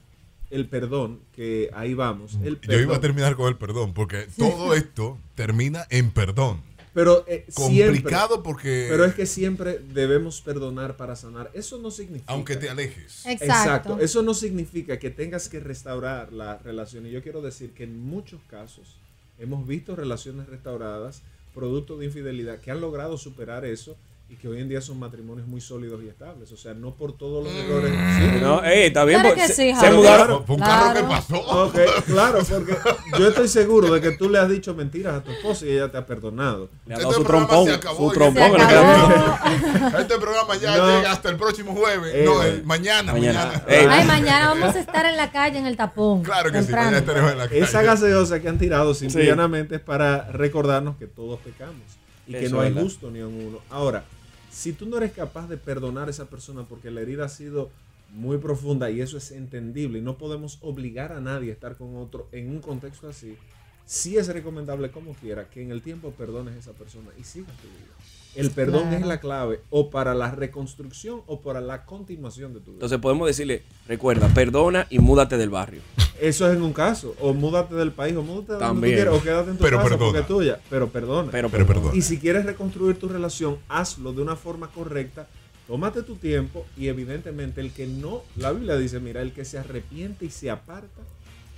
Speaker 13: el perdón, que ahí vamos. el
Speaker 2: Yo iba a
Speaker 13: perdón-
Speaker 2: terminar con el perdón, porque todo esto termina en perdón.
Speaker 13: Pero eh,
Speaker 2: Complicado
Speaker 13: siempre-
Speaker 2: porque-
Speaker 13: Pero es que siempre debemos perdonar para sanar. Eso no significa.
Speaker 2: Aunque te alejes.
Speaker 13: Exacto.
Speaker 2: Exacto.
Speaker 13: Eso no significa que tengas que restaurar la relación. Y yo quiero decir que en muchos casos hemos visto relaciones restauradas, producto de infidelidad, que han logrado superar eso y que hoy en día son matrimonios muy sólidos y estables. O sea, no por todos los errores.
Speaker 3: No, ey, está bien, Claro porque que se- sí, se Javi. mudaron.
Speaker 13: Claro.
Speaker 3: Mm. Fue un carro que Claro. pasó.
Speaker 13: Ok, claro, porque yo estoy seguro de que tú le has dicho mentiras a tu esposa y ella te ha perdonado.
Speaker 3: Le ha dado Este su programa trompón, se acabó su ya. trompón, Se le
Speaker 2: Este programa ya
Speaker 13: No.
Speaker 2: llega hasta el próximo jueves.
Speaker 13: Eh,
Speaker 2: no,
Speaker 13: eh.
Speaker 2: el- mañana,
Speaker 13: Mañana.
Speaker 2: mañana.
Speaker 3: Eh,
Speaker 13: Ey.
Speaker 1: Ay, mañana vamos a estar en la calle, en el tapón. Claro
Speaker 2: que sí, mañana estaremos en la calle.
Speaker 13: Esa gaseosa que han tirado
Speaker 2: Sí.
Speaker 13: simplemente es para recordarnos que todos pecamos y que
Speaker 3: Eso
Speaker 13: no
Speaker 3: es
Speaker 13: hay
Speaker 3: verdad.
Speaker 13: justo ni en uno. Ahora, si tú no eres capaz de perdonar a esa persona porque la herida ha sido muy profunda y eso es entendible y no podemos obligar a nadie a estar con otro en un contexto así, sí es recomendable como quiera que en el tiempo perdones a esa persona y sigas tu vida. El perdón
Speaker 3: Claro.
Speaker 13: es la clave o para la reconstrucción o para la continuación de tu vida.
Speaker 3: Entonces podemos decirle, recuerda, perdona y múdate del barrio.
Speaker 13: Eso es en un caso. O múdate del país, o múdate de donde tú
Speaker 3: También.
Speaker 13: quieras, o quédate en tu
Speaker 3: Pero
Speaker 13: casa
Speaker 3: perdona.
Speaker 13: porque es tuya. Pero perdona.
Speaker 3: Pero Pero perdona. perdona.
Speaker 13: Y si quieres reconstruir tu relación, hazlo de una forma correcta. Tómate tu tiempo y evidentemente el que no, la Biblia dice, mira, el que se arrepiente y se aparta,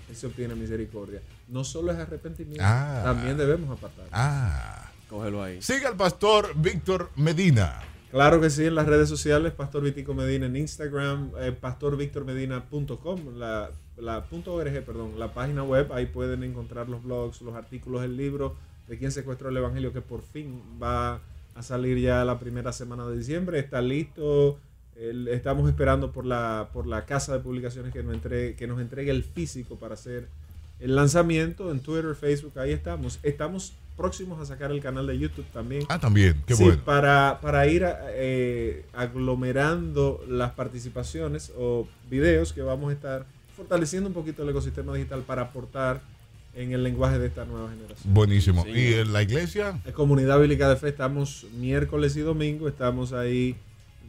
Speaker 13: Él se obtiene misericordia. No solo es arrepentimiento,
Speaker 2: Ah.
Speaker 13: también debemos apartar.
Speaker 2: Ah.
Speaker 3: Cógelo ahí.
Speaker 2: Sigue al pastor Víctor Medina.
Speaker 13: Claro que sí, en las redes sociales, Pastor Vitico Medina en Instagram, eh, pastorvictormedina.com, la, la punto .org, perdón, la página web, ahí pueden encontrar los blogs, los artículos, el libro de quién secuestró el Evangelio, que por fin va a salir ya la primera semana de diciembre, está listo, el- estamos esperando por la, por la casa de publicaciones que nos, entregue, que nos entregue el físico para hacer el lanzamiento en Twitter, Facebook, ahí estamos. Estamos próximos a sacar el canal de YouTube también.
Speaker 2: Ah, también, qué
Speaker 13: Sí,
Speaker 2: bueno.
Speaker 13: Para, para ir eh, aglomerando las participaciones o videos que vamos a estar fortaleciendo un poquito el ecosistema digital para aportar en el lenguaje de esta nueva generación.
Speaker 2: Buenísimo. ¿Y en la iglesia?
Speaker 13: La Comunidad Bíblica de Fe, estamos miércoles y domingo, estamos ahí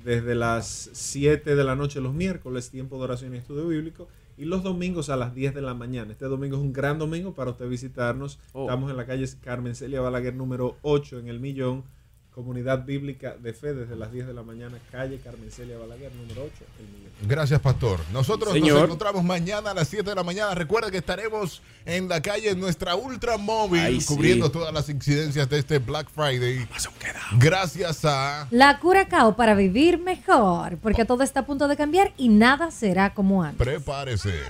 Speaker 13: desde las 7 de la noche los miércoles, tiempo de oración y estudio bíblico, y los domingos a las 10 de la mañana. Este domingo es un gran domingo para usted visitarnos.
Speaker 3: Oh.
Speaker 13: Estamos en la calle Carmen Celia Balaguer número 8 en El Millón, Comunidad Bíblica de Fe, desde las 10 de la mañana, calle Carmen Celia Balaguer número 8, El Millón.
Speaker 2: Gracias, pastor. Nosotros nos
Speaker 13: Señor.
Speaker 2: encontramos mañana a las 7 de la mañana. Recuerda que estaremos en la calle en nuestra ultra móvil
Speaker 3: Ay, sí.
Speaker 2: cubriendo todas las incidencias de este Black Friday. Gracias a
Speaker 1: La Curacao para vivir mejor, porque todo está a punto de cambiar y nada será como antes.
Speaker 2: Prepárese.